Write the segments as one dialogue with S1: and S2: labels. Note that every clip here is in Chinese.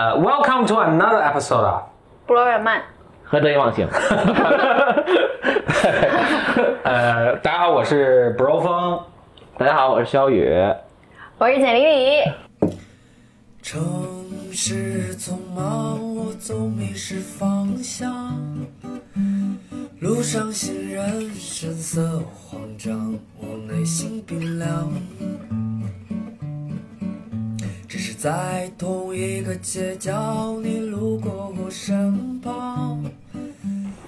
S1: Uh, welcome to another episode 啊，
S2: 布罗尔曼，
S3: 何得意忘形？
S1: 呃，大家好，我是 Bro 风，
S3: 大家好，我是肖宇。
S2: 我是简丽丽。
S4: 城市匆忙，我总迷失方向。路上行人神色慌张，我内心冰凉。只是在同一个街角，你路过我身旁。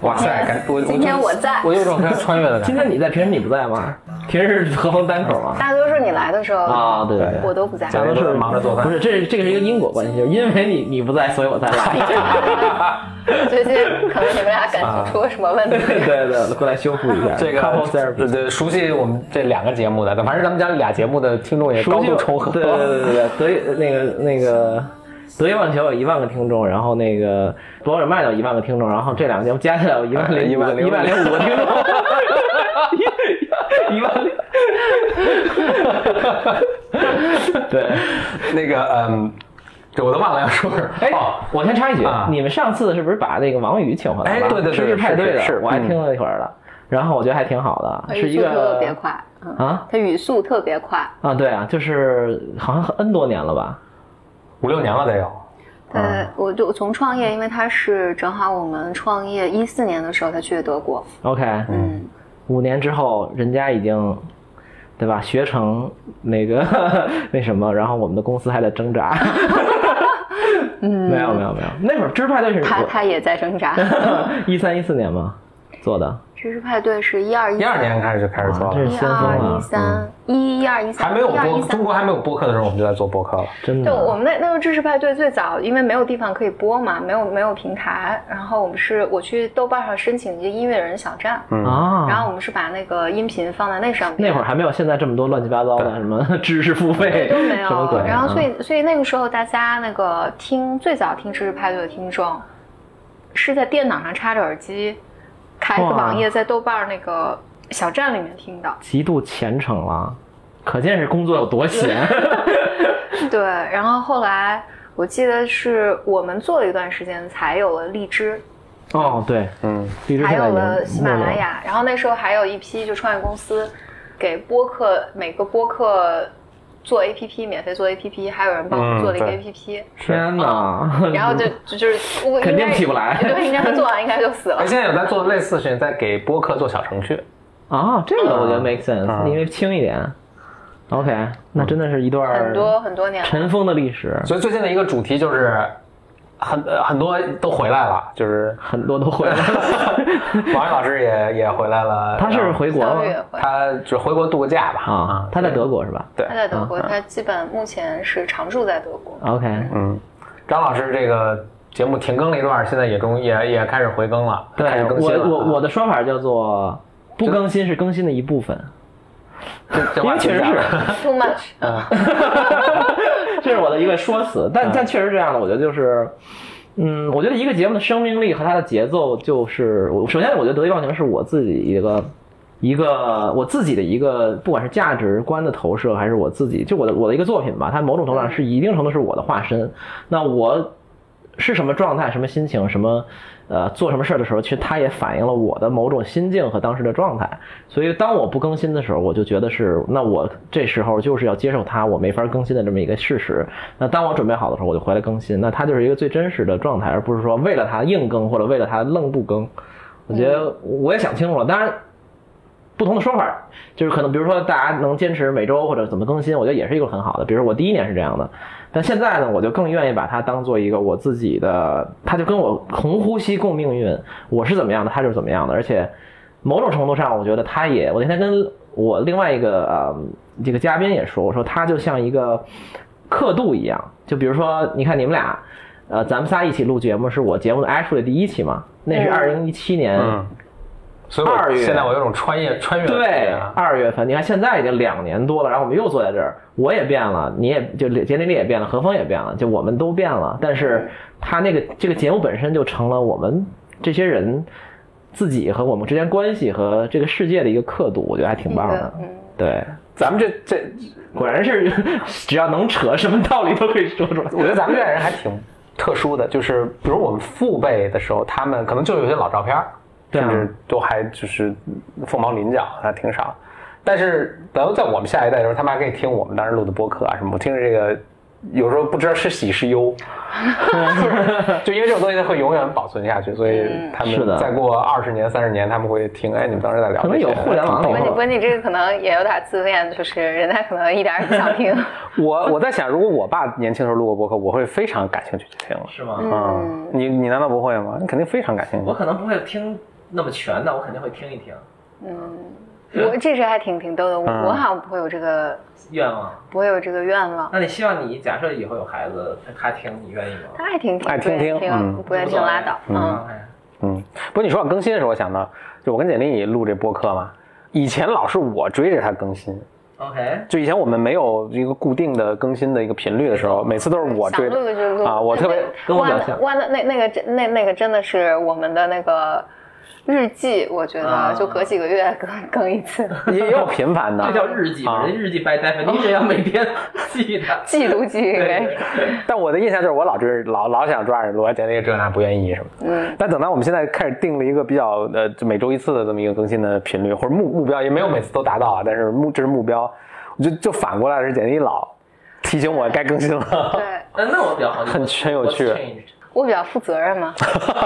S1: 哇塞，感我
S2: 今天我在，
S1: 我有种要穿越的感
S3: 今
S1: 觉。
S3: 天你在，平时你不在吗？平时是何峰单口吗？
S2: 大多数你来的时候，
S3: 啊，对对对，
S2: 我都不在。
S1: 假如是忙着做饭
S3: 不是，这是这个是一个因果关系，就是因为你你不在，所以我才来。
S2: 最近可能你们俩感
S1: 啊
S2: 情出了什么问题？
S3: 对对，过来修复一下
S1: 这
S3: couple
S1: 个
S3: therapy
S1: 对对，熟悉我们这两个节目的，反正咱们家俩节目的听众也高度重合。
S3: 对对对对对，得意那个那个。得意忘形有一万个听众，然后那个博尔曼有一万个听众，然后这两个节目加起来有一万零
S1: 一万零
S3: 一万零五个听众，一万零。 对，
S1: 那个嗯，这我都忘了要说什么。
S3: 哎
S1: 哦，
S3: 我先插一句
S1: 啊，
S3: 你们上次是不是把那个王宇请回来了？
S1: 哎对对对
S3: 知识派对
S1: 是是
S3: 的，我还
S1: 嗯
S3: 听了一会儿了，然后我觉得还挺好
S2: 他
S3: 的，
S2: 语
S3: 是哎一
S2: 速
S3: 个
S2: 特别快，嗯，
S3: 啊
S2: 他语速特别快，
S3: 啊，对啊，就是好像 N 多年了吧？
S1: 五六年了得有。
S2: 呃，
S1: 啊
S2: 我就从创业，因为他是正好我们创业一四年的时候，他去的德国，
S3: OK，
S2: 嗯，
S3: 五年之后人家已经，对吧？学成那个 那什么，然后我们的公司还在挣 扎。嗯，没有没有没有，那会儿知识派对是
S2: 他他也在 挣扎。
S3: 一三一四年吗？做的，
S2: 知识派对是一二
S1: 一二年开始就开始做
S3: 哇这
S1: 了
S3: 是，
S2: 一
S3: 先锋
S2: 二
S3: 啊
S2: 一三一一二一
S1: 嗯
S2: 三，
S1: 还没有
S2: 一二一
S1: 播
S2: 三
S1: 中国还没有播客的时候，我们就在做播客了。
S3: 真的。
S2: 就我们那那时候知识派对最早，因为没有地方可以播嘛，没有没有平台，然后我们是我去豆瓣上申请一个音乐人小站，
S3: 啊，
S2: 然后我们是把那个音频放在那上面。
S3: 那会儿还没有现在这么多乱七八糟的什么 知识付费，
S2: 都没
S3: 什么鬼
S2: 有，
S3: 啊。
S2: 然后所以所以那个时候大家那个听最早听知识派对的听众，是在电脑上插着耳机，开个
S3: 哇
S2: 网页在豆瓣那个小站里面听的。
S3: 极度虔诚了，可见是工作有多 闲。
S2: 对，然后后来我记得是我们做了一段时间才有了荔枝，
S3: 哦，对，
S1: 嗯，
S3: 荔枝
S2: 还
S3: 现在
S2: 有
S3: 已
S2: 了喜
S3: 经没
S2: 马
S3: 落
S2: 拉
S3: 了。
S2: 雅，然后那时候还有一批就创业公司给播客每个播客做 APP 免费做 APP，还有人帮我们做了一个
S1: 嗯
S2: APP，、
S3: 天哪！
S2: 然后就就就是我应该
S3: 嗯肯定起不来
S2: 对，应该他做完应该就死了
S1: 哎，。现在有在做类似的事情，在给播客做小程序。
S3: 啊，这个我觉得 make
S1: 啊
S3: sense，因为轻一点。OK，那
S1: 嗯
S3: 真的是一段儿
S2: 很多很多年了，
S3: 尘封的历史，
S1: 所以最近的一个主题就是很呃很多都回来了，就是
S3: 很多都回来了。
S1: 王毅老师也也回来了，
S3: 他是回 国
S2: 小
S3: 吗
S2: 雨？也会。
S1: 他就是回国度个假吧
S3: 啊，他在德国是吧
S1: 对
S2: 他在德
S3: 嗯
S2: 国，他基本目前是常住在德国。
S3: ？OK，
S1: 嗯，张老师这个节目停更了一段，现在也终也也开始回更了，开
S3: 对
S1: 始更
S3: 哎我
S1: 新了。啊
S3: 我我的说法叫做不更新是更新的一部分，
S1: 这这
S3: 因
S1: 话
S3: 为确实
S1: 怎么
S3: 是嗯
S1: 讲。
S2: Too much，
S3: 这是我的一个说辞，但但确实这样的，我觉得就是，嗯，我觉得一个节目的生命力和它的节奏，就是我首先我觉得得意忘形是我自己一个一个我自己的一个，不管是价值观的投射，还是我自己就我的我的一个作品吧，它某种程度上是一定程度是我的化身。那我是什么状态、什么心情、什么呃做什么事儿的时候，其实它也反映了我的某种心境和当时的状态。所以当我不更新的时候，我就觉得是那我这时候就是要接受它，我没法更新的这么一个事实。那当我准备好的时候，我就回来更新。那它就是一个最真实的状态，而不是说为了它硬更或者为了它愣不更。我觉得我也想清楚了，当然。不同的说法，就是可能比如说大家能坚持每周或者怎么更新，我觉得也是一个很好的。比如说我第一年是这样的，但现在呢，我就更愿意把它当做一个我自己的，它就跟我同呼吸共命运，我是怎么样的，它就是怎么样的。而且某种程度上，我觉得它也，我那天跟我另外一个呃这个嘉宾也说，我说它就像一个刻度一样，就比如说你看你们俩，呃，咱们仨一起录节目，是我节目的 actually 第一期嘛，那是
S2: 嗯
S3: 二零一七年。
S1: 嗯，所以我
S3: 二月
S1: 现在我有种穿越穿越的感觉
S3: 对
S1: 啊，
S3: 二月份，你看现在已经两年多了，然后我们又坐在这儿，我也变了，你也就杰尼丽也变了，何峰也变了，就我们都变了。但是他那个这个节目本身就成了我们这些人自己和我们之间关系和这个世界的一个刻度，我觉得还挺棒的。
S2: 嗯，
S3: 对，
S1: 咱们这这，
S3: 果然是只要能扯，什么道理都可以说出来。
S1: 我觉得咱们这代人还挺特殊的，就是比如我们父辈的时候，他们可能就有些老照片儿，
S3: 对啊
S1: 甚至都还就是凤毛麟角，还挺少。但是等到在我们下一代的时候，他们还可以听我们当时录的播客啊什么。我听着这个，有时候不知道是喜是 忧，就因为这种东西它会永远保存下去，所以他
S3: 是的
S1: 们再过二十年、三十年，他们会听，哎，你们当时在聊这些，
S3: 可能有互联网
S2: 不过
S3: 以后
S2: 你不过你这个可能也有点自恋，就是人家可能一点儿也不想 听。
S1: 我我在想，如果我爸年轻时候录过播客，我会非常感兴趣去听。
S3: 是吗？
S1: 嗯，你你难道不会吗？你肯定非常感兴趣。
S3: 可能不会听那么全的，我肯定会听一听
S2: 我这是还挺挺逗的，我
S1: 嗯
S2: 我好像不会有这个
S3: 愿望。
S2: 不会有这个愿望。
S3: 那你希望你假设以后有孩子，他他听你愿意吗？啊哎
S2: 他爱听听，
S1: 爱听
S2: 不愿
S1: 听
S2: 意
S1: 嗯
S2: 听，不愿意听拉倒。嗯，
S1: 嗯，不过你说要更新的时候，我想到，就我跟简历也录这播客嘛，以前老是我追着他更新，
S3: ，OK，
S1: 就以前我们没有一个固定的更新的一个频率的时候，每次都是我
S2: 嗯想
S1: 追
S2: 录
S1: 着
S2: 就录
S1: 啊，我特别
S3: 跟我表现
S2: 弯的那那个真那那个真的是我们的那个日记，我觉
S3: 啊
S2: 得就隔几个月更更一次，
S1: 也有频繁的
S3: 这， 叫日记，
S1: 啊
S3: 人家日记 by definition 要每天记 的。
S2: 记录记应该
S3: 对
S2: 是。，
S1: 但我的印象就是我老追老老想抓着罗简历这那不愿意什么的。
S2: 嗯，
S1: 但等到我们现在开始定了一个比较呃就每周一次的这么一个更新的频率或者目目标，也没有每次都达到啊，但是目这是目标，我就就反过来是简历老提醒我该更新了。
S2: 对，
S3: 那那我比较好，
S1: 很很有趣
S3: What's changed?
S2: 我比较负责任嘛。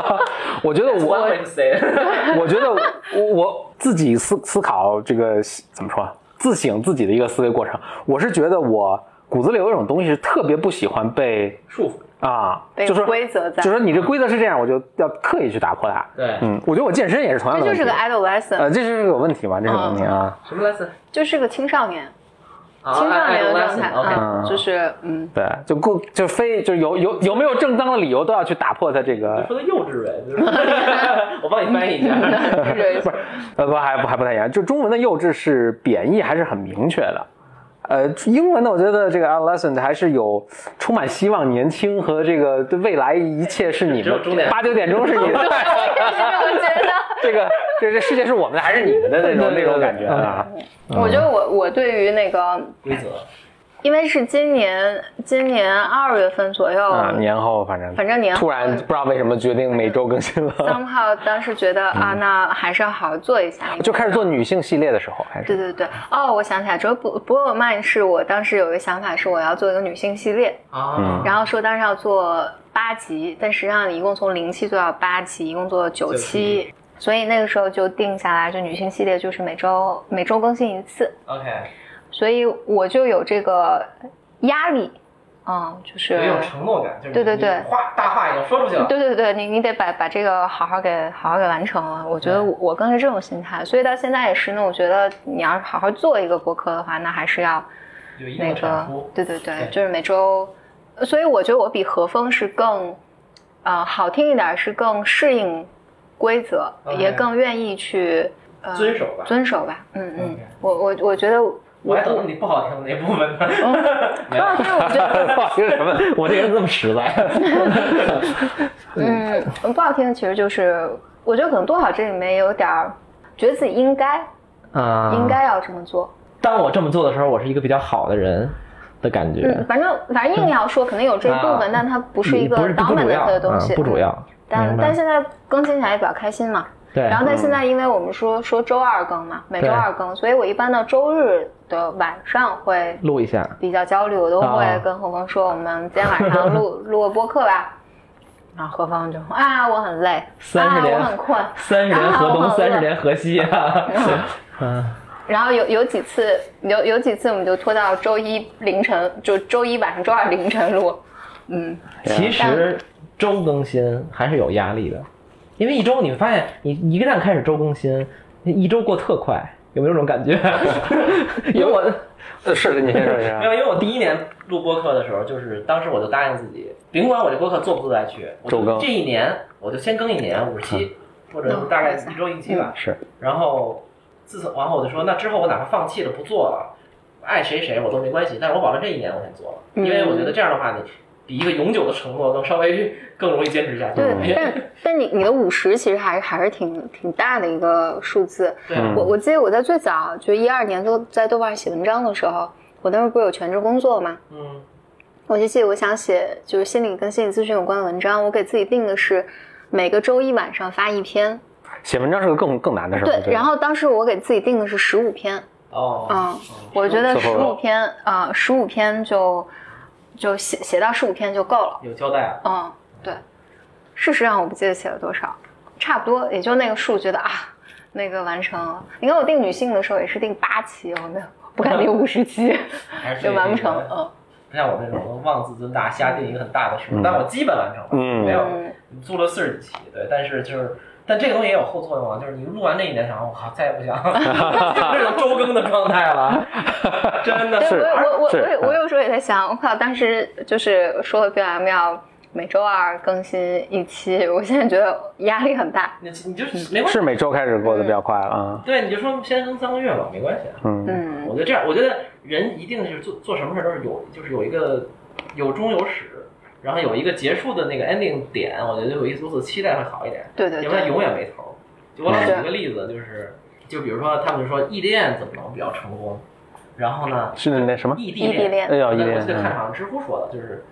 S1: 我觉得
S3: One
S1: 我
S3: way to say it.
S1: 我觉得我我自己思思考这个怎么说啊，自省自己的一个思维过程，我是觉得我骨子里有一种东西是特别不喜欢被
S3: 束缚，
S1: 啊，
S2: 被
S1: 就是
S2: 规则在
S1: 就说你这规则是这样，我就要刻意去打破它。
S3: 对
S1: 嗯，我觉得我健身也是同样
S2: 这
S1: 的问
S2: 就
S1: 题。
S2: 是个 adolescent，
S1: 呃，这是个问题吧？这是个问题啊。
S3: 什么 lesson？
S2: 就是个青少年，
S3: 啊
S2: 青少年的状态
S3: adolescent，OK
S2: 啊，
S1: 嗯
S2: 就是 嗯，
S1: 对，就故就非就有有有没有正当的理由都要去打破它这
S2: 嗯
S3: 你
S1: 个，
S3: 说的幼稚呗，就是 我帮你 翻译一下。
S2: 这
S1: 不是呃不还不还不太一样，就中文的幼稚是贬义还是很明确的，呃，英文的我觉得这个 adolescent 还是有充满希望、年轻和这个对未来一切是你
S3: 只有
S1: 们
S3: 终点
S1: 八九点钟是你 的，
S2: 我觉得。
S1: 这个这这世界是我们的还是你们的那种那种感觉啊，
S2: 我觉得我我对于那个，
S3: 规则，
S2: 因为是今年今年二月份左右，
S1: 啊，年后反正
S2: 嗯反正年后
S1: 突然不知道为什么决定每周更新 了，
S2: somehow 当时觉得、啊，那还是要好好做一下，
S1: 就开始做。女性系列的时候开始，
S2: 对对对，哦，我想起来，卓不不尔曼是我当时有一个想法，是我要做一个女性系列，
S3: 啊，
S2: 然后说当时要做八集，但实际上一共从零期做到八集，一共做了九
S3: 九期
S2: 期，所以那个时候就定下来，就女性系列就是每周每周更新一次，
S3: OK，
S2: 所以我就有这个压力，嗯，就是
S3: 有一种承诺感，就是你
S2: 对对对
S3: 你话大话已经说出去了，
S2: 对对对，你你得把把这个好好给好好给完成了。我觉得我我更是这种心态，所以到现在也是呢。我觉得你要是好好做一个播客的话，那还是要
S3: 有一定
S2: 那
S3: 的产
S2: 个
S3: 出，，
S2: 对对对
S3: 对，
S2: 就是每周。呃所以我觉得我比何峰是更，呃，好听一点是更适应规则，
S3: OK
S2: 也更愿意去、呃、
S3: 遵守吧
S2: 遵守吧。嗯嗯
S3: OK，
S2: 我我我觉得我。
S3: 我还等着你不好听的那部分呢。
S2: 不
S3: 没有
S2: 好听，我觉得，
S1: 不好听什么？
S3: 我这人这么实在，
S2: 嗯，不好听的其实就是，我觉得可能多少这里面有点儿觉得自己应该，
S3: 啊
S2: 应。该要这么做。
S3: 嗯当我这么做的时候，我是一个比较好的人的感觉，
S2: 嗯，反正反正硬要说，可能有这一部分，
S3: 啊
S2: 但它不
S3: 不
S2: 是一个
S3: 不是不
S2: dominant 的东
S3: 嗯
S2: 西，
S3: 不主要。
S2: 但
S3: 明白
S2: 但现在更新起来也比较开心嘛。
S3: 对，嗯
S2: 然后但现在因为我们说说周二更嘛，每周
S3: 对
S2: 二更，所以我一般到周日的晚上会
S3: 录一下，
S2: 比较焦虑，我都会
S3: 啊
S2: 跟何峰说，我们今天晚上 录录个播客吧。然后何峰就啊，我很累，
S3: 30
S2: 啊，
S3: 年
S2: 我很困，
S3: 三十年河
S2: 啊我
S3: 东，
S2: 好饿
S3: 三十年河西啊。
S2: 然后有有几次，有有几次我们就拖到周一凌晨，就周一晚上、周二凌晨录。嗯，
S3: 其实周更新还是有压力的，因为一周你会发现，你你一旦开始周更新，一周过特快，有没有这种 感觉？因为我
S1: 呃是的，你先说
S5: 没
S1: 一
S5: 有，
S1: 下。
S5: 因为我第一年录播客的时候，就是当时我就答应自己，甭管我这播客做不做得去，我
S1: 周更嗯
S5: 就这一年我就先更一年五十期，或者大概
S2: 嗯
S5: 一周一期吧。
S1: 是，
S5: 然后自从然后我就说，那之后我哪怕放弃了不做了，爱谁谁我都没关系，但是我保证这一年我先做了，
S2: 嗯
S5: 因为我觉得这样的话，你比一个永久的承诺更稍微 更容易坚持下去。
S2: 对，
S1: 嗯
S5: 因为
S2: 但但你你的五十其实还是还是挺挺大的一个数字。
S5: 对啊
S1: 嗯
S2: 我我记得我在最早就一二年都在豆瓣上写文章的时候，我那时候不是有全职工作嘛，
S5: 嗯，
S2: 我就记得我想写就是心理跟心理咨询有关的文章，我给自己定的是每个周一晚上发一篇。
S1: 写文章是个更更难的事儿。
S2: 对，然后当时我给自己定的是十五篇，
S3: 哦，
S2: 嗯，我觉得
S1: 最
S2: 十
S1: 后
S2: 五篇啊，十五、篇就就写写到十五篇就够了。
S3: 有交代啊。
S2: 嗯，对。事实上我不记得写了多少，差不多也就那个数，觉得啊，那个完成了。你看我定女性的时候也是定八期，我没有不敢定五十期，
S3: 还 是
S2: 就完不
S3: 这个
S2: 成。嗯，
S3: 不像我这种妄自尊大，瞎定一个很大的数，但我基本完成了，
S1: 嗯
S3: 没有
S2: 嗯
S3: 做了四十几期，对，但是就是。但这个东西也有后作用啊，就是你录完这一年，想我靠，再也不想 这种周更的状态了，真的
S2: 对
S3: 是。嗯
S2: 我我我
S1: 是
S2: 我有我有时候也在想，我靠，当时就是说了 BLM 要每周二更新一期，我现在觉得压力很大。
S3: 你你就是没关系
S1: 是，每周开始过得比
S2: 嗯
S1: 较快了啊。
S3: 对，你就说先更三个月吧，没关系啊。
S1: 嗯，
S2: 嗯
S3: 我觉得这样，我觉得人一定是做做什么事儿都是有，就是有一个有终有始，然后有一个结束的那个 ending 点，我觉得有一如此期待会好一点。
S2: 对对
S3: 要不然
S2: 对，嗯
S3: 永远没头儿。就我老举个例子，就是就比如说他们就说异地恋怎么能比较成功，然后呢，
S1: 是那那什么？
S3: 异地
S2: 异地
S3: 恋，
S2: 恋
S1: 哎。呦，
S3: 我
S1: 一
S3: 记
S1: 年
S3: 得看好像知乎说的，就是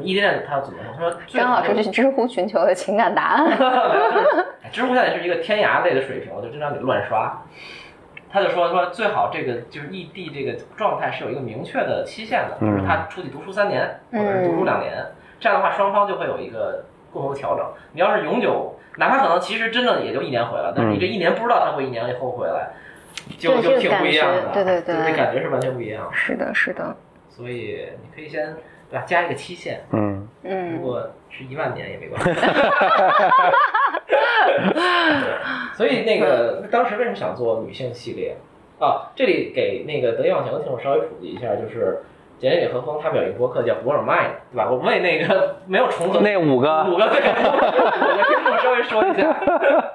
S3: 异地恋他怎么说？他说最
S2: 张老师
S3: 成
S2: 去知乎寻求的情感答案。
S3: 哎知乎现在是一个天涯类的水平，我就经常得乱刷。他就说说最好这个就是异地这个状态是有一个明确的期限的，比如
S1: 嗯
S3: 他出去读书三年，或
S2: 嗯
S3: 者是读书两年，这样的话双方就会有一个共同的调整。你要是永久，哪怕可能其实真的也就一年回来，但是你这一年不知道他会一年以后回来，就
S2: 对
S3: 就
S2: 这
S3: 挺
S2: 个
S3: 不一样的，
S2: 感觉对对对
S3: 就这感觉是完全不一样的。
S2: 是的，是的，
S3: 所以你可以先对吧，加一个期限，
S1: 嗯，
S3: 如
S2: 嗯，
S3: 果是一万年也没关系。对 所以那个当时为什么想做女性系列啊？这里给那个得意忘形的听众稍微普及一下，就是简简与和风他们有一个播客叫博尔麦，对吧？我为那个没有重合
S1: 那五个
S3: 五个对，五个听众稍微说一下。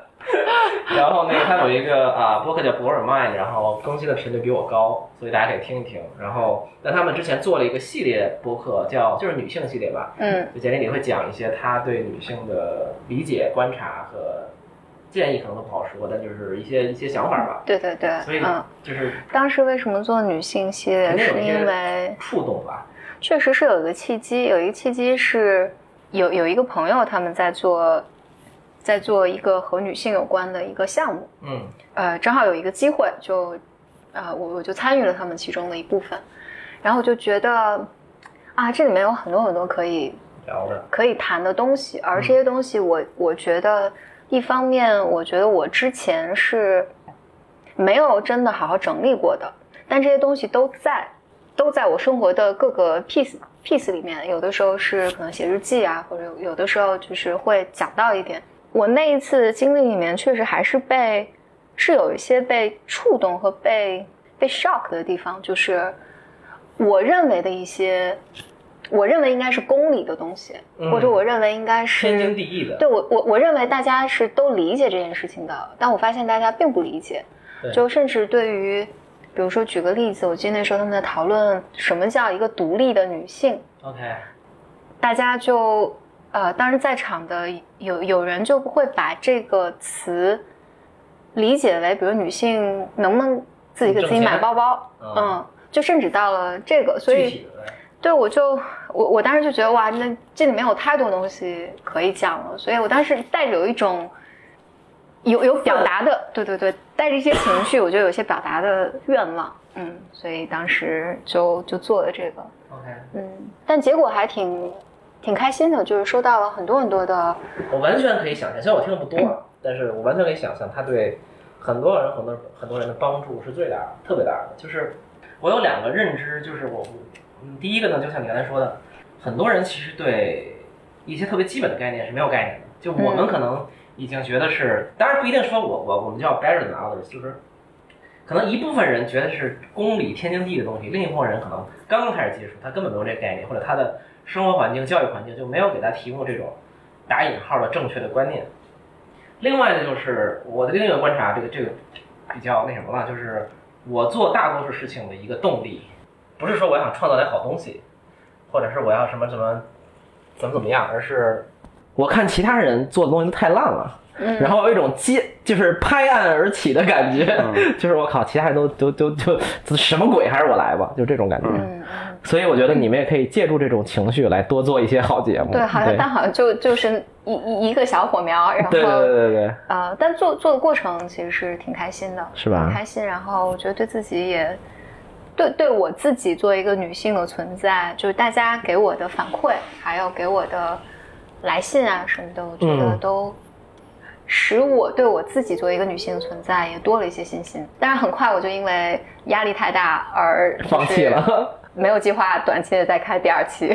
S3: 然后那个他有一个啊播客叫博尔曼，然后更新的频率比我高，所以大家可以听一听。然后那他们之前做了一个系列播客，叫就是女性系列吧，
S2: 嗯，
S3: 就简历里会讲一些他对女性的理解、观察和建议，可能都不好说，但就是一些一些想法吧。
S2: 对对对，
S3: 所以
S2: 嗯，
S3: 就是
S2: 当时为什么做女性系列，
S3: 肯定有
S2: 是
S3: 一些
S2: 因为
S3: 触动吧，
S2: 确实是有一个契机，有一个契机是有有一个朋友他们在做，在做一个和女性有关的一个项目，
S3: 嗯，
S2: 呃，正好有一个机会就，呃，我我就参与了他们其中的一部分，然后我就觉得啊，这里面有很多很多可以
S3: 聊的，
S2: 可以谈的东西，而这些东西我，我觉得一方面，我觉得我之前是没有真的好好整理过的，但这些东西都在，都在我生活的各个 piece piece 里面。有的时候是可能写日记啊，或者有的时候就是会讲到一点。我那一次经历里面，确实还是被是有一些被触动和被被 shock 的地方，就是我认为的一些。我认为应该是公理的东西，
S3: 嗯
S2: 或者我认为应该是
S3: 天经地义的。
S2: 对我，我我认为大家是都理解这件事情的，但我发现大家并不理解
S3: 对，
S2: 就甚至对于，比如说举个例子，我记得那时候他们在讨论什么叫一个独立的女性，
S3: OK，
S2: 大家就呃，当时在场的有有人就不会把这个词理解为，比如女性能不能自己给自己
S3: 挣钱
S2: 买包包，
S3: 嗯
S2: 嗯，就甚至到了这个，所以
S3: 具体的来
S2: 对，我就我我当时就觉得哇，那这里面有太多东西可以讲了，所以我当时带着有一种有有表达的，对对对，带着一些情绪，我就有一些表达的愿望，嗯，所以当时就就做了这个，
S3: OK。
S2: 嗯，但结果还挺挺开心的，就是收到了很多很多的，
S3: 我完全可以想象，虽然我听的不多啊，但是我完全可以想象，他对很多人、很多很多人的帮助是最大的、特别大的。就是我有两个认知，就是我，嗯，第一个呢，就像你刚才说的，很多人其实对一些特别基本的概念是没有概念的，就我们
S2: 嗯
S3: 可能已经觉得是，当然不一定说我我我们叫 better than others，就是。可能一部分人觉得是公理天经地义的东西，另一部分人可能刚刚开始接触，他根本没有这个概念，或者他的生活环境、教育环境就没有给他提供这种打引号的正确的观念。另外呢，就是我的另一个观察，这个这个比较那什么了，就是我做大多数事情的一个动力，不是说我想创造点好东西，或者是我要什么什么怎么怎么样，而是我看其他人做的东西都太烂了，
S2: 嗯，
S6: 然后有一种接就是拍案而起的感觉，就是我靠，其他人都都都就什么鬼，还是我来吧，就这种感觉。
S2: 嗯
S3: 所以我觉得你们也可以借助这种情绪来多做一些好节目。
S2: 对，好像但好像就就是一一一个小火苗，然后
S3: 对对对对对，
S2: 呃，但做做的过程其实是挺开心的，
S3: 是吧
S2: 挺开心，然后我觉得对自己也，对对我自己作为一个女性的存在，就是大家给我的反馈，还有给我的来信啊什么的，我觉得
S3: 嗯
S2: 都使我对我自己作为一个女性的存在也多了一些信心。但是很快我就因为压力太大而就是
S3: 放弃，了。
S2: 没有计划短期的再开第二 期。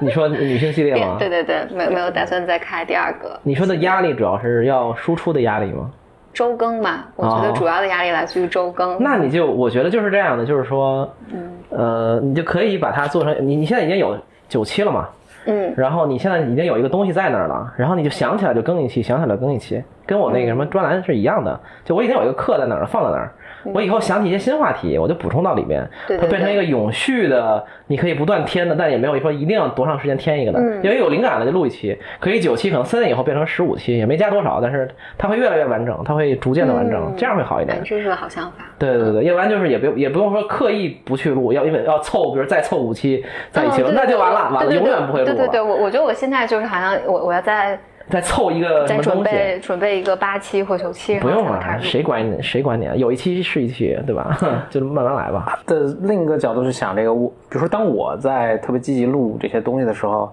S3: 你说女性系列吗？
S2: 对对对，没有没有打算再开第二个
S3: 你说的压力主要是要输出的压力吗？
S2: 周更嘛？我觉得
S3: 哦
S2: 主要的压力来自于周更。
S3: 那你就我觉得就是这样的，就是说，
S2: 嗯
S3: 呃，你就可以把它做成你你现在已经有九期了嘛，
S2: 嗯
S3: 然后你现在已经有一个东西在那儿了，然后你就想起来就更一期，想起来更一期，跟我那个什么专栏是一样的。就我已经有一个课在那儿了放在那儿，我以后想起一些新话题，我就补充到里面，
S2: 嗯对对
S3: 它变成
S2: 对
S3: 一个永续的，你可以不断添的，但也没有说一定要多长时间添一个的，
S2: 嗯
S3: 因为有灵感了就录一期，可以九期，可能三年以后变成十五期，也没加多少，但是它会越来越完整，它会逐渐的完整，
S2: 嗯
S3: 这样会好一点
S2: 哎，。这是个好想法。
S3: 对对对，要不然就是也不也不用说刻意不去录，要因为要凑，比如再凑五期在一起录，
S2: 哦嗯对
S3: 那就完了，
S2: 对
S3: 完了
S2: 对
S3: 永
S2: 对
S3: 远不会录了。
S2: 对对对，我我觉得我现在就是好像我我要再
S3: 再凑一呃个什
S2: 再
S3: 么
S2: 准
S3: 东西，啊
S2: 备准备一个八期或九期，然
S3: 不
S2: 后
S3: 用
S2: 才能开
S3: 了，
S2: 始录
S3: 谁管你？谁管你啊？有一期是一期，对吧？ 就慢慢来吧。
S1: 的另一个角度是想这个，我比如说当我在特别积极录这些东西的时候，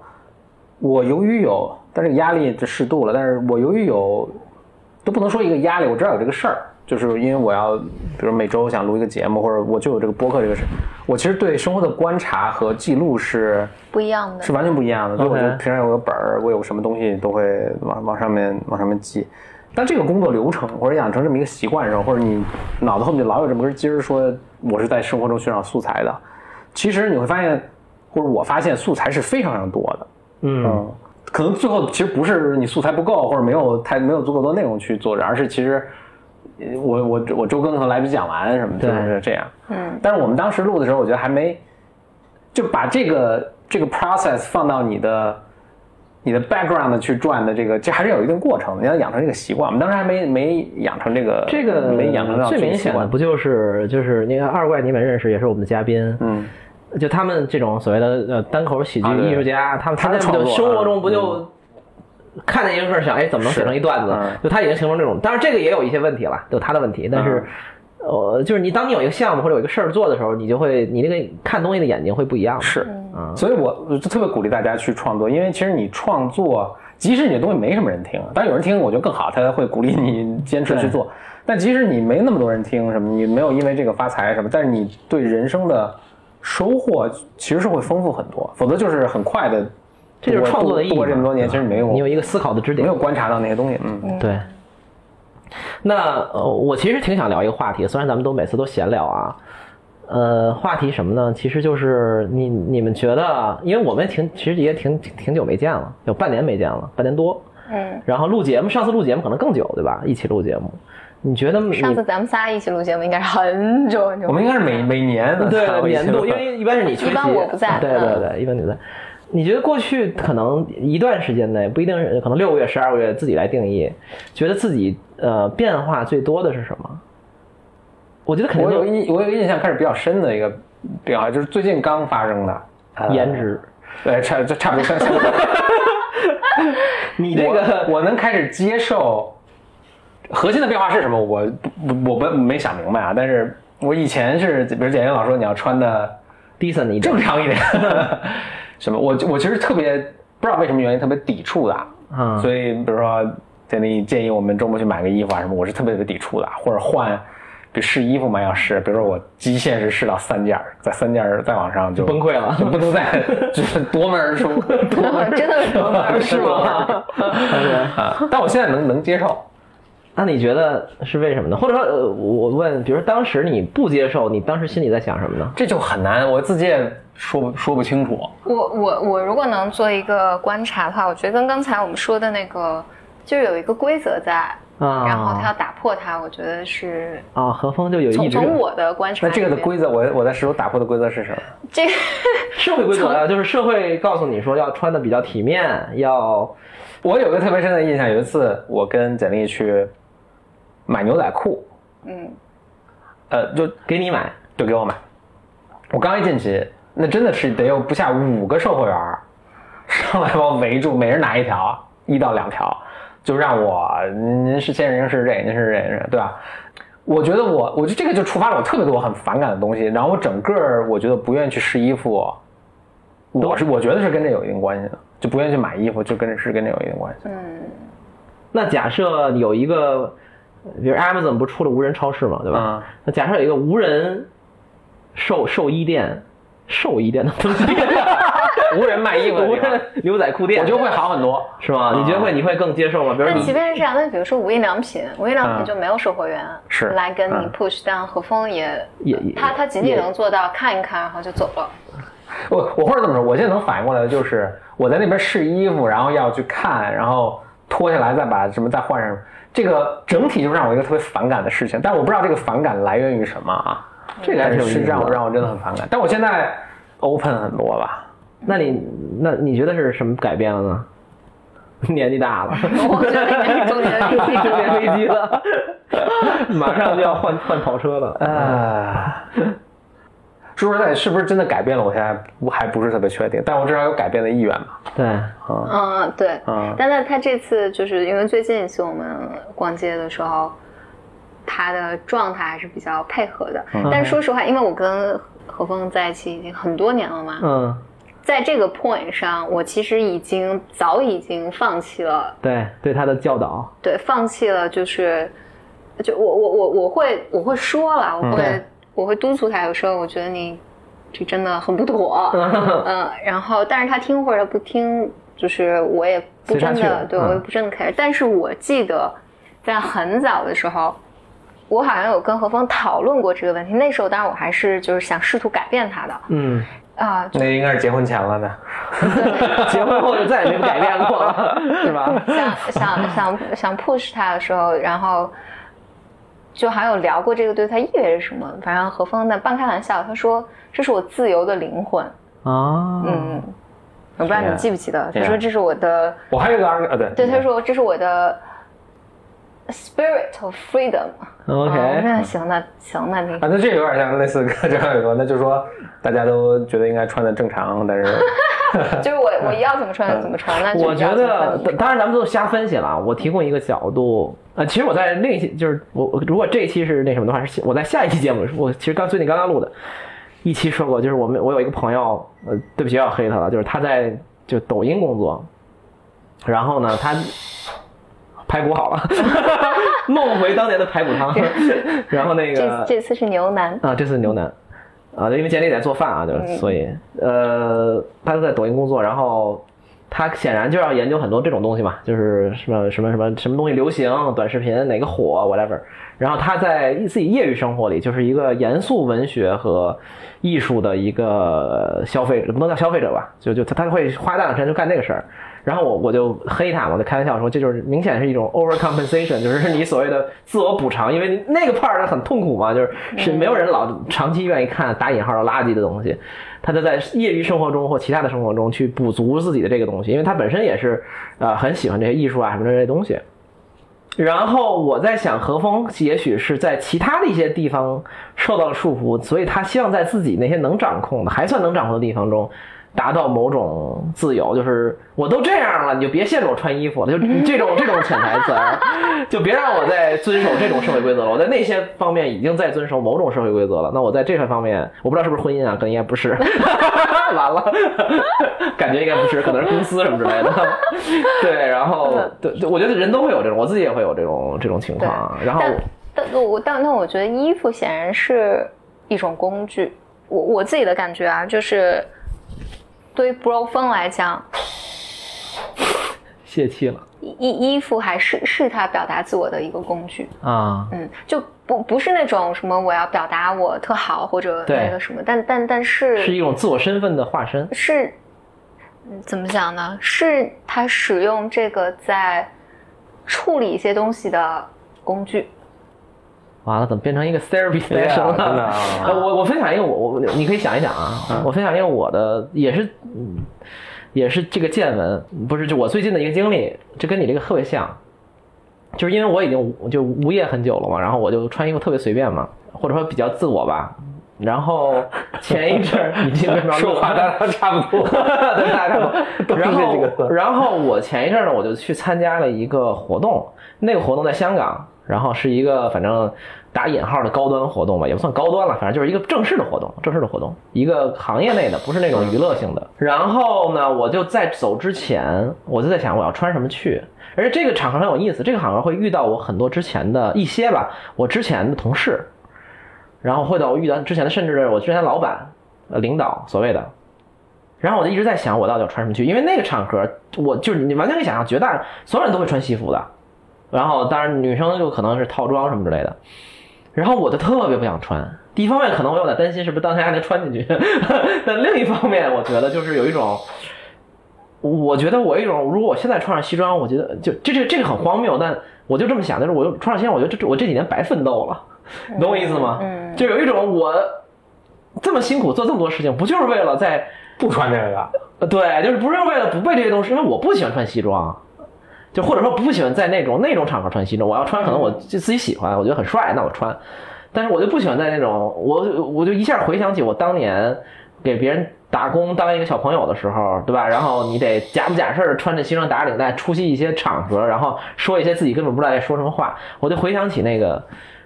S1: 我由于有，但是压力就适度了，但是我由于有，都不能说一个压力，我知道有这个事儿，就是因为我要，比如每周想录一个节目，或者我就有这个播客这个事，我其实对生活的观察和记录是
S2: 不一样的
S1: 是。完全不一样的。就我
S3: OK
S1: 就平常有个本儿，我有什么东西都会往往上面往上面记。但这个工作流程或者养成这么一个习惯的时候，或者你脑子后面就老有这么根筋儿，说我是在生活中寻找素材的。其实你会发现，或者我发现素材是非常非常多的。
S3: 嗯，
S1: 嗯，可能最后其实不是你素材不够，或者没有太没有足够多内容去做着，而是其实呃我我我周更可能来不及讲完什么的，就
S3: 对
S1: 是这样。
S2: 嗯，
S1: 但是我们当时录的时候，我觉得还没就把这个这个 process 放到你的你的 background 去转的这个，这还是有一定过程的。你要养成这个习惯，我们当时还没没养成这个
S3: 这个
S1: 没养成到
S3: 最
S1: 这个
S3: 明
S1: 习
S3: 显的
S1: 惯。
S3: 不就是就是那个二怪你们认识，也是我们的嘉宾。
S1: 嗯，
S3: 就他们这种所谓的呃单口喜剧
S1: 啊对
S3: 艺术家，他们
S1: 他
S3: 他
S1: 的
S3: 们
S1: 创
S3: 就
S1: 作
S3: 生活中
S1: 啊
S3: 不就看见一个事儿想，哎，怎么能写
S1: 是
S3: 成一段子呢？
S1: 嗯
S3: 就他已经形成这种，当然这个也有一些问题了，就他的问题，但
S1: 嗯
S3: 是。呃，就是你当你有一个项目或者有一个事儿做的时候，你就会你那个看东西的眼睛会不一样。
S1: 是。
S3: 啊，
S1: 所以我我就特别鼓励大家去创作，因为其实你创作，即使你的东西没什么人听，当然有人听我觉得更好，他会鼓励你坚持去做。但即使你没那么多人听什么，你没有因为这个发财什么，但是你对人生的收获其实是会丰富很多，否则就是很快的。
S3: 这就是创作的意义嘛。嗯
S1: 度过这么多年，其实没有
S3: 你有一个思考的支
S1: 没
S3: 点
S1: 有。观察到那些东西，嗯。
S3: 对。那呃，我其实挺想聊一个话题，虽然咱们都每次都闲聊啊。呃，话题什么呢？其实就是你你们觉得，因为我们挺其实也挺挺挺久没见了，有半年没见了，半年多。
S2: 嗯，
S3: 然后录节目，上次录节目可能更久，对吧？一起录节目，你觉得你
S2: 上次咱们仨一起录节目应该是很久很久。
S1: 我们应该是每每年 的
S3: 对
S1: 差不多一
S3: 年
S1: 次
S3: 度，因为一般是你缺席，啊
S2: 一般我不在嗯
S3: 对对对，一般你不在。你觉得过去可能一段时间内，不一定是可能六个月、十二个月自己来定义，觉得自己呃变化最多的是什么？我觉得肯定
S1: 我有
S3: 就
S1: 印我有印象开始比较深的一个变化，就是最近刚发生的呃
S3: 颜值。
S1: 对，哎差这差不多像像
S3: 你这个
S1: 我我能开始接受核心的变化是什么？我不我不没想明白啊，但是我以前是，比如简英老说你要穿的
S3: decent 一点
S1: 正常一点， 什么？我我其实特别不知道为什么原因特别抵触的啊，
S3: 啊，
S1: 所以比如说建议建议我们周末去买个衣服啊什么，我是特别特别抵触的啊，或者换。比如试衣服嘛，要试，比如说我极限是试到三件儿，在三件儿再往上就
S3: 崩溃了
S1: 就不能再 就是夺门而出， 夺门而出
S2: 真的是多门而出
S1: 是吗？ 啊，但我现在能能接受，
S3: 那你觉得是为什么呢？或者说，呃，我我问，比如说当时你不接受，你当时心里在想什么呢？
S1: 这就很难，我自己也说不说不清楚。
S2: 我我我如果能做一个观察的话，我觉得跟刚才我们说的那个，就是有一个规则在，
S3: 啊，
S2: 然后他要打破它，我觉得是
S3: 啊，何峰就有一
S2: 从
S3: 直
S2: 从我的观察
S1: 那
S2: 里
S1: 这
S2: 面，
S1: 个的规则，我我在石头打破的规则是什么？
S2: 这个
S3: 社会规则啊，就是社会告诉你说要穿的比较体面，要
S1: 我有个特别深的印象，有一次我跟简历去买牛仔裤，
S2: 嗯
S1: 呃，就
S3: 给你买。
S1: 就给我买。我刚一进去，那真的是得有不下五个售货员儿上来把我围住，每人拿一条，一到两条，就让我您是先生，您是这，您是这，您是这对吧？我觉得我，我觉得这个就触发了我特别多很反感的东西，然后我整个儿我觉得不愿意去试衣服，我是我觉得是跟这有一定关系的，就不愿意去买衣服，就跟这是跟这有一定关系。
S2: 嗯，
S3: 那假设有一个，比如 Amazon 不出了无人超市嘛，对吧？
S1: 嗯
S3: 那假设有一个无人寿寿衣店，寿衣店的东 西，
S1: 无人卖衣服的
S3: 无
S1: 地方，
S3: 人牛仔裤店，
S1: 我觉得会嗯好很多。
S3: 是吗？你觉得会你会更接受吗？比如
S2: 但
S3: 你
S2: 即便是这样，那比如说无印良品，无印良
S1: 嗯
S2: 品就没有售货员
S1: 是
S2: 来跟你
S1: 嗯
S2: push，但和风也，
S3: 也也
S2: 他他仅仅
S3: 也
S2: 能做到看一看，然后就走了。
S1: 我我或者怎么说，我现在能反应过来的就是我在那边试衣服，然后要去看，然后脱下来再把什么再换上，这个整体就让我一个特别反感的事情。但我不知道这个反感来源于什么啊，
S3: 这个还
S1: 但
S3: 挺
S1: 是
S3: 有意
S1: 是
S3: 思的
S1: 让我让我真的很反感。但我现在 open 很多吧，
S3: 那你那你觉得是什么改变了呢？ 年纪大了，
S2: 我觉得你是中 年危机
S3: 中 年危机了， 马上就要换换跑车了。
S2: 嗯
S1: 啊， 说实在，是不是真的改变了？我现在不还不是特别确定，但我至少有改变的意愿吧。
S3: 对，
S2: 嗯，对，
S1: 嗯
S2: 但是他这次就是因为最近一次我们逛街的时候，他的状态还是比较配合的。
S1: 嗯
S2: 但说实话，因为我跟何峰在一起已经很多年了嘛，
S3: 嗯，
S2: 在这个 point 上，我其实已经早已经放弃了
S3: 对，对他的 教导，
S2: 对，放弃了就是，就我我我我会我会说了，我会、
S3: 嗯对
S2: 我会督促他，有时候我觉得你这真的很不妥，嗯，然后但是他听或者不听，就是我也不
S3: 随他
S2: 真
S3: 去
S2: 的，对
S3: 嗯
S2: 我也不真的 care，、但是我记得在很早的时候。我好像有跟何峰讨论过这个问题，那时候当然我还是就是想试图改变他的
S3: 嗯，
S2: 啊，
S1: 那应该是结婚前了呢。
S3: 结婚后就再也没有改变过 了，是吧？
S2: 想想想想 push 他的时候，然后就好像有聊过这个对他意味着什么。反正何峰呢半开玩笑，他说这是我自由的灵魂。
S3: 啊，
S2: 嗯，我不知道
S1: 天
S2: 你
S1: 啊
S2: 记不记得，他
S1: 天啊
S2: 说这是我的，
S1: 我还有一个二啊，对
S2: 对，他说这是我的 spirit of freedom。哦
S3: ，OK，
S2: 那行，那行，那你
S1: 啊，那这有点像类似跟张伟说，那就是说大家都觉得应该穿的正常，但是
S2: 就是我我要怎么穿就怎么穿，那就
S3: 我觉
S2: 要怎么穿
S3: 得
S2: 怎么，穿
S3: 当然咱们都瞎分析了啊。我提供一个角度，呃，其实我在另一期就是我我如果这一期是那什么的话，是我在下一期节目，我其实刚最近刚刚录的一期说过，就是我们我有一个朋友，呃，对不起又要黑他了，就是他在就抖音工作，然后呢他排骨好了， 弄回当年的排骨 汤，然后那个
S2: 这这次是牛腩，
S3: 啊，这次牛腩啊，因为简历在做饭啊，就是、所以呃，他在抖音工作，然后他显然就要研究很多这种东西嘛，就是什么什么什么什么东西流行，短视频哪个火，whatever。然后他在自己业余生活里，就是一个严肃文学和艺术的一个消费者，不能叫消费者吧，就就他他会花大量时间就干这个事儿。然后我我就黑他嘛，我就开玩笑说，这就是明显是一种 overcompensation，就是你所谓的自我补偿，因为你那个 part 很痛苦嘛，就是是没有人老长期愿意看打引号的垃圾的东西，他就在业余生活中或其他的生活中去补足自己的这个东西，因为他本身也是呃很喜欢这些艺术啊什么这些东西。然后我在想，何峰也许是在其他的一些地方受到了束缚，所以他希望在自己那些能掌控的、还算能掌控的地方中，达到某种自由。就是我都这样了，你就别限制我穿衣服了，就这种这种潜台词儿， 就别让我再遵守这种社会规则了。我在那些方面已经在遵守某种社会规则了，那我在这方面，我不知道是不是婚姻啊，可能应该不是。 完了，感觉应该不是，可能是公司什么之类的。对，然后对对，我觉得人都会有这种，我自己也会有这种这种情况。啊然后
S2: 但但我但那我觉得衣服显然是一种工具。我我自己的感觉啊，就是对于 bro 风来讲，
S3: 泄气了
S2: 衣衣服还是是他表达自我的一个工具。
S3: 啊，
S2: 嗯，就不不是那种什么我要表达我特好或者
S3: 对
S2: 那个什么，但但但是
S3: 是一种自我身份的化身。
S2: 是嗯怎么讲呢？是他使用这个在处理一些东西的工具。
S3: 完了，怎么变成一个 therapy
S1: 对啊
S3: session
S1: 真的
S3: 了？
S1: 啊嗯
S3: 呃我我分享一个我我你可以想一想啊，我分享一个我的也是嗯也是这个见闻，不是就我最近的一个经历，这跟你这个特别像，就是因为我已经无就无业很久了嘛，然后我就穿衣服特别随便嘛，或者说比较自我吧，然后前一 阵儿已 经跟
S1: 说话大家差不多，
S3: 对大 家
S1: 都
S3: 都
S1: 是
S3: 然后
S1: 这个词
S3: 然后我前一阵儿呢，我就去参加了一个活动，那个活动在香港，然后是一个反正打引号的高端活动吧，也不算高端了，反正就是一个正式的活动，正式的活动，一个行业内的，不是那种娱乐性的。
S1: 嗯
S3: 然后呢，我就在走之前，我就在想我要穿什么去。而且这个场合很有意思，这个场合会遇到我很多之前的一些吧，我之前的同事，然后会到我遇到之前的，甚至我之前的老板、呃领导所谓的。然后我就一直在想，我到底要穿什么去？因为那个场合，我就是你完全可以想象，绝大所有人都会穿西服的，然后当然女生就可能是套装什么之类的。然后我就特别不想穿，第一方面可能我有点担心是不是当天还能穿进去， 但另一方面我觉得就是有一种，我觉得我有一种如果我现在穿上西装，我觉得就这这这个很荒谬，但我就这么想，但是我又穿上西装，我觉得这我这几年白奋斗了，你懂我意思吗？
S2: 嗯
S3: 就有一种我这么辛苦做这么多事情，不就是为了在
S1: 不穿这个，
S3: 呃，对，就是不是为了不被这些东西，因为我不喜欢穿西装，就或者说不喜欢在那种那种场合穿西装。我要穿，可能我就自己喜欢，我觉得很帅，那我穿。但是我就不喜欢在那种，我我就一下回想起我当年给别人打工当一个小朋友的时候，对吧？然后你得假不假事儿穿着西装打领带出席一些场合，然后说一些自己根本不知道在说什么话。我就回想起那个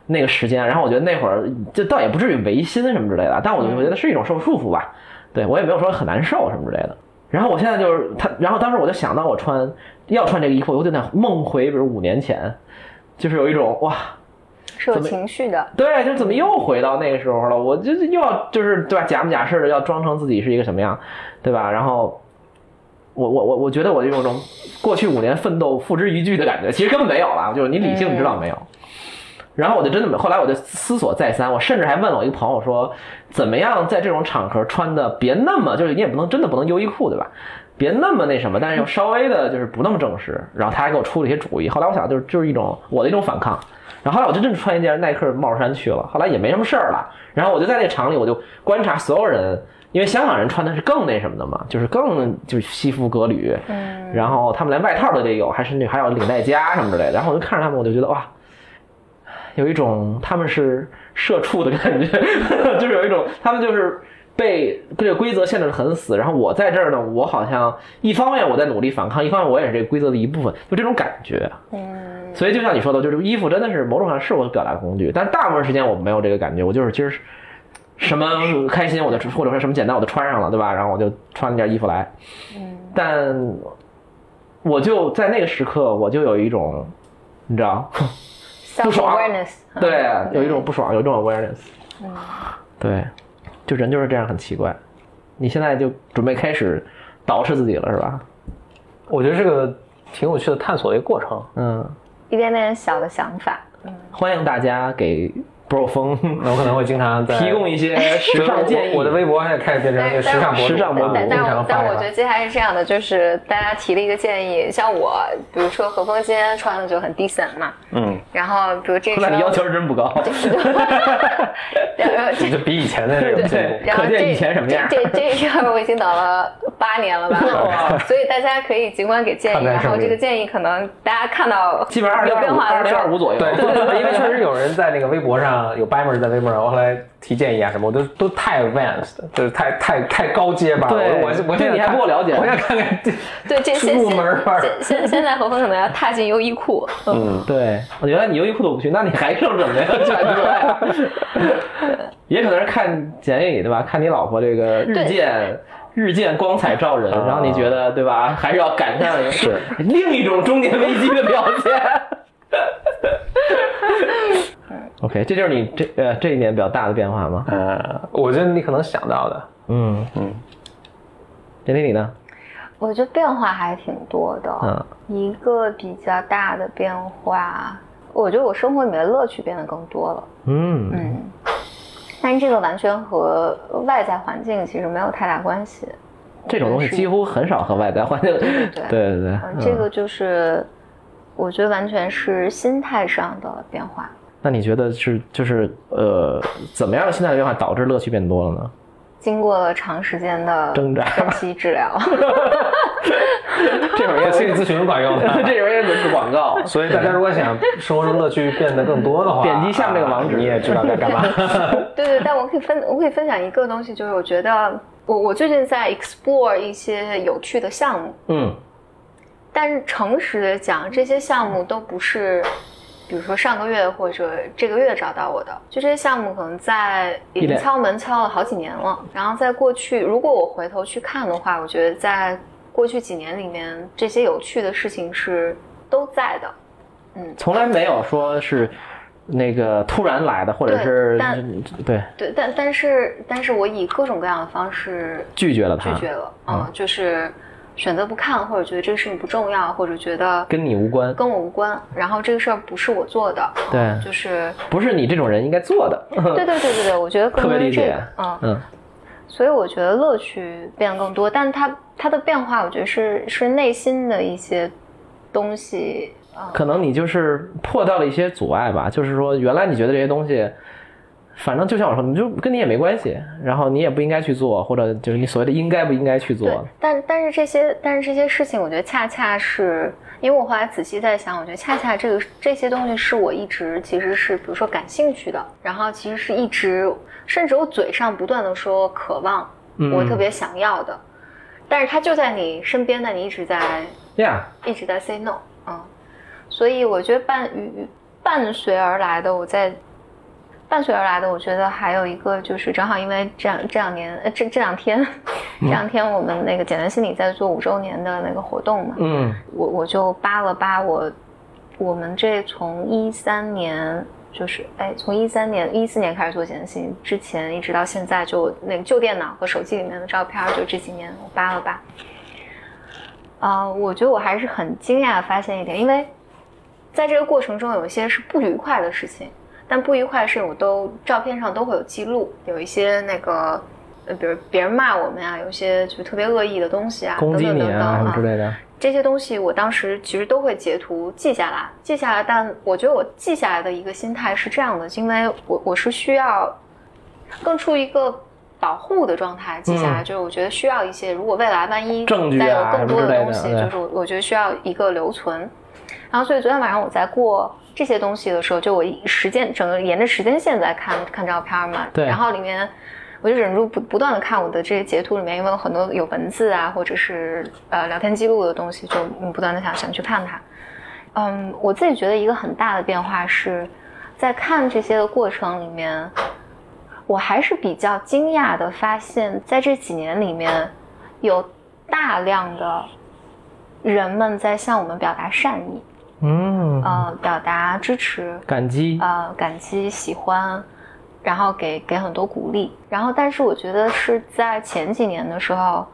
S3: 那个时间，然后我觉得那会儿这倒也不至于违心什么之类的，但我就觉得是一种受束缚吧。对我也没有说很难受什么之类的。然后我现在就是他，然后当时我就想到我穿要穿这个衣服，我就得梦回，比如五年前，就是有一种哇，
S2: 是有
S3: 怎么
S2: 情绪的，
S3: 对，就怎么又回到那个时候了？我就是又要就是对吧，假模假式的要装成自己是一个什么样，对吧？然后我我我我觉得我这种种过去五年奋斗付之一炬的感觉，其实根本没有啦，就是你理性知道没有？然后我就真的没，后来我就思索再三，我甚至还问我一个朋友说，怎么样在这种场合穿的别那么，就是你也不能真的不能优衣库对吧？别那么那什么，但是又稍微的就是不那么正式。然后他还给我出了一些主意。后来我想，就是就是一种我的一种反抗。然后后来我就真的穿一件耐克帽衫去了，后来也没什么事儿了。然后我就在那厂里，我就观察所有人，因为香港人穿的是更那什么的嘛，就是更就是西服革履，
S2: 嗯
S3: 然后他们连外套都得有，还甚至还有领带夹什么之类的。然后我就看着他们，我就觉得哇，有一种他们是社畜的感觉， 就是有一种他们就是被这个规则限制的很死。然后我在这儿呢，我好像一方面我在努力反抗，一方面我也是这个规则的一部分，就这种感觉。
S2: 嗯
S3: 所以就像你说的，就是衣服真的是某种上是我的表达工具，但大部分时间我没有这个感觉，我就是今儿什么开心我就或者说什么简单我就穿上了，对吧？然后我就穿了件衣服来，
S2: 嗯
S3: 但我就在那个时刻，我就有一种，你知 道，
S2: ，self
S3: 爽
S2: awareness，
S3: 对，啊有一种不爽，有一种 awareness，
S2: 嗯
S3: 对，就人就是这样很奇怪。你现在就准备开始捯饬自己了，是吧？
S1: 我觉得是个挺有趣的探索的一个过程。
S3: 嗯，
S2: 一点点小的想法，
S3: 欢迎大家给 bro 风
S1: 那我可能会经常在
S3: 提供一 些时尚建议。
S1: 我的微博现在开始变成一个时尚博主，
S3: 时尚博主
S1: 经
S2: 但但
S1: 常
S2: 我
S1: 发
S2: 但我觉
S1: 呀
S2: 得。接下来是这样的，就是大家提了一个建议，像我，比如说何峰今天穿的就很 decent 嘛，
S1: 嗯，
S2: 然后比如这
S3: 那
S2: 身，
S3: 你要求是真不高，
S2: 然后这
S1: 你就比以前的这 个进步。
S2: 然后
S3: 可
S2: 这
S3: 见以前什么样
S2: 这这这事儿我已经等了八年 了吧，所以大家可以尽管给建
S1: 看
S2: 议，
S1: 在
S2: 然
S1: 上
S2: 后
S1: 面
S2: 这个建议可能大家看到
S3: 基本上二零
S2: 有
S3: 二
S2: 变
S3: 五、
S2: 化
S3: 二
S2: 的
S3: 零
S2: 时候
S3: 二五左右。
S1: 对，因为确实有人在那个微博上有掰们在微博上，我后来提建议啊什么，我都都太 advanced，就是太太太高阶吧。
S3: 对
S1: 我我我
S3: 对
S1: 现在
S3: 你还
S1: 看
S3: 不够了解
S1: 我想看看这
S2: 对这现
S1: 入门儿
S2: 现现现在何峰可能要踏进优衣库，
S1: 嗯，
S3: 对，原来你优衣库都不去，那你还剩什么呀？全出来啊，也可能是看简历，对吧？看你老婆这个日
S2: 对
S3: 渐日渐光彩照人，然后你觉得对吧？还是要赶上一个
S1: 是
S3: 另一种中年危机的表现。OK，这就是你这呃这一年比较大的变化吗？
S1: 呃，我觉得你可能想到的，
S3: 嗯
S1: 嗯，
S3: 简历你呢？
S2: 我觉得变化还挺多的，
S3: 嗯，
S2: 一个比较大的变化，我觉得我生活里面的乐趣变得更多了。
S3: 嗯
S2: 嗯，但是这个完全和外在环境其实没有太大关系。
S3: 这种东西几乎很少和外在环境。对
S2: 对
S3: 对对
S2: 嗯，，这个就是我觉得完全是心态上的变化。
S3: 那你觉得是就是呃，怎么样的心态的变化导致乐趣变多了呢？
S2: 经过了长时间的
S3: 挣扎
S2: 分析治疗，
S3: 这会儿 也
S1: 心理咨询管用 的。
S3: 这会儿也是广告，
S1: 所以大家如果想生活中乐趣变得更多的话，
S3: 点击下面这个网址
S1: 你也知道该干 嘛。
S2: 对对，但我可以分，我可以分享一个东西，就是我觉得我我最近在 explore 一些有趣的项目，
S3: 嗯
S2: 但是诚实的讲，这些项
S3: 嗯
S2: 目都不是，比如说上个月或者这个月找到我的，就这些项目可能在已
S3: 一
S2: 经
S3: 两
S2: 敲门敲了好几年了。然后在过去，如果我回头去看的话，我觉得在过去几年里面，这些有趣的事情是都在的。
S3: 从来没有说是那个突然来的，或者
S2: 对
S3: 是
S2: 但
S3: 对
S2: 对，但但是但是我以各种各样的方式
S3: 拒绝了
S2: 拒
S3: 他，
S2: 绝了，
S3: 啊
S2: 嗯，就是选择不看，或者觉得这个事情不重要，或者觉得
S3: 跟你无关，
S2: 跟我无关，然后这个事儿不是我做的，
S3: 对，
S2: 就是
S3: 不是你这种人应该做的。嗯
S2: 对对对对对，我觉得更
S3: 特别
S2: 多是
S3: 理
S2: 这
S3: 解
S2: 个，嗯，
S3: 嗯，
S2: 所以我觉得乐趣变得更多，但是它它的变化，我觉得是是内心的一些东西，嗯，
S3: 可能你就是破掉了一些阻碍吧，就是说原来你觉得这些东西。反正就像我说，你就跟你也没关系，然后你也不应该去做，或者就是你所谓的应该不应该去
S2: 对
S3: 做，，
S2: 但但是这些但是这些事情，我觉得恰恰是因为我后来仔细在想，我觉得恰恰这个这些东西是我一直其实是比如说感兴趣的，然后其实是一直甚至我嘴上不断的说渴望，
S3: 嗯
S2: 我特别想要的，但是它就在你身边，但你一直在
S3: 呀、
S2: 一直在 say no，嗯，所以我觉得伴与与伴随而来的，我在伴随而来的，我觉得还有一个就是正好因为这两这两年呃这这两天 这两天我们那个简单心理在做五周年的那个活动嘛，
S3: 嗯，
S2: 我我就扒了扒我我们这从一三年。就是哎，从一三年、一四年开始做简单心理，之前一直到现在，就那个旧电脑和手机里面的照片，就这几年我扒了扒，啊、我觉得我还是很惊讶地发现一点，因为在这个过程中有一些是不愉快的事情，但不愉快的事情我都照片上都会有记录，有一些那个，呃，比如别人骂我们啊，有一些就是特别恶意的东西啊，
S3: 攻击
S2: 等
S3: 你
S2: 等等
S3: 啊什
S2: 等
S3: 么
S2: 啊
S3: 之类的，
S2: 这些东西我当时其实都会截图记下来，记下来。但我觉得我记下来的一个心态是这样的，因为我我是需要更处于一个保护的状态记下来，
S3: 嗯
S2: 就是我觉得需要一些，如果未来万一
S3: 证据啊
S2: 再有更多
S3: 什么之类的
S2: 东西，
S3: 对
S2: 就是我我觉得需要一个留存。然后所以昨天晚上我在过这些东西的时候，就我一时间整个沿着时间线在看看照片嘛，
S3: 对
S2: 然后里面。我就忍住不不断的看我的这些截图里面，因为有很多有文字啊，或者是呃聊天记录的东西，就嗯不断的想想去看它。嗯，我自己觉得一个很大的变化是在看这些的过程里面，我还是比较惊讶的发现，在这几年里面，有大量的人们在向我们表达善意，
S3: 嗯，
S2: 呃，表达支持，
S3: 感激，
S2: 呃感激、喜欢，然后给给很多鼓励。然后，但是我觉得是在前几年的时候，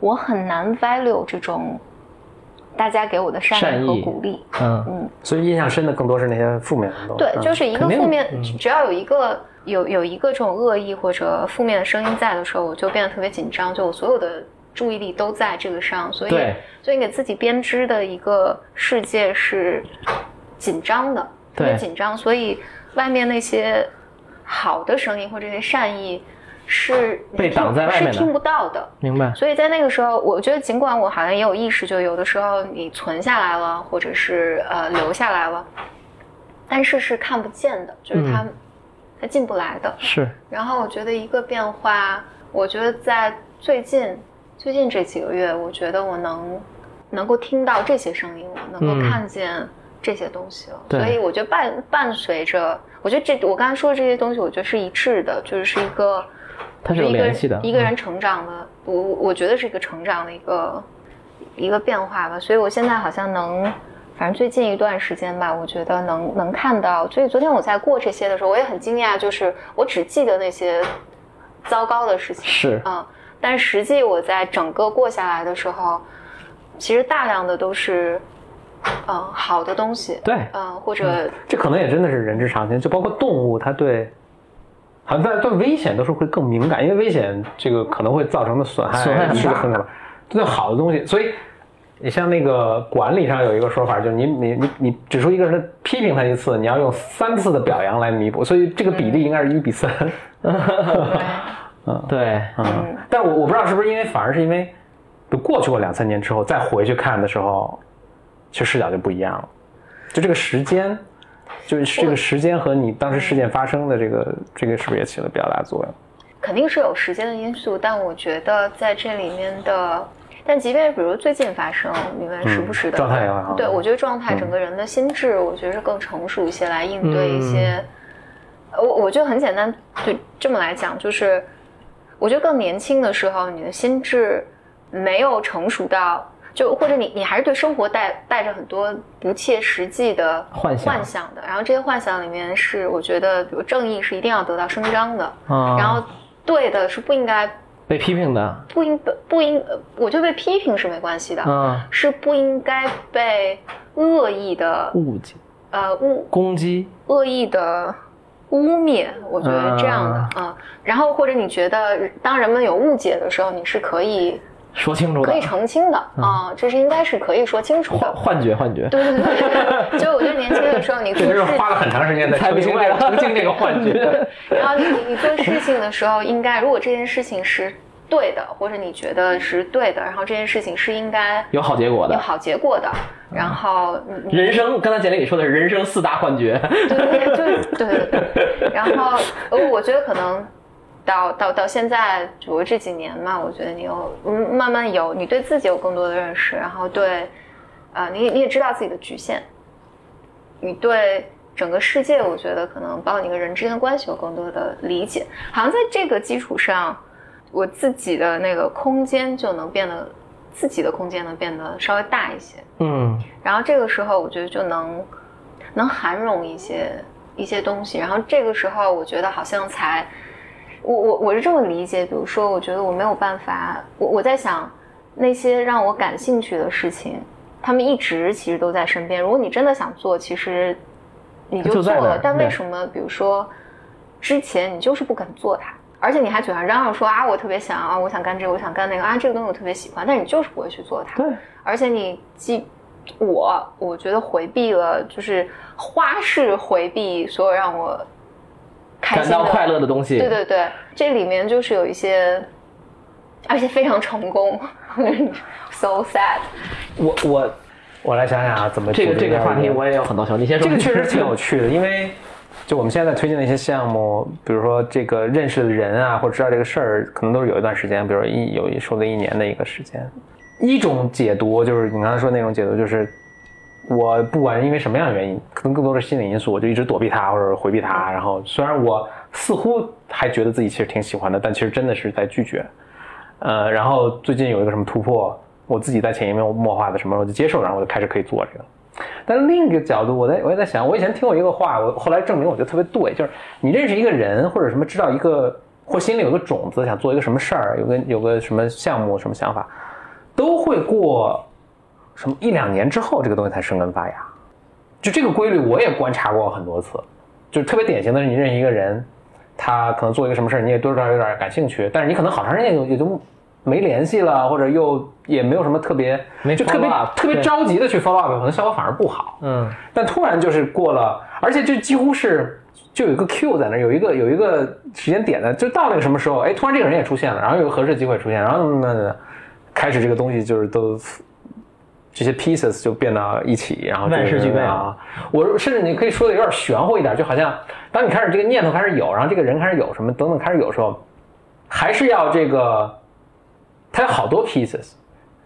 S2: 我很难 value 这种大家给我的善
S3: 善
S2: 意和
S3: 意
S2: 鼓励。
S3: 嗯，
S2: 嗯，
S1: 所以印象深的更多是那些负面的东西。嗯
S2: 对，就是一个
S3: 肯定嗯
S2: 负面，只要有一个有有一个这种恶意或者负面的声音在的时候，我就变得特别紧张，就我所有的注意力都在这个上，所以
S3: 对
S2: 所以给自己编织的一个世界是紧张的，特别
S3: 对
S2: 紧张，所以外面那些好的声音或者这些善意是
S3: 被挡在外面的
S2: 是听不到的。
S3: 明白，
S2: 所以在那个时候，我觉得尽管我好像也有意识，就有的时候你存下来了，或者是呃留下来了，但是是看不见的，就是它、它进不来的。
S3: 是，
S2: 然后我觉得一个变化，我觉得在最近最近这几个月，我觉得我能能够听到这些声音了，能够
S3: 嗯
S2: 看见这些东西了。
S3: 对
S2: 所以我觉得伴伴随着，我觉得这我刚才说的这些东西，我觉得是一致的，就是是一个。
S3: 它是有
S2: 一个
S3: 联系的，嗯
S2: 一个人成长的，我我我觉得是一个成长的一个一个变化吧。所以我现在好像能，反正最近一段时间吧，我觉得能能看到。所以昨天我在过这些的时候，我也很惊讶，就是我只记得那些糟糕的事情，
S3: 是
S2: 嗯，但实际我在整个过下来的时候，其实大量的都是嗯好的东西，
S3: 对，
S2: 嗯或者
S1: 这可能也真的是人之常情，就包括动物，它对，好像在对危险都是会更敏感，因为危险这个可能会造成的损害
S3: 损害很
S1: 是
S3: 大
S1: 很可怕。对好的东西，所以你像那个管理上有一个说法，就是你你你你指出一个人的批评他一次，你要用三次的表扬来弥补，所以这个比例
S2: 嗯
S1: 应该是一比三。
S2: 对
S3: 对，
S1: 嗯嗯，但我我不知道是不是因为，反而是因为就过去过两三年之后再回去看的时候，其实视角就不一样了。就这个时间，就是这个时间和你当时事件发生的这个这个是不是也起了比较大作用？
S2: 肯定是有时间的因素，但我觉得在这里面的，但即便比如最近发生，你们时不时的、
S1: 嗯状态也会好
S2: 对我觉得状态，
S1: 嗯
S2: 整个人的心智，我觉得是更成熟一些，来应对
S3: 嗯
S2: 一些。呃我我觉得很简单，对这么来讲，就是我觉得更年轻的时候，你的心智没有成熟到，就或者你你还是对生活带带着很多不切实际的
S3: 幻想
S2: 幻想的，然后这些幻想里面是我觉得，比如正义是一定要得到伸张的，
S3: 啊，
S2: 然后啊对的是不应该
S3: 被批评的，
S2: 不应不应，呃我觉得被批评是没关系的，
S3: 嗯，
S2: 是不应该被恶意的
S3: 误解、
S2: 呃污
S3: 攻击，
S2: 恶意的污蔑，我觉得这样的啊、嗯然后或者你觉得当人们有误解的时候，你是可以
S3: 说清楚的
S2: 可以，澄清的啊、这是应该是可以说清楚
S3: 幻
S2: 的。
S3: 幻觉，幻 觉，
S2: 对对对对，就我觉得年轻的时候，你做
S1: 这真是
S2: 事
S1: 花了很长时间在
S3: 才
S1: 澄
S3: 明
S1: 清
S3: 白
S1: 这个
S3: 了
S1: 澄清这个幻觉。
S2: 然后你你做事情的时候，应该如果这件事情是对的，或者你觉得是对的，然后这件事情是应该
S3: 有好结果
S2: 有
S3: 的。
S2: 好结果的。然后你你
S3: 人生，刚才简历里说的是人生四大幻觉，
S2: 对对对就是对对对。然后呃我觉得可能到到到现在，比如这几年嘛，我觉得你有嗯慢慢有你对自己有更多的认识，然后对啊、呃你你也知道自己的局限，你对。整个世界，我觉得可能包括你跟人之间的关系有更多的理解，好像在这个基础上，我自己的那个空间就能变得，自己的空间能变得稍微大一些。
S3: 嗯，
S2: 然后这个时候我觉得就能能涵容一些一些东西，然后这个时候我觉得好像才，我我我是这么理解，比如说我觉得我没有办法，我我在想那些让我感兴趣的事情，他们一直其实都在身边，如果你真的想做，其实你就
S3: 就
S2: 做
S3: 在那
S2: 了
S3: 儿，
S2: 但为
S3: 对
S2: 什么比如说之前你就是不肯做它？而且你还嘴上嚷嚷说啊，我特别想啊，我想干这个，我想干那个啊，这个东西我特别喜欢，但你就是不会去做它。
S3: 对，
S2: 而且你既我我觉得回避了，就是花式回避所有让我开
S3: 感
S2: 心的
S3: 到快乐的东西，
S2: 对对对，这里面就是有一些，而且非常成功，so sad。
S1: 我我我来想想啊，怎么
S3: 这个
S1: 组织
S3: 这个
S1: 下
S3: 话题
S1: 一
S3: 我也有很多想，你先说。
S1: 这个确实 挺有趣的，因为就我们现在推荐的一些项目，比如说这个认识的人啊，或者知道这个事儿，可能都是有一段时间，比如说一有一说不定一年的一个时间。一种解读就是你刚才说那种解读，就是我不管因为什么样的原因，可能更多的是心理因素，我就一直躲避它或者回避它。然后虽然我似乎还觉得自己其实挺喜欢的，但其实真的是在拒绝。呃，然后最近有一个什么突破，我自己在潜移默化的什么，我就接受，然后我就开始可以做这个。但是另一个角度，我在我也在想，我以前听过一个话，我后来证明我觉得特别对，就是你认识一个人或者什么，知道一个或心里有个种子，想做一个什么事儿，有个有个什么项目什么想法，都会过什么一两年之后，这个东西才生根发芽。就这个规律，我也观察过很多次，就是特别典型的是，你认识一个人，他可能做一个什么事儿，你也多多少少有点感兴趣，但是你可能好长时间也就也就没联系了，或者又也没有什么特别，
S3: 没
S1: 就特
S3: follow
S1: 别
S3: up，
S1: 特别
S3: 对
S1: 着急的去 follow up，可能效果反而不好。
S3: 嗯，
S1: 但突然就是过了，而且就几乎是就有一个 Q 在那儿，有一个有一个时间点的，就到那个什么时候，哎，突然这个人也出现了，然后有个合适的机会出现，然后慢慢的开始这个东西就是都这些 pieces 就变到一起，然后这个
S3: 万事俱备
S1: 啊。我甚至你可以说的有点玄乎一点，就好像当你开始这个念头开始有，然后这个人开始有什么等等开始有时候，还是要这个，它有好多 pieces，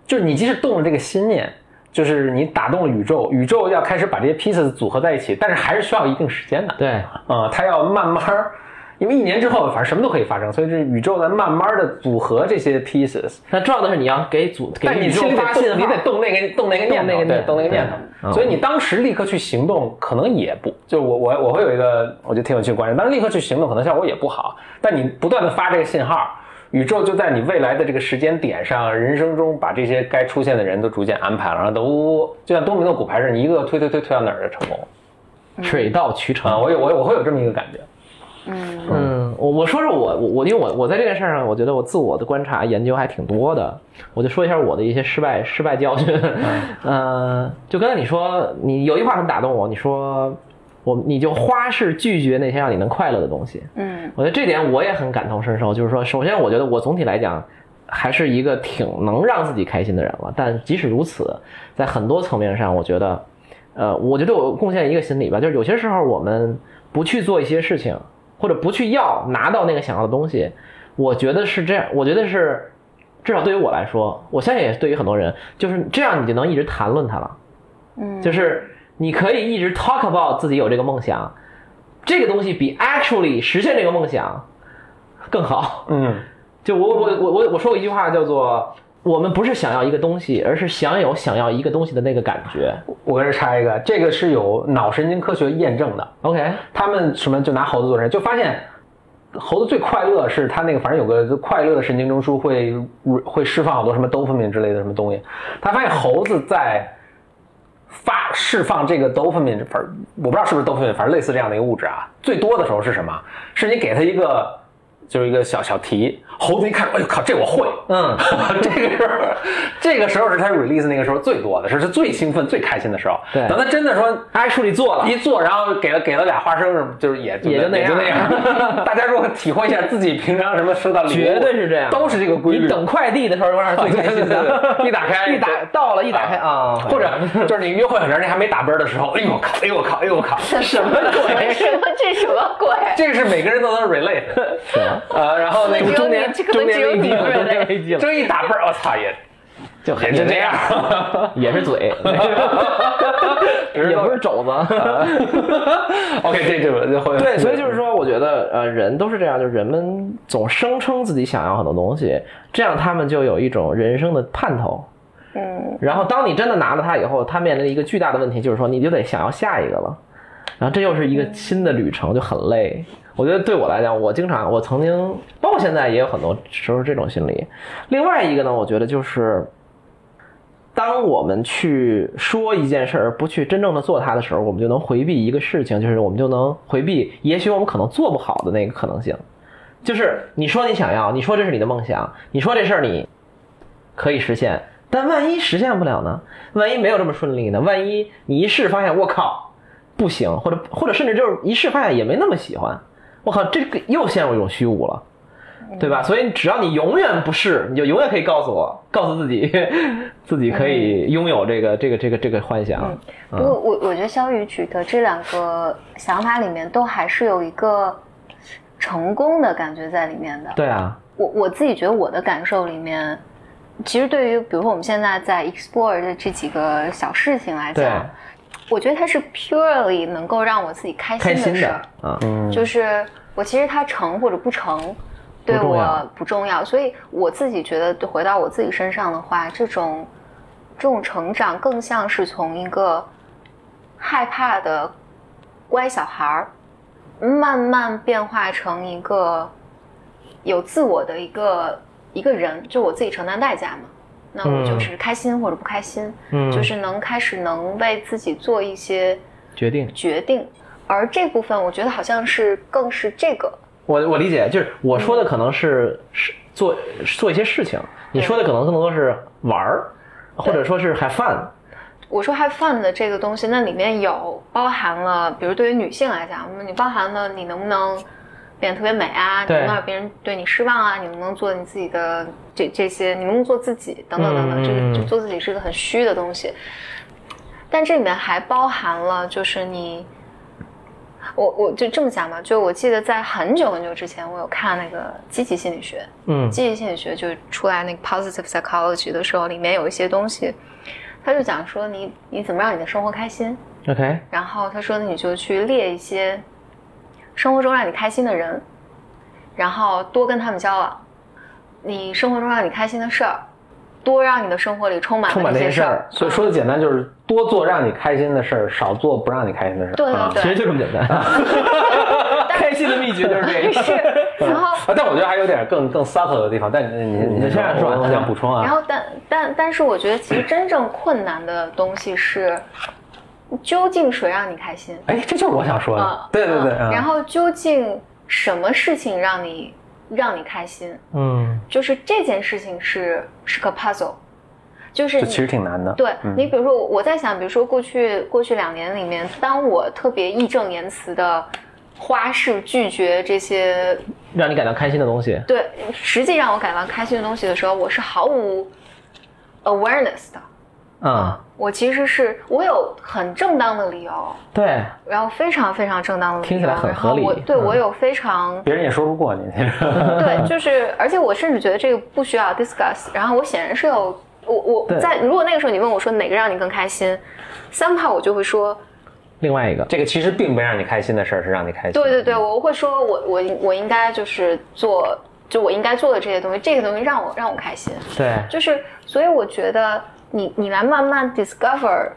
S1: 就是你即使动了这个心念，就是你打动了宇宙，宇宙要开始把这些 pieces 组合在一起，但是还是需要一定时间的。
S3: 对，
S1: 啊、它要慢慢儿，因为一年之后反正什么都可以发生，所以这宇宙在慢慢的组合这些 pieces。
S3: 但重要的是你要给组给
S1: 但你
S3: 宇宙
S1: 心里得
S3: 发信
S1: 动，你
S3: 号
S1: 得动那个动那个念头，
S3: 动那个
S1: 对
S3: 念头
S1: 动那个念头。
S3: 对
S1: 所以你当时立刻去行动，可能也不就我我我会有一个，我觉得挺有趣的观察，当时立刻去行动，可能效果也不好。但你不断的发这个信号，宇宙就在你未来的这个时间点上，人生中把这些该出现的人都逐渐安排了，然后都就像多米诺骨牌似的，你一个推推推推到哪儿就成功了
S3: 水到渠
S1: 啊！
S3: 成。
S1: 我有我有我会有这么一个感觉，
S2: 嗯
S3: 嗯，我我说说我我我，因为我我在这件事儿上，我觉得我自我的观察研究还挺多的，我就说一下我的一些失败失败教训。 呃，就刚才你说，你有一句话很打动我，你说我你就花式拒绝那些让你能快乐的东西。
S2: 嗯
S3: 我觉得这点我也很感同身受，就是说，首先我觉得我总体来讲，还是一个挺能让自己开心的人了。但即使如此，在很多层面上，我觉得，呃，我觉得我贡献一个心理吧，就是有些时候我们不去做一些事情，或者不去要拿到那个想要的东西，我觉得是这样，我觉得是至少对于我来说，我相信也是对于很多人，就是这样你就能一直谈论它了。
S2: 嗯，
S3: 就是你可以一直 talk about 自己有这个梦想，这个东西比 actually 实现这个梦想更好。
S1: 嗯
S3: 就我我我我我说过一句话叫做。我们不是想要一个东西，而是享有想要一个东西的那个感觉。
S1: 我跟这插一个，这个是有脑神经科学验证的。
S3: OK，
S1: 他们什么就拿猴子做实验，就发现猴子最快乐是它那个反正有个快乐的神经中枢会会释放好多什么 dopamine 之类的什么东西。他发现猴子在发释放这个 dopamine，反正我不知道是不是 dopamine，反正类似这样的一个物质啊，最多的时候是什么？是你给它一个就是一个小小题，猴子一看，哎呦靠，这我会，
S3: 嗯，
S1: 这个时候，这个时候是他 release 那个时候最多的，是他最兴奋、最开心的时候。
S3: 对
S1: 等他真的说
S3: actually 做了
S1: 一做，然后给了给了俩花生什么，就是也
S3: 也就那
S1: 也就
S3: 样
S1: 那 样。大家如果体会一下自己平常什么收到礼物，
S3: 绝对是这样，
S1: 都是这个规律。啊
S3: 你等快递的时候，永远是最开心
S1: 对对对
S3: 的。
S1: 对一打开
S3: 一打到了，一打开啊，
S1: 或者就是你约会很长时间还没打啵儿的时候，哎呦我靠，哎呦我靠，哎呦我靠，
S3: 什么 鬼？
S2: 什么这什么鬼？
S1: 这个是每个人都能 relate 的。呃，然后那
S2: 只
S1: 个
S2: 有
S1: 中
S2: 你
S1: 年
S2: 这可
S1: 中
S2: 能只
S1: 年
S2: 有
S1: 危
S2: 你
S1: 机，
S2: 有
S3: 啊中
S2: relate
S3: 年危机了，
S1: 这一打啵儿，我操也
S3: 就
S1: 也就这样，。
S3: 也是嘴，也不是肘子。
S1: 啊 OK，这这这会
S3: 对，所以就是说，我觉得呃，人都是这样，就是人们总声称自己想要很多东西，这样他们就有一种人生的盼头。
S2: 嗯，
S3: 然后当你真的拿了它以后，他面临一个巨大的问题，就是说你就得想要下一个了。然后这又是一个新的旅程，就很累。我觉得对我来讲，我经常，我曾经，包括现在也有很多时候是这种心理。另外一个呢，我觉得就是，当我们去说一件事儿，而不去真正的做它的时候，我们就能回避一个事情，就是我们就能回避，也许我们可能做不好的那个可能性。就是你说你想要，你说这是你的梦想，你说这事儿你可以实现，但万一实现不了呢？万一没有这么顺利呢？万一你一试发现我靠不行，或者或者甚至就是一试发现也没那么喜欢，我靠，这个又陷入一种虚无了。
S2: 嗯
S3: 对吧？所以只要你永远不试，你就永远可以告诉我，告诉自己， 自己可以拥有这个这个这个这个幻想。
S2: 不过我我觉得肖宇举的这两个想法里面，都还是有一个成功的感觉在里面的。
S3: 对啊，
S2: 我我自己觉得我的感受里面，其实对于比如说我们现在在 explore 的这几个小事情来
S3: 对，
S2: 讲，我觉得它是 purely 能够让我自己开心
S3: 开
S2: 的
S3: 心
S2: 事
S3: 的
S2: 儿。
S3: 啊，
S2: 就是我其实它成或者不成，对
S3: 不重要
S2: 我不重要，所以我自己觉得回到我自己身上的话，这种这种成长更像是从一个害怕的乖小孩儿，慢慢变化成一个有自我的一个一个人，就我自己承担代价嘛。那我就是开心或者不开心，
S3: 嗯
S2: 就是能开始能为自己做一些
S3: 决定。
S2: 决定。而这部分，我觉得好像是更是这个，
S3: 我我理解，就是我说的可能是
S2: 嗯
S3: 是做做一些事情，你
S2: 对
S3: 说的可能更多是玩儿，或者说是 have fun。
S2: 我说 have fun 的这个东西，那里面有包含了，比如对于女性来讲，你包含了你能不能变得特别美啊，你
S3: 对
S2: 能不能让别人对你失望啊，你能不能做你自己的这这些，你能不能做自己等等等等，
S3: 嗯
S2: 这
S3: 嗯
S2: 个
S3: 嗯
S2: 就做自己是一个很虚的东西。但这里面还包含了，就是你，我我就这么讲吧，就我记得在很久很久之前，我有看那个积极心理学，
S3: 嗯
S2: 积极心理学就是出来那个 positive psychology 的时候，里面有一些东西，他就讲说你你怎么让你的生活开心，
S3: 嗯，OK，
S2: 然后他说你就去列一些生活中让你开心的人，然后多跟他们交往，你生活中让你开心的事儿，多让你的生活里充满
S3: 充满
S2: 那
S3: 那
S2: 些
S3: 些事
S2: 事
S3: 儿嗯
S2: 儿，，
S1: 所以说的简单就是多做让你开心的事儿，少做不让你开心的事儿。
S2: 对
S1: 啊
S2: 对
S3: 其
S2: 对
S3: 实就这么简单。 开心的秘诀就是这个。
S2: 是，然后
S1: 啊，但我觉得还有点更更 subtle 的地方。但你你
S3: 你先说
S1: 我我想补充
S2: 然
S1: 啊。
S2: 后但但但是我觉得其实真正困难的东西是，究竟谁让你开心？
S1: 哎，这就是我想
S3: 嗯
S1: 说的
S2: 啊，。
S1: 对对对。
S2: 啊
S1: 啊
S2: 然后究竟什么事情让你让你开心？
S3: 嗯，
S2: 就是这件事情是是个 puzzle，就是
S1: 这
S2: 你
S1: 其实挺难的。
S2: 对、
S1: 嗯
S2: 你，比如说我在想，比如说过去过去两年里面，当我特别义正言辞的花式拒绝这些
S3: 让你感到开心的东西。
S2: 对，实际让我感到开心的东西的时候，我是毫无 awareness 的。
S3: 啊，
S2: 我其实是我有很正当的理由，
S3: 对，
S2: 然后非常非常正当的理由，
S3: 听起来很合理
S2: 然后我对
S3: 嗯
S2: 我有非常、
S1: 别人也说不过你。
S2: 对，就是，而且我甚至觉得这个不需要 discuss。然后我显然是有我我
S3: 对
S2: 在如果那个时候你问我说哪个让你更开心，三炮我就会说，
S3: 另外一个，
S1: 这个其实并不让你开心的事儿，是让你开心。
S2: 对对对，我会说我我我应该就是做就我应该做的这些东西，这个东西让我让我开心，
S3: 对，
S2: 就是所以我觉得你你来慢慢 discover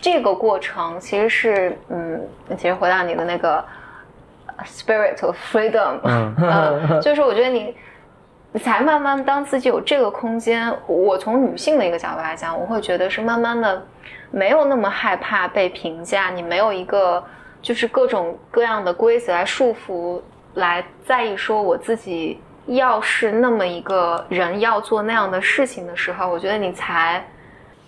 S2: 这个过程其实是嗯，其实回到你的那个 spirit of freedom，
S1: 嗯
S2: 呃，就是我觉得你才慢慢当自己有这个空间，我从女性的一个角度来讲，我会觉得是慢慢的没有那么害怕被评价，你没有一个就是各种各样的规则来束缚，来在意说我自己要是那么一个人要做那样的事情的时候，我觉得你才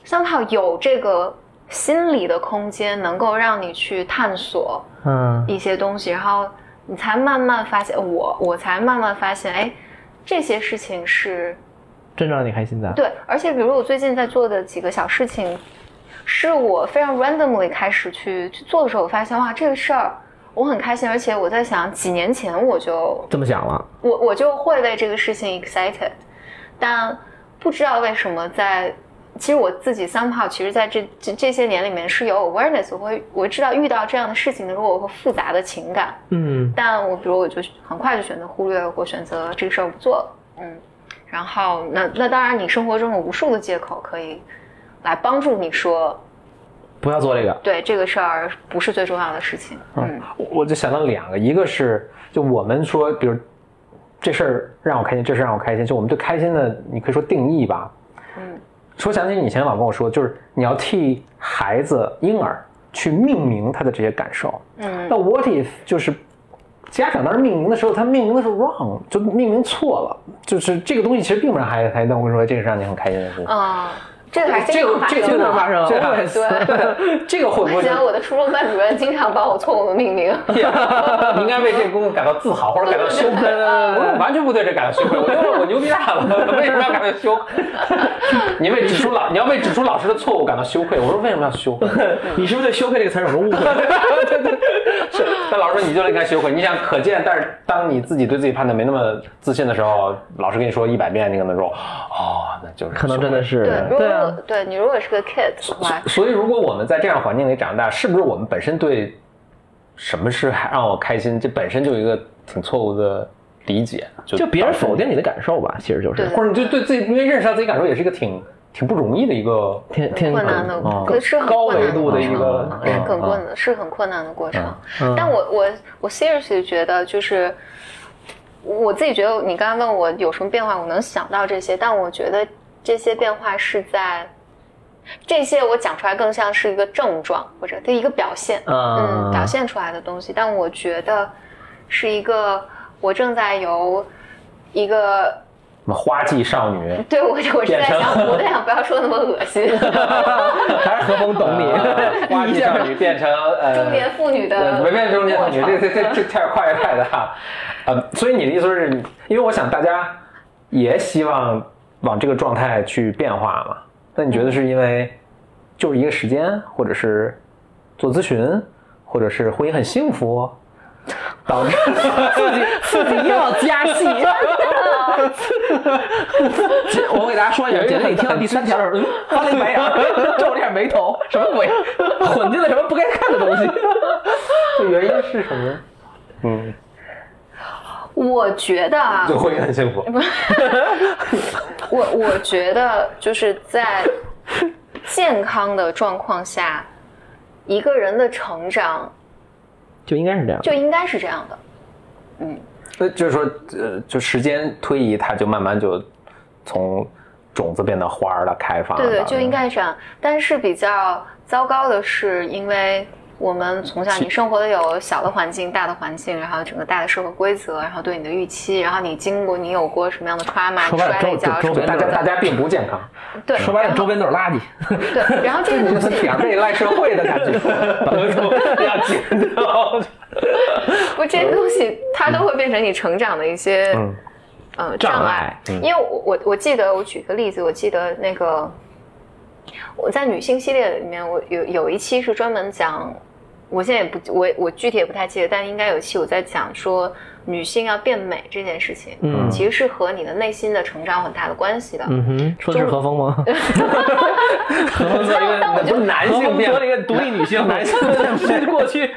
S2: 三号有这个心理的空间，能够让你去探索。
S3: 嗯，
S2: 一些东西，然后你才慢慢发现，我我才慢慢发现，哎，这些事情是
S3: 真正让你开心的。
S2: 对，而且比如我最近在做的几个小事情，是我非常 randomly 开始去去做的时候，我发现哇，这个事儿我很开心，而且我在想，几年前我就
S3: 这么想了，
S2: 我我就会为这个事情 excited，但不知道为什么在。其实我自己 somehow，其实在这这这些年里面是有 awareness，我会我知道遇到这样的事情的时候，我会复杂的情感，
S3: 嗯，
S2: 但我比如我就很快就选择忽略或选择这个事儿不做了，嗯，然后那那当然你生活中有无数的借口可以来帮助你说，
S3: 不要做这个，
S2: 对这个事儿不是最重要的事情，嗯，
S1: 我我就想到两个，一个是就我们说，比如这事儿让我开心，这事儿让我开心，就我们对开心的，你可以说定义吧。
S2: 嗯，
S1: 说想起你以前老跟我说，就是你要替孩子、婴儿去命名他的这些感受。
S2: 嗯
S1: 那 what if 就是家长当时命名的时候，他命名的是 wrong，就命名错了，就是这个东西其实并不让孩子开心。但我跟你说，这是让你很开心的事情。
S2: 啊、这个还经
S1: 这
S2: 常
S1: 个这
S2: 发生
S1: 个
S3: 经常
S2: 的。
S3: 发生
S1: 这个
S3: always
S1: 对，这个会
S2: 我
S1: 不会
S2: 记得我的初中班主任经常帮我错误的命名，
S1: 你应该为这个工作感到自豪或者感到羞愧。我完全不对这感到羞愧，我觉得我牛逼大 了，为什么要感到羞愧？你为指出老你要为指出老师的错误感到羞愧，我说为什么要羞 愧？
S3: 你是不是对“羞愧”这个词儿有什么误 会？
S1: 是，但老师说你就应该羞愧。你想，可见，但是当你自己对自己判断没那么自信的时候，老师跟你说一百遍，你可能说哦，那就是
S3: 可能真的是
S2: 对，如果
S3: 对啊，
S2: 对你如果是个 kid 的
S1: 所
S2: 话，
S1: 所以，如果我们在这样环境里长大，是不是我们本身对什么是让我开心，这本身就有一个挺错误的理解？就
S3: 就别人否定你的感受吧，其实就是
S2: 对
S1: 或者你就对自己，因为认识到自己感受也是一个挺挺不容易的一个。
S3: 天天哦
S2: 困难的，
S3: 啊
S1: 嗯
S2: 可是很
S1: 高
S2: 困
S1: 维
S2: 难
S1: 度
S2: 过
S1: 的一
S2: 程
S1: 个
S2: 嗯
S1: 嗯
S2: 是很
S1: 嗯
S2: 困难，是很困难的过程。
S3: 嗯
S2: 但我我我 seriously 觉得就是。我自己觉得，你刚刚问我有什么变化，我能想到这些，但我觉得这些变化是在，这些我讲出来更像是一个症状或者的一个表现，
S3: 啊
S2: 嗯，表现出来的东西。但我觉得是一个，我正在由一个
S1: 什么花季少女，
S2: 对我，我是在
S1: 变成
S2: 想，我在想不要说那么恶 心，
S3: 还是何峰懂嗯你
S1: 呃， 花
S3: 一
S1: 季
S3: 见
S1: 少 女变成呃
S2: 中年妇女的
S1: 呃没变成中年妇女，
S2: 过程
S1: 这这
S3: 嗯
S1: 这这太跨越太大。呃，所以你的意思是，因为我想大家也希望往这个状态去变化嘛？那你觉得是因为就是一个时间，或者是做咨询，或者是婚姻很幸福，导 致自己
S3: 自己又要 加戏。这我给大家说一下，姐妹一听到第三条的时候，嗯，翻了一白眼 儿，皱了一下眉头，什么鬼？混进了什么不该看的 东西？
S1: 这原因是什么？嗯，
S2: 我觉得啊，
S1: 就婚姻很幸福。
S2: 我我觉得就是在健康的状况下，一个人的成长
S3: 就应该是这样。
S2: 就应该是这样的。
S1: 那就是说，呃，就时间推移，它就慢慢就从种子变到花儿了，开
S3: 啊
S1: 放了。
S2: 对对，
S1: 到
S2: 就应该是这样。但是比较糟糕的是，因为我们从小你生活的有小的环境、大的环境，然后整个大的社会规则，然后对你的预期，然后你经过你有过什么样的 trauma，你
S3: 说白
S2: 摔
S3: 了
S2: 了一
S3: 周
S2: 跤什么
S3: 周周
S1: 就
S3: 围
S1: 大
S2: 的
S1: 家大家并不健康，
S2: 对，
S3: 说白了，
S2: 然后
S3: 周边都 是垃圾。
S2: 对，然后这个 东西
S1: 挺被赖社会的感觉，要剪掉。
S2: 不，这些东西它都会变成你成长的一些
S1: 嗯
S2: 呃
S3: 障
S2: 障
S3: 碍
S2: 碍。
S3: 嗯
S2: 因为我我我记得，我举个例子，我记得那个我在女性系列里面，我有有一期是专门讲，我现在也不我我具体也不太记得，但应该有一期我在讲说女性要变美这件事情，
S3: 嗯
S2: 其实是和你的内心的成长有很大的关系的。
S3: 嗯哼，说的是何峰吗？ 何峰作为一个
S2: 但我觉得
S1: 男
S3: 何
S1: 性
S3: 峰
S1: 变
S3: 作为一个独立 女性，男性是过去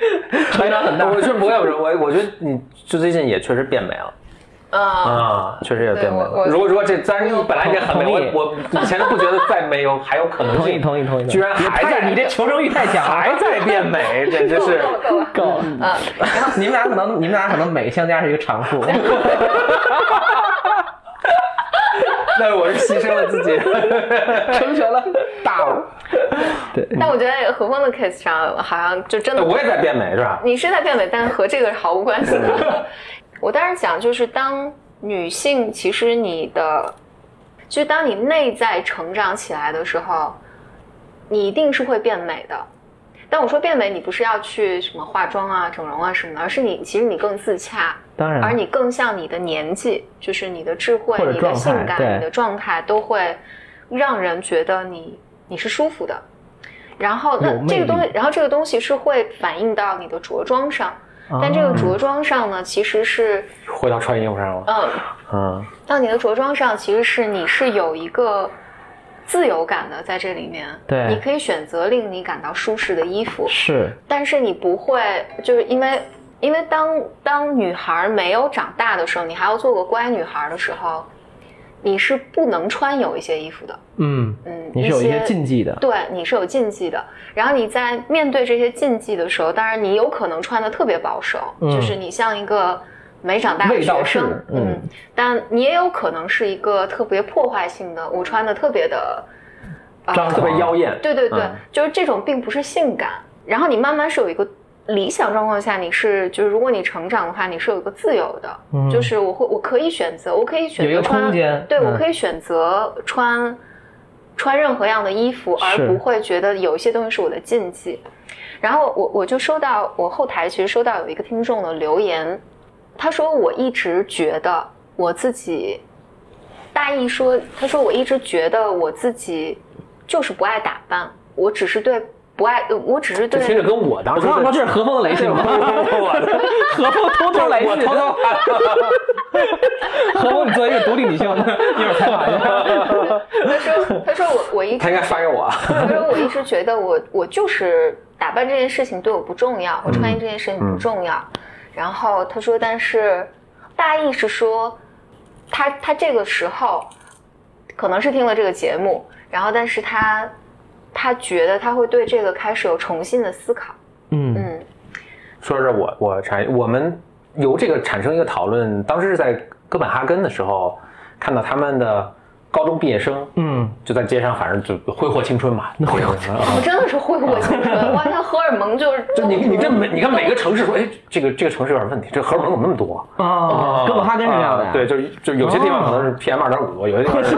S3: 成长很大。
S1: 我是不会，不是我，我觉得你就最近也确实变美了
S2: 啊，
S1: 啊，确实也变美
S2: 对我
S1: 了。
S2: 我
S1: 如果说这，当然你本来已经很美，
S3: 同意
S1: 我我以前都不觉得再美有还有可能
S3: 同意
S1: 性，
S3: 同意同意，
S1: 居然
S3: 别
S1: 还
S3: 太
S1: 在
S3: 你这求生欲太强了，
S1: 还在变 美，简直是
S2: 够了够了
S3: 够了。
S2: 啊，
S3: 你们俩可能你们俩可能美相加是一个常 数。
S1: 但是我是牺牲了自己，成全了大我。
S2: 但我觉得何峰的 case 上好像就真的
S1: 哎我也在变美，是吧？
S2: 你是在变美，但是和这个是毫无关系的。我当时讲就是，当女性，其实你的，就是当你内在成长起来的时候，你一定是会变美的。但我说变美，你不是要去什么化妆啊、整容啊什么的，而是你其实你更自洽，
S3: 当然，
S2: 而你更像你的年纪，就是你的智慧
S3: 嗯或者、
S2: 你
S3: 状
S2: 的
S3: 态
S2: 性感、
S3: 对
S2: 你的状态，都会让人觉得你你是舒服的。然后那
S3: 有魅
S2: 这个东西
S3: 力，
S2: 然后这个东西是会反映到你的着装上，
S3: 啊
S2: 但这个
S3: 哦
S2: 着装上呢，其实是
S1: 回到穿衣服上了。
S2: 嗯，
S1: 嗯，
S2: 到你的着装上其实是你是有一个。自由感的在这里面，
S3: 对
S2: 你可以选择令你感到舒适的衣服，
S3: 是
S2: 但是你不会，就是因为因为当当女孩没有长大的时候，你还要做个乖女孩的时候，你是不能穿有一些衣服的，
S3: 嗯，
S2: 嗯，
S3: 你是有一些禁忌的，
S2: 对，你是有禁忌的。然后你在面对这些禁忌的时候，当然你有可能穿的特别保守，
S3: 嗯
S2: 就是你像一个没长大的
S3: 味道
S2: 学
S3: 是
S2: 生，
S3: 嗯
S2: 但你也有可能是一个特别破坏性的，我穿的特别的，呃
S3: 张
S1: 特别妖艳。
S2: 对对对，
S1: 嗯
S2: 就是这种并不是性感。然后你慢慢是有一个理想状况下，你是就是如果你成长的话，你是有一个自由的，
S3: 嗯
S2: 就是我会我可以选择，我可以选
S3: 有一
S2: 择
S3: 个
S2: 穿，
S3: 空间
S2: 对、
S3: 嗯
S2: 我可以选择穿穿任何样的衣服，而
S3: 是
S2: 不会觉得有一些东西是我的禁忌。然后我我就收到我后台其实收到有一个听众的留言，他说我一直觉得我自己，大意说，他说我一直觉得我自己就是不爱打扮，我只是对不爱，呃我只是
S1: 这听着
S2: 对，
S1: 跟我当
S3: 我
S1: 时
S3: 刚
S1: 的
S3: 刚说这是何峰的雷 信吗？何峰偷偷来
S1: 我
S3: 信，
S1: 偷偷
S3: 何峰，你作为一个独立女性， 一会儿采访一下。
S2: 他说他说我我一
S1: 他
S2: 直
S1: 应该发给我。
S2: 他说我一直觉得我我就是打扮这件事情对我不重要，我
S3: 嗯
S2: 穿衣这件事情不重要。然后他说，但是大意是说，他他这个时候可能是听了这个节目，然后但是他他觉得他会对这个开始有重新的思考，
S3: 嗯
S2: 嗯。
S1: 说是我我产我们由这个产生一个讨论，当时是在哥本哈根的时候，看到他们的高中毕业生
S3: 嗯，
S1: 就在街上，反正就挥霍青春嘛，挥霍青春。
S2: 我真的是挥霍青春，哇！他荷尔蒙 就是
S1: 就你你这每你看每个城市说，哎，这个这个城市有点问题，这荷尔蒙怎么那么多？
S3: 哦，哥本哈根是这样的呀
S1: 啊对，就是就有些地方可能是 PM 二点五，有些地方是，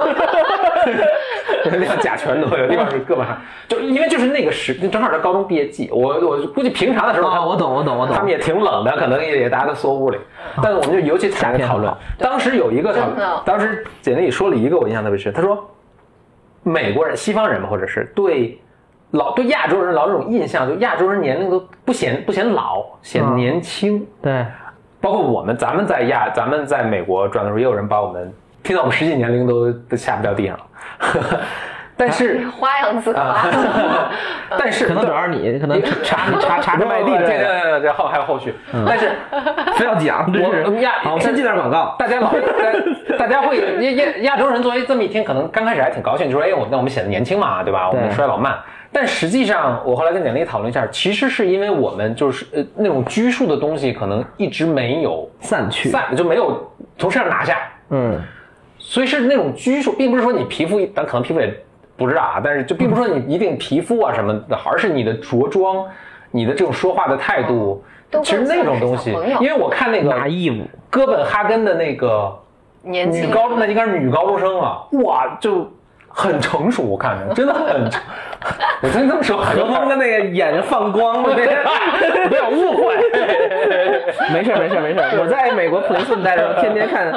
S1: 有些地方甲醛多，有些地方是各方，就因为就是那个时，正好是高中毕业季，我我估计平常的时候他
S3: 哦，我懂，我懂，我懂。
S1: 他们也挺冷的，可能也大家都缩屋里。但是我们就尤其谈一个讨论，
S3: 啊
S1: 当时有一个讨
S2: 真的
S1: 当时简历里说了一个我印象特别深，他说美国人、西方人嘛，或者是对老对亚洲人老有种印象，就亚洲人年龄都不显不显老，显
S3: 嗯
S1: 年轻。
S3: 对，
S1: 包括我们，咱们在亚，咱们在美国转的时候，也有人把我们听到我们实际年龄都都吓不掉地上了。 但是啊
S2: 花样自夸。
S1: 但是
S3: 啊可能主要是你，可能查你查查着麦
S1: 麦
S3: 地
S1: 地，这
S3: 之类 的，嗯
S1: 这这后还有后续。但是
S3: 非要讲，真
S1: 我们
S3: 是。
S1: 亚
S3: 好，我们先进点广告。
S1: 大家老大大家会亚亚亚洲人作为这么一听，可能刚开始还挺高兴，就说哎，我那我们显得年轻嘛，对吧？我
S3: 对
S1: 们衰老慢。但实际上，我后来跟简历讨论一下，其实是因为我们就是呃那种拘束的东西，可能一直没有
S3: 散去。
S1: 散，就没有从身上拿下。
S3: 嗯，
S1: 所以是那种拘束，并不是说你皮肤，咱可能皮肤也不知道啊，但是就并不是说你一定皮肤啊什么的，而是你的着装、你的这种说话的态度，
S2: 哦都更
S1: 其实那种东西
S2: 像是小，朋友
S1: 因为我看那个
S3: 拿衣服。
S1: 哥本哈根的那个
S2: 年轻
S1: 女高中，那应该是女高中生啊，哇，就很成熟，我看着真的很成， 我真这么说，
S3: 何峰 的那个眼睛放光 了，
S1: 不要误 会。
S3: 没事儿没事儿没事儿，我在美国普林斯顿待着，天天 看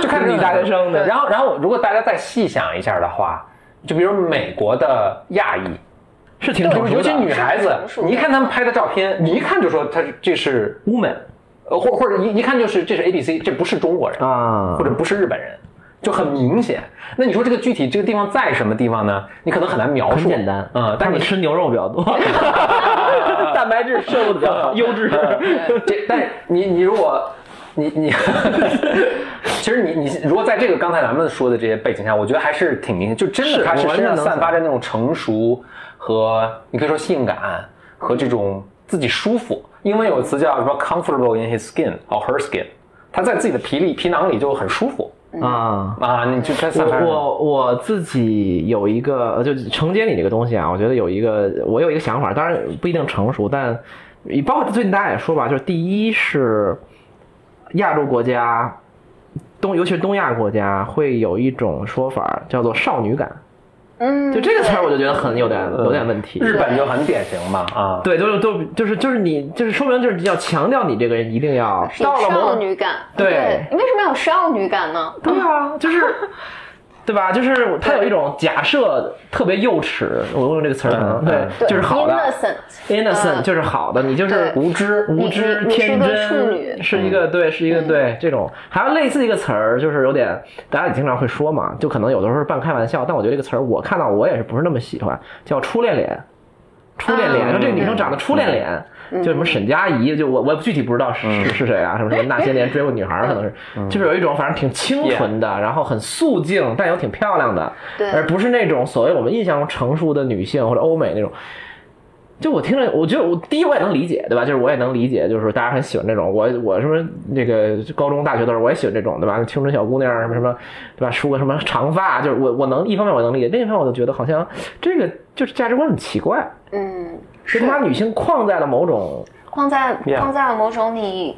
S3: 就看女大学生的，
S1: 然后，然后如果大家再细想一下的话，就比如美国的亚裔，
S3: 是挺
S1: 就
S3: 成
S1: 是
S3: 熟
S1: 尤
S3: 的
S1: 其女孩子，你一看他们拍的照片，你一看就说她是这是 woman，呃，或或者一一看就是这是 A B C，这不是中国人，
S3: 啊
S1: 或者不是日本人，就很明显。那你说这个具体这个地方在什么地方呢？你可能很难描述，
S3: 很简单
S1: 嗯，但
S3: 他
S1: 是
S3: 们
S1: 你
S3: 吃牛肉比较多， 蛋白质摄入的比较好，优质。
S1: 这，但是你你如果你你， 其实你你如果在这个刚才咱们说的这些背景下，我觉得还是挺明显，就真
S3: 是
S1: 的他是
S3: 我完
S1: 身
S3: 全
S1: 上
S3: 能
S1: 散
S3: 想
S1: 发着那种成熟和你可以说性感和这种自己舒服。英文有个词叫什么 “comfortable in his skin” or “her skin”，他在自己的皮里皮囊里就很舒服
S3: 啊。
S1: 啊，你就他散发
S3: 我
S1: 着。
S3: 我我自己有一个，呃就承接你这个东西啊，我觉得有一个，我有一个想法，当然不一定成熟，但包括最近大家也说吧，就是第一是亚洲国家，东尤其是东亚国家会有一种说法叫做少女感，
S2: 嗯，
S3: 就这个词儿我就觉得很有点有点问题。
S1: 日本就很典型嘛啊，
S3: 对，就是都就是就是你就是说明就是要强调你这个人一定要
S2: 是
S3: 到
S2: 有
S3: 了某
S2: 少
S3: 种
S2: 女感，
S3: 对
S2: 你为什么有少女感呢？
S3: 对啊， 就是，对吧？就是他有一种假设特别幼稚，我用这个词儿可能
S1: 嗯嗯
S3: 对，就是好的
S2: innocent，
S3: ，innocent 就是好的，你就是
S2: 嗯对
S3: 无知、无知、
S2: 你你
S3: 天
S2: 你是个处女嗯
S3: 真，是一个对，是一个对这种。还有类似一个词儿，就是有点大家也经常会说嘛，就可能有的时候半开玩笑，但我觉得这个词儿我看到我也是不是那么喜欢，叫初恋脸。初恋脸，
S2: 啊嗯
S3: 说这个女生长得初恋脸，就什么沈佳宜，就我我具体不知道是是是谁啊，什么什 么那些年追过女孩儿，可能是，就是有一种反正挺清纯的，然后很素净，但又挺漂亮的，
S2: 对
S3: 而不是那种所谓我们印象中成熟的女性或者欧美那种。就我听着，我觉得我第一我也能理解，对吧？就是我也能理解，就是大家很喜欢这种。我我什么那个高中、大学的时候，我也喜欢这种，对吧？青春小姑娘什么什么，对吧？梳个什么长发，就是我我能一方面我能理解，另一方面我就觉得好像这个就是价值观很奇怪，
S2: 嗯，
S3: 就是把女性框在了某种
S2: 框在
S1: Yeah
S2: 框在了某种你，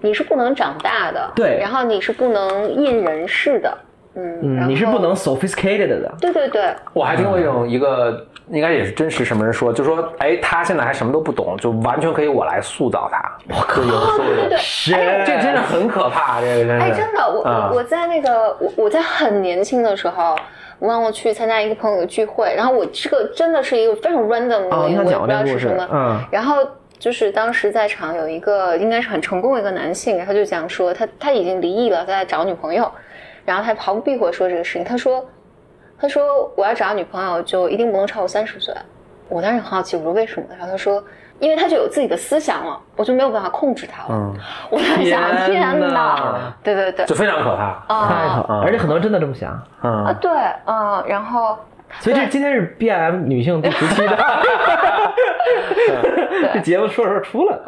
S2: 你是不能长大的，
S3: 对
S2: 然后你是不能因人事的，嗯，然
S3: 嗯，
S2: 后
S3: 你是不能，sophisticated 的。
S2: 对对对，
S1: 我还听过一种一个应该也是真实什么人说，就说哎，他现在还什么都不懂，就完全可以我来塑造他。我靠，对
S2: 对对，
S1: 这真是
S3: 的
S1: 很可
S3: 啊
S1: 怕，这个真是。
S2: 哎，真的，我我、
S1: 啊
S2: 我在那个我我在很年轻的时候，我忘了去参加一个朋友的聚会，然后我这个真的是一个非常 random 的，
S3: 哦，
S2: 我
S3: 你
S2: 也
S3: 想
S2: 不
S3: 讲
S2: 知
S3: 过这
S2: 道
S3: 个故
S2: 是什
S3: 事
S2: 么，，
S3: 嗯
S2: 然后就是当时在场有一个应该是很成功的一个男性，他就讲说他他已经离异了，他在找女朋友，然后他毫不避讳说这个事情。他说他说我要找女朋友就一定不能超过三十岁。我当时很好奇，我说为什么？然后他说因为他就有自己的思想了，我就没有办法控制他了。
S1: 嗯，
S2: 我在 想，
S3: 天
S2: 天
S3: 哪
S2: 哪！啊对对对
S1: 就，非常可怕。
S3: 太
S2: 啊
S3: 好，而且很多人真的这么想，
S2: 啊
S1: 嗯，
S2: 对啊，然后
S3: 所以这今天是 B M 女性第十期的， 这节目说着说着出来了，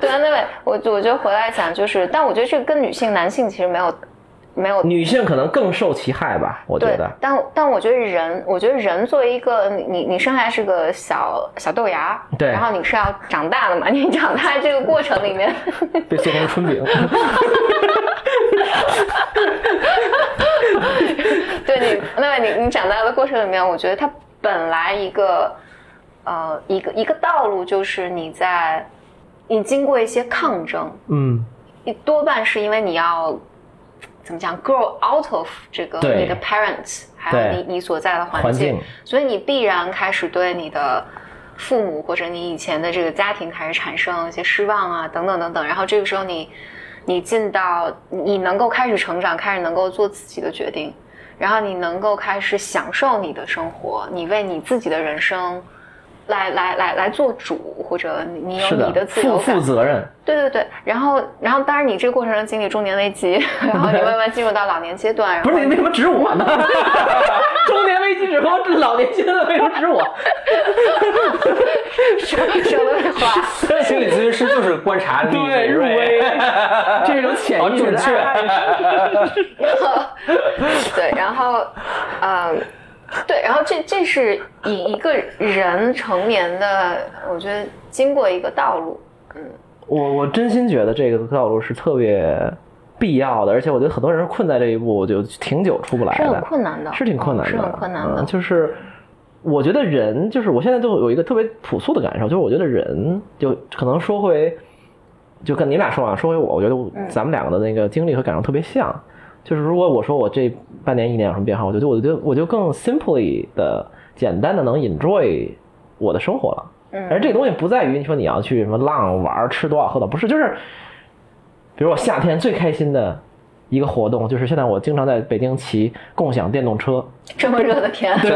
S2: 对啊，那位我我觉得回来讲就是，但我觉得这个跟女性、男性其实没有没有
S3: 女性可能更受其害吧，我觉
S2: 对，
S3: 得。
S2: 但但我觉得人，我觉得人作为一个你你你生下来是个小小豆芽，
S3: 对
S2: 然后你是要长大的嘛，你长大这个过程里面，
S3: 被做成了春饼，
S2: 对你，那你你长大的过程里面，我觉得它本来一个呃一个一个道路就是你在你经过一些抗争，
S3: 嗯，
S2: 你多半是因为你要怎么讲，grow out of 这个
S3: 对
S2: 你的 parents，还有
S3: 对
S2: 你你所在的环
S3: 环境
S2: 所以你必然开始对你的父母或者你以前的这个家庭开始产生一些失望啊，等等等等。然后这个时候你你进到你能够开始成长，开始能够做自己的决定，然后你能够开始享受你的生活，你为你自己的人生。来来来来做主，或者你你有
S3: 是
S2: 你
S3: 的，
S2: 的自由
S3: 负
S2: 感，
S3: 负责任，
S2: 对对对，然后然后当然你这个过程中经历中年危 机，然后你慢慢进入到老年阶段，然后
S3: 不是你为什么指我呢？ 中年危机只和老年阶段为什么指我？
S2: 社会化，
S1: 心理咨询师就是观察你
S3: 对，入哦微，这种潜
S1: 好
S3: 意识
S1: 准
S3: 的
S1: 确。
S3: 爱
S2: 对，然后嗯。对，然后这这是以一个人成年的，我觉得经过一个道路，
S3: 我我真心觉得这个道路是特别必要的，而且我觉得很多人是困在这一步，就挺久出不来
S2: 是很
S3: 的，
S2: 困难的，哦
S3: 是挺困难的，
S2: 是很困难的
S3: 嗯就是我觉得人，就是我现在就有一个特别朴素的感受，就是我觉得人，就可能说回，就跟你俩说啊，说回我，我觉得
S2: 嗯
S3: 咱们两个的那个经历和感受特别像。就是如果我说我这半年一年有什么变化，我觉得我就我就更 simply 的简单的能 enjoy 我的生活了。而
S2: 嗯
S3: 这个东西不在于你说你要去什么浪玩儿吃多少喝多少，不是，就是比如我夏天最开心的一个活动，就是现在我经常在北京骑共享电动车，
S2: 这么热的天，
S3: 对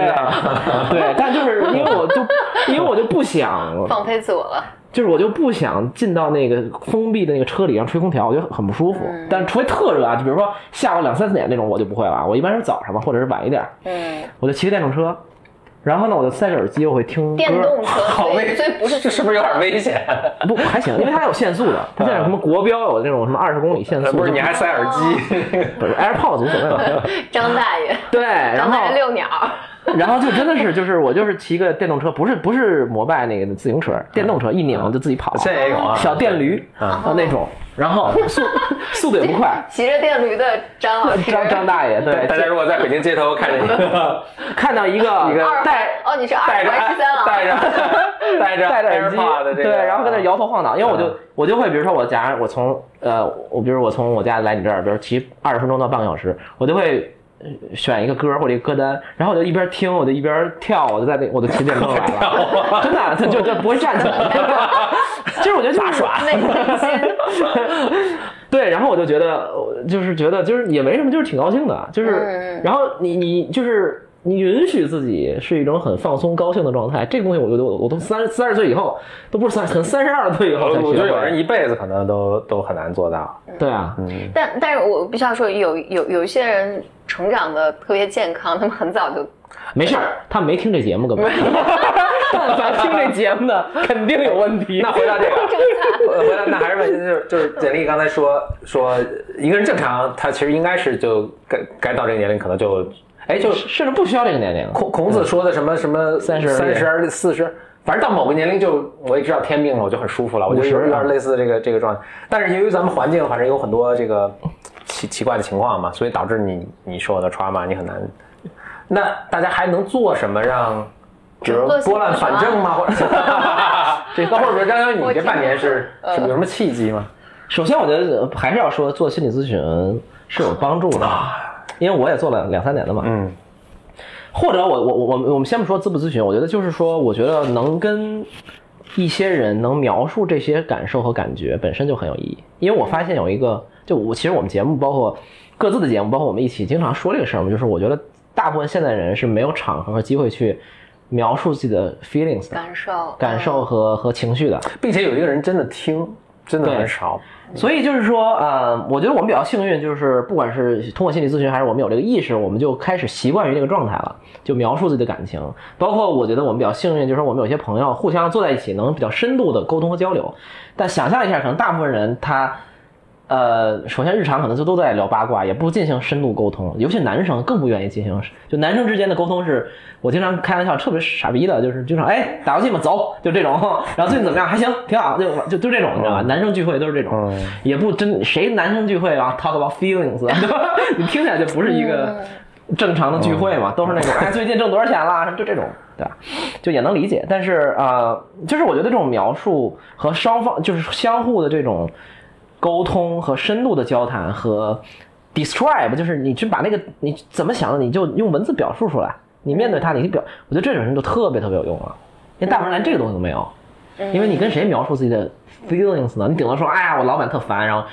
S3: 对，但就是因为我就因为我就不想，
S2: 放飞自我了，
S3: 就是我就不想进到那个封闭的那个车里，然后吹空调，我觉得很不舒服。
S2: 嗯
S3: 但除非特热啊，就比如说下午两三点那种，我就不会了啊。我一般是早上嘛，或者是晚一点儿，
S2: 嗯，
S3: 我就骑个电动车，然后呢，我就塞着耳机，我会听歌。
S2: 电动车，
S1: 好
S2: 所
S1: 危，
S2: 以所以不是
S1: 这是不是有点危险？
S3: 啊不还行，因为它还有限速的，它现在有什么国标有那种什么二十公里限速，
S1: 啊呃不是，你还塞耳机？
S3: 不是 AirPods 无所 谓了。
S2: 张大爷，
S3: 对，然
S2: 张
S3: 后
S2: 大爷遛鸟，
S3: 然后就真的是就是我就是骑个电动车，不是不是摩拜那个自行车，电动车一拧就自己跑，
S1: 啊现在也有啊，
S3: 小电驴啊那种，然后速速度也不 快。
S2: 骑着电驴的张老师，
S3: 张张大爷对，
S1: 大家如果在北京街头看 见一个
S3: 看到一个
S1: 一个
S2: 二
S3: 戴
S2: 环，哦，你是二
S1: 戴着
S2: 环十三郎，
S1: 戴着 戴着
S3: 戴着耳机
S1: AirPod 的这个，
S3: 对，然后跟那摇头晃脑，因为我就、
S1: 嗯
S3: 我就会，比如说我假如我从呃，我比如我从我家来你这儿，比如骑二十分钟到半个小时，我就会。呃选一个歌或者一个歌单，然后我就一边听，我就一边跳，我就在那，我就骑电动 车来了，
S1: 啊
S3: 真的，他就就不会站起来。 就是我觉得就是耍
S2: 内 心，
S3: 对，然后我就觉得，呃就是觉得就是也没什么，就是挺高兴的，啊就是，
S2: 嗯
S3: 然后你你就是你允许自己是一种很放松、高兴的状态，这个东西我觉得我我都三三十岁以后都不是三，可能三十二岁以后
S1: 我
S3: 才学
S1: 我觉得
S3: 会
S1: 有人一辈子可能都都很难做到。
S3: 对啊，
S1: 嗯，
S2: 但但是我必须要说，有有有一些人成长的特别健康，他们很早就
S3: 没事儿，他们没听这节目， 根本。但凡听这节目的， 肯定有问题。
S1: 那回到这个，呃 回到那还是问题，就是就是简历刚才说说一个人正常，他其实应该是就该该到这个年龄，可能就哎就
S3: 甚至不需要这个年龄，
S1: 孔孔子说的什么什么
S3: 嗯三十
S1: 三十四十，反正到某个年龄就我也知道天命了，我就很舒服了，我就
S3: 50
S1: 有有
S3: 啊
S1: 点类似这个这个状态。但是由于咱们环境反正有很多这个奇奇怪的情况嘛，所以导致你你受到的 trauma 你很难。那大家还能做什么让，比如
S2: 能做些
S1: 拨乱反 正吗？或者 这那或者说张潇，你
S2: 我
S1: 这
S2: 嗯听
S1: 半年是是有什么契机吗？
S3: 首先，我觉得还是要说做心理咨询是有帮助的，因为我也做了两三年的嘛。
S1: 嗯
S3: 或者我我我我我们先不说咨不咨询，我觉得就是说，我觉得能跟一些人能描述这些感受和感觉本身就很有意义，因为我发现有一个，就我其实我们节目包括各自的节目，包括我们一起经常说这个事儿嘛，就是我觉得大部分现代人是没有场合和机会去描述自己的 feelings 的
S2: 感受嗯
S3: 感受和和情绪的，
S1: 并且有一个人真的听，真的
S3: 对
S1: 很少。
S3: 所以就是说，呃，我觉得我们比较幸运，就是不管是通过心理咨询，还是我们有这个意识，我们就开始习惯于这个状态了，就描述自己的感情。包括我觉得我们比较幸运，就是说我们有些朋友互相坐在一起，能比较深度的沟通和交流。但想象一下，可能大部分人他，呃，首先日常可能就都在聊八卦，也不进行深度沟通，尤其男生更不愿意进行。就男生之间的沟通是，我经常开玩笑，特别傻逼的，就是经常哎打游戏嘛，走，就这种。 然后最近怎么样？还行，挺好，就就就这种，你知道吧？男生聚会都是这种。
S1: 嗯
S3: 也不真谁男生聚会啊，talk about feelings，对吧？ 你听起来就不是一个正常的聚会嘛，都是那种哎最近挣多少钱啦，什么就这种，对吧？就也能理解，但是啊、呃就是我觉得这种描述和双方就是相互的这种沟通和深度的交谈和 describe，就是你去把那个你怎么想的，你就用文字表述出来，你面对他，你去表，我觉得这种人就特别特别有用了，因为大部分人连这个东西都没有。因为你跟谁描述自己的 feelings 呢？你顶多说，哎呀，我老板特烦，然后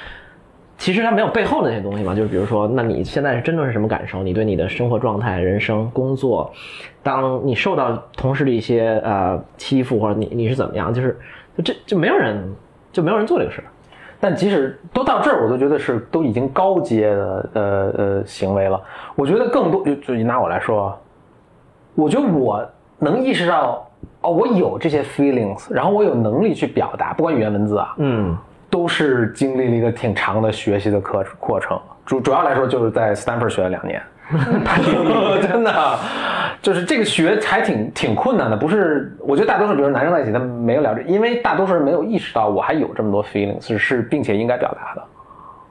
S3: 其实他没有背后的那些东西嘛，就是比如说，那你现在是真的是什么感受？你对你的生活状态、人生、工作，当你受到同事的一些呃欺负，或者你你是怎么样？就是就这就没有人就没有人做这个事儿。
S1: 但即使都到这儿，我都觉得是都已经高阶的呃呃行为了。我觉得更多就就拿我来说，啊，我觉得我能意识到哦，我有这些 feelings，然后我有能力去表达，不管语言文字啊，
S3: 嗯，
S1: 都是经历了一个挺长的学习的课过程。主主要来说就是在 Stanford 学了两年， 真的，就是这个学还挺挺困难的。不是，我觉得大多数，比如男生在一起，他们没有聊这，因为大多数人没有意识到我还有这么多 feelings 是并且应该表达的。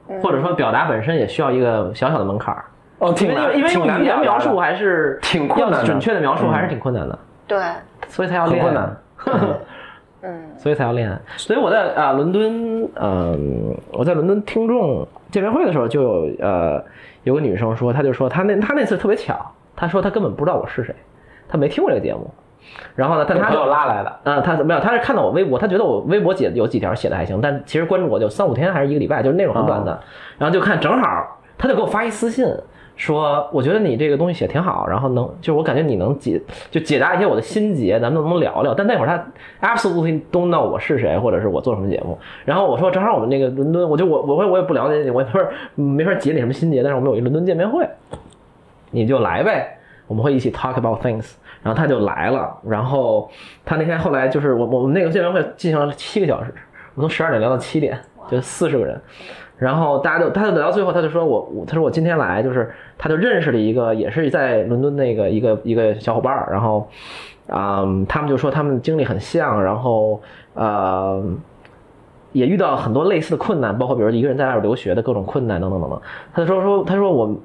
S3: 嗯或者说表达本身也需要一个小小的门槛儿，
S1: 哦，挺
S3: 因为
S1: 难，
S3: 因为
S1: 挺
S3: 用
S1: 难
S3: 语言
S1: 表达
S3: 描
S1: 的
S3: 述还是
S1: 挺困难的嗯
S3: 要准确的描述还是挺困难的，
S2: 对，
S3: 所以才要
S1: 很
S3: 练，
S1: 困难。
S2: 嗯
S3: 所以才要练。所以我在啊、伦敦，嗯、我在伦敦听众呃见面会的时候，就有呃有个女生说，她就说她那她那次特别巧，她说她根本不知道我是谁，她没听过这个节目。然后呢，但
S1: 是
S3: 她
S1: 朋
S3: 就
S1: 友拉来的，
S3: 嗯，他没有，他是看到我微博，他觉得我微博写有几条写的还行，但其实关注我就三五天还是一个礼拜，就是那种很短的。然后就看正好，他就给我发一私信说，我觉得你这个东西写挺好，然后能就是我感觉你能解就解答一些我的心结，咱们能不能聊聊？但那会儿他 absolutely don't know 我是谁，或者是我做什么节目。然后我说正好我们那个伦敦，我就我我我我也不了解你，我也没法没法解你什么心结，但是我们有一伦敦见面会，你就来呗，我们会一起 talk about things。然后他就来了，然后他那天后来就是我我们那个见面会进行了七个小时，我从十二点聊到七点，就四十个人。然后大家就，他就聊到最后，他就说我我，他说我今天来就是，他就认识了一个也是在伦敦那个一个一个小伙伴儿，然后，嗯，他们就说他们经历很像，然后呃，也遇到很多类似的困难，包括比如一个人在外边留学的各种困难等等等等。他就说说他说我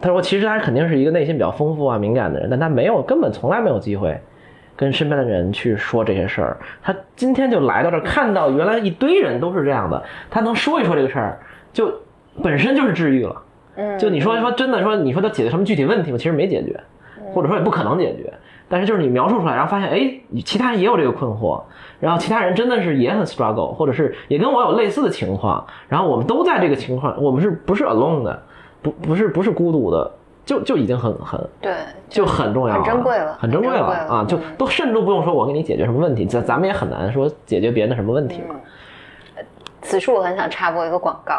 S3: 他说其实他肯定是一个内心比较丰富啊敏感的人，但他没有根本从来没有机会跟身边的人去说这些事儿。他今天就来到这儿，看到原来一堆人都是这样的，他能说一说这个事儿，就本身就是治愈了。
S2: 嗯，
S3: 就你说说真的说，你说他解决什么具体问题吗？其实没解决，
S2: 嗯
S3: 或者说也不可能解决。但是就是你描述出来，然后发现，哎，其他人也有这个困惑，然后其他人真的是也很 struggle，或者是也跟我有类似的情况，然后我们都在这个情况，我们是不是 alone 的，不不是不是孤独的，就就已经很很
S2: 对，
S3: 就很重要了，
S2: 很珍贵了
S3: 很珍贵了
S2: 很珍贵了
S3: 啊！就
S2: 嗯
S3: 都甚至不用说我给你解决什么问题，咱咱们也很难说解决别人的什么问题
S2: 嗯
S3: 嘛。
S2: 此处我很想插播一个广 告，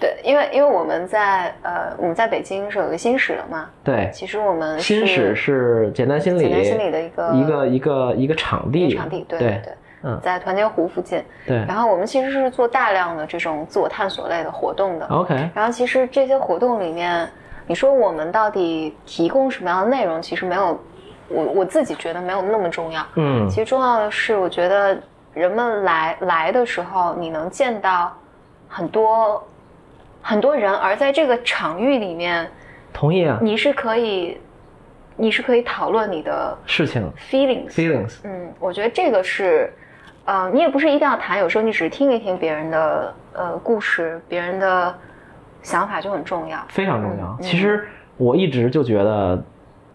S2: 对，因为因为我们在呃我们在北京是有一个新史的嘛，
S3: 对，
S2: 其实我们
S3: 心史是简单心理，
S2: 简单心理的一个
S3: 一个一个一个场地，
S2: 一个场地，对
S3: 对
S2: 对，
S3: 嗯
S2: 在团结湖附近，
S3: 对
S2: 然后我们其实是做大量的这种自我探索类的活动的，
S3: ，OK，
S2: 然后其实这些活动里面，你说我们到底提供什么样的内容，其实没有，我我自己觉得没有那么重要。
S3: 嗯
S2: 其实重要的是，我觉得人们来来的时候，你能见到很多很多人，而在这个场域里面，
S3: 同意啊，
S2: 你是可以你是可以讨论你的
S3: 事情
S2: feelings。
S3: feelings，
S2: 嗯，我觉得这个是，呃，你也不是一定要谈，有时候你只是听一听别人的呃故事，别人的想法就很重要。
S3: 非常重要。
S2: 嗯
S3: 其实我一直就觉得，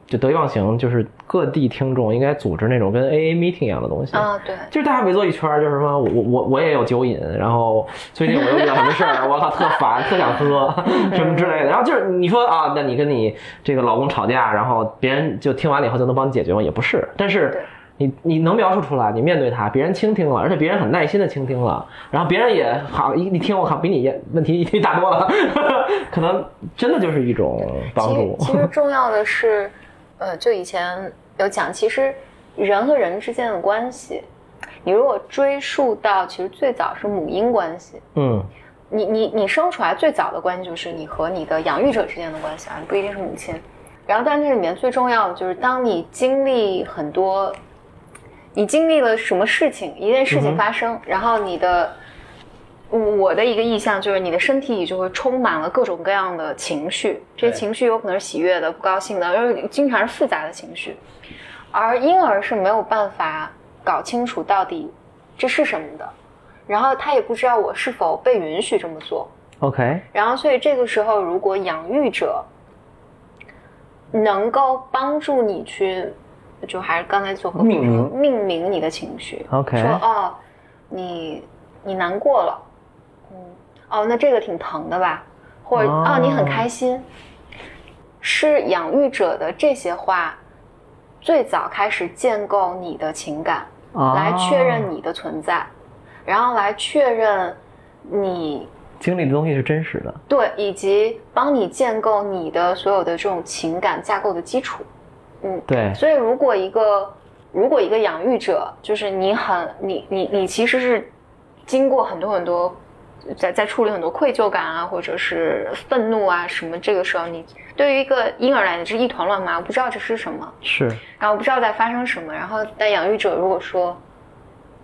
S3: 就得意忘形，就是各地听众应该组织那种跟 AA meeting 一样的东西。
S2: 啊，对，
S3: 就是大家围坐一圈儿，就是什么我我我我也有酒瘾，然后最近我又遇到什么 事儿，我靠特烦，特想喝
S2: 嗯
S3: 什么之类的。然后就是你说啊，那你跟你这个老公吵架，然后别人就听完了以后就能帮你解决吗？也不是，但
S2: 对
S3: 是。你你能描述出来，你面对他，别人倾听了，而且别人很耐心的倾听了，然后别人也好，一你听我靠，比你也问题一定大多了， 可能真的就是一种帮助
S2: 其实其实重要的是，呃，就以前有讲，其实人和人之间的关系，你如果追溯到其实最早是母婴关系，
S3: 嗯，
S2: 你你你生出来最早的关系就是你和你的养育者之间的关系啊，不一定是母亲。然后，但是这里面最重要的就是，当你经历很多，你经历了什么事情，一件事
S3: 嗯
S2: 情
S3: 哼
S2: 发生，然后你的，我的一个意向就是，你的身体里就会充满了各种各样的情绪，这
S5: 对
S2: 些情绪有可能是喜悦的、不高兴的，然后经常是复杂的情绪，而婴儿是没有办法搞清楚到底这是什么的，然后他也不知道我是否被允许这么做。
S3: ，OK，
S2: 然后，所以这个时候，如果养育者能够帮助你去，就还是刚才做
S1: 命名
S2: 命名你的情绪
S3: OK
S2: 说哦，你你难过了，嗯，哦，那这个挺疼的吧，或者
S3: 哦
S2: 哦你很开心，是养育者的这些话，最早开始建构你的情感，
S3: 啊
S2: 来确认你的存在，然后来确认你
S3: 经历的东西是真实的，
S2: 对，以及帮你建构你的所有的这种情感架构的基础。
S3: 对，
S2: 所以，如果一个如果一个养育者，就是你很你你你其实是经过很多很多，在在处理很多愧疚感啊，或者是愤怒啊什么，这个时候你对于一个婴儿来讲，这是一团乱麻，我不知道这是什么，
S3: 是
S2: 然后不知道在发生什么。然后，但养育者如果说，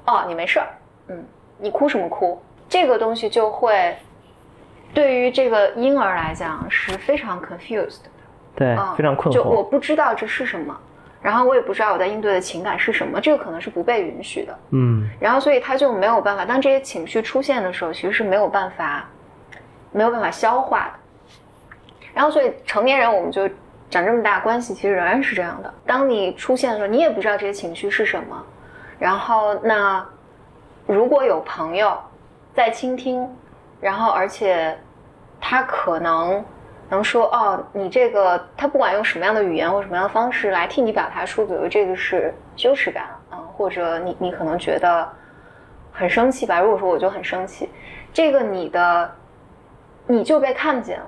S2: 哦，你没事儿，嗯，你哭什么哭？这个东西就会对于这个婴儿来讲是非常 confused 的
S3: 对
S2: 啊，，
S3: 哎非常困
S2: 就我
S3: 惑。
S2: 不知道这是什么，然后我也不知道我在应对的情感是什么，这个可能是不被允许的。
S3: 嗯，
S2: 然后所以他就没有办法，当这些情绪出现的时候，其实是没有办法，没有办法消化的。然后所以成年人我们就长这么大，关系其实仍然是这样的。当你出现的时候，你也不知道这些情绪是什么。然后那如果有朋友在倾听，然后而且他可能能说哦，你这个他不管用什么样的语言或什么样的方式来替你表达出，比如这个是羞耻感，嗯，或者你你可能觉得很生气吧。如果说我就很生气，这个你的你就被看见了，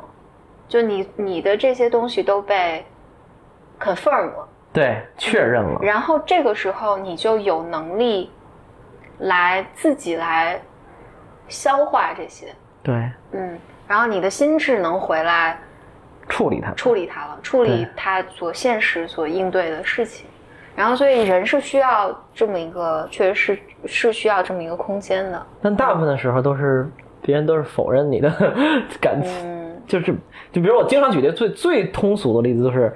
S2: 就你你的这些东西都被 confirm 了，
S3: 对，确认了。
S2: 然后这个时候你就有能力来自己来消化这些，
S3: 对，
S2: 嗯，然后你的心智能回来。
S3: 处理它。
S2: 处理它了，处理
S3: 对
S2: 它所现实所应对的事情。然后，所以人是需要这么一个，确实是是需要这么一个空间的。
S3: 但大部分的时候都是别人都是否认你的 感，
S2: 嗯，
S3: 就是就比如我经常举的最最通俗的例子就是，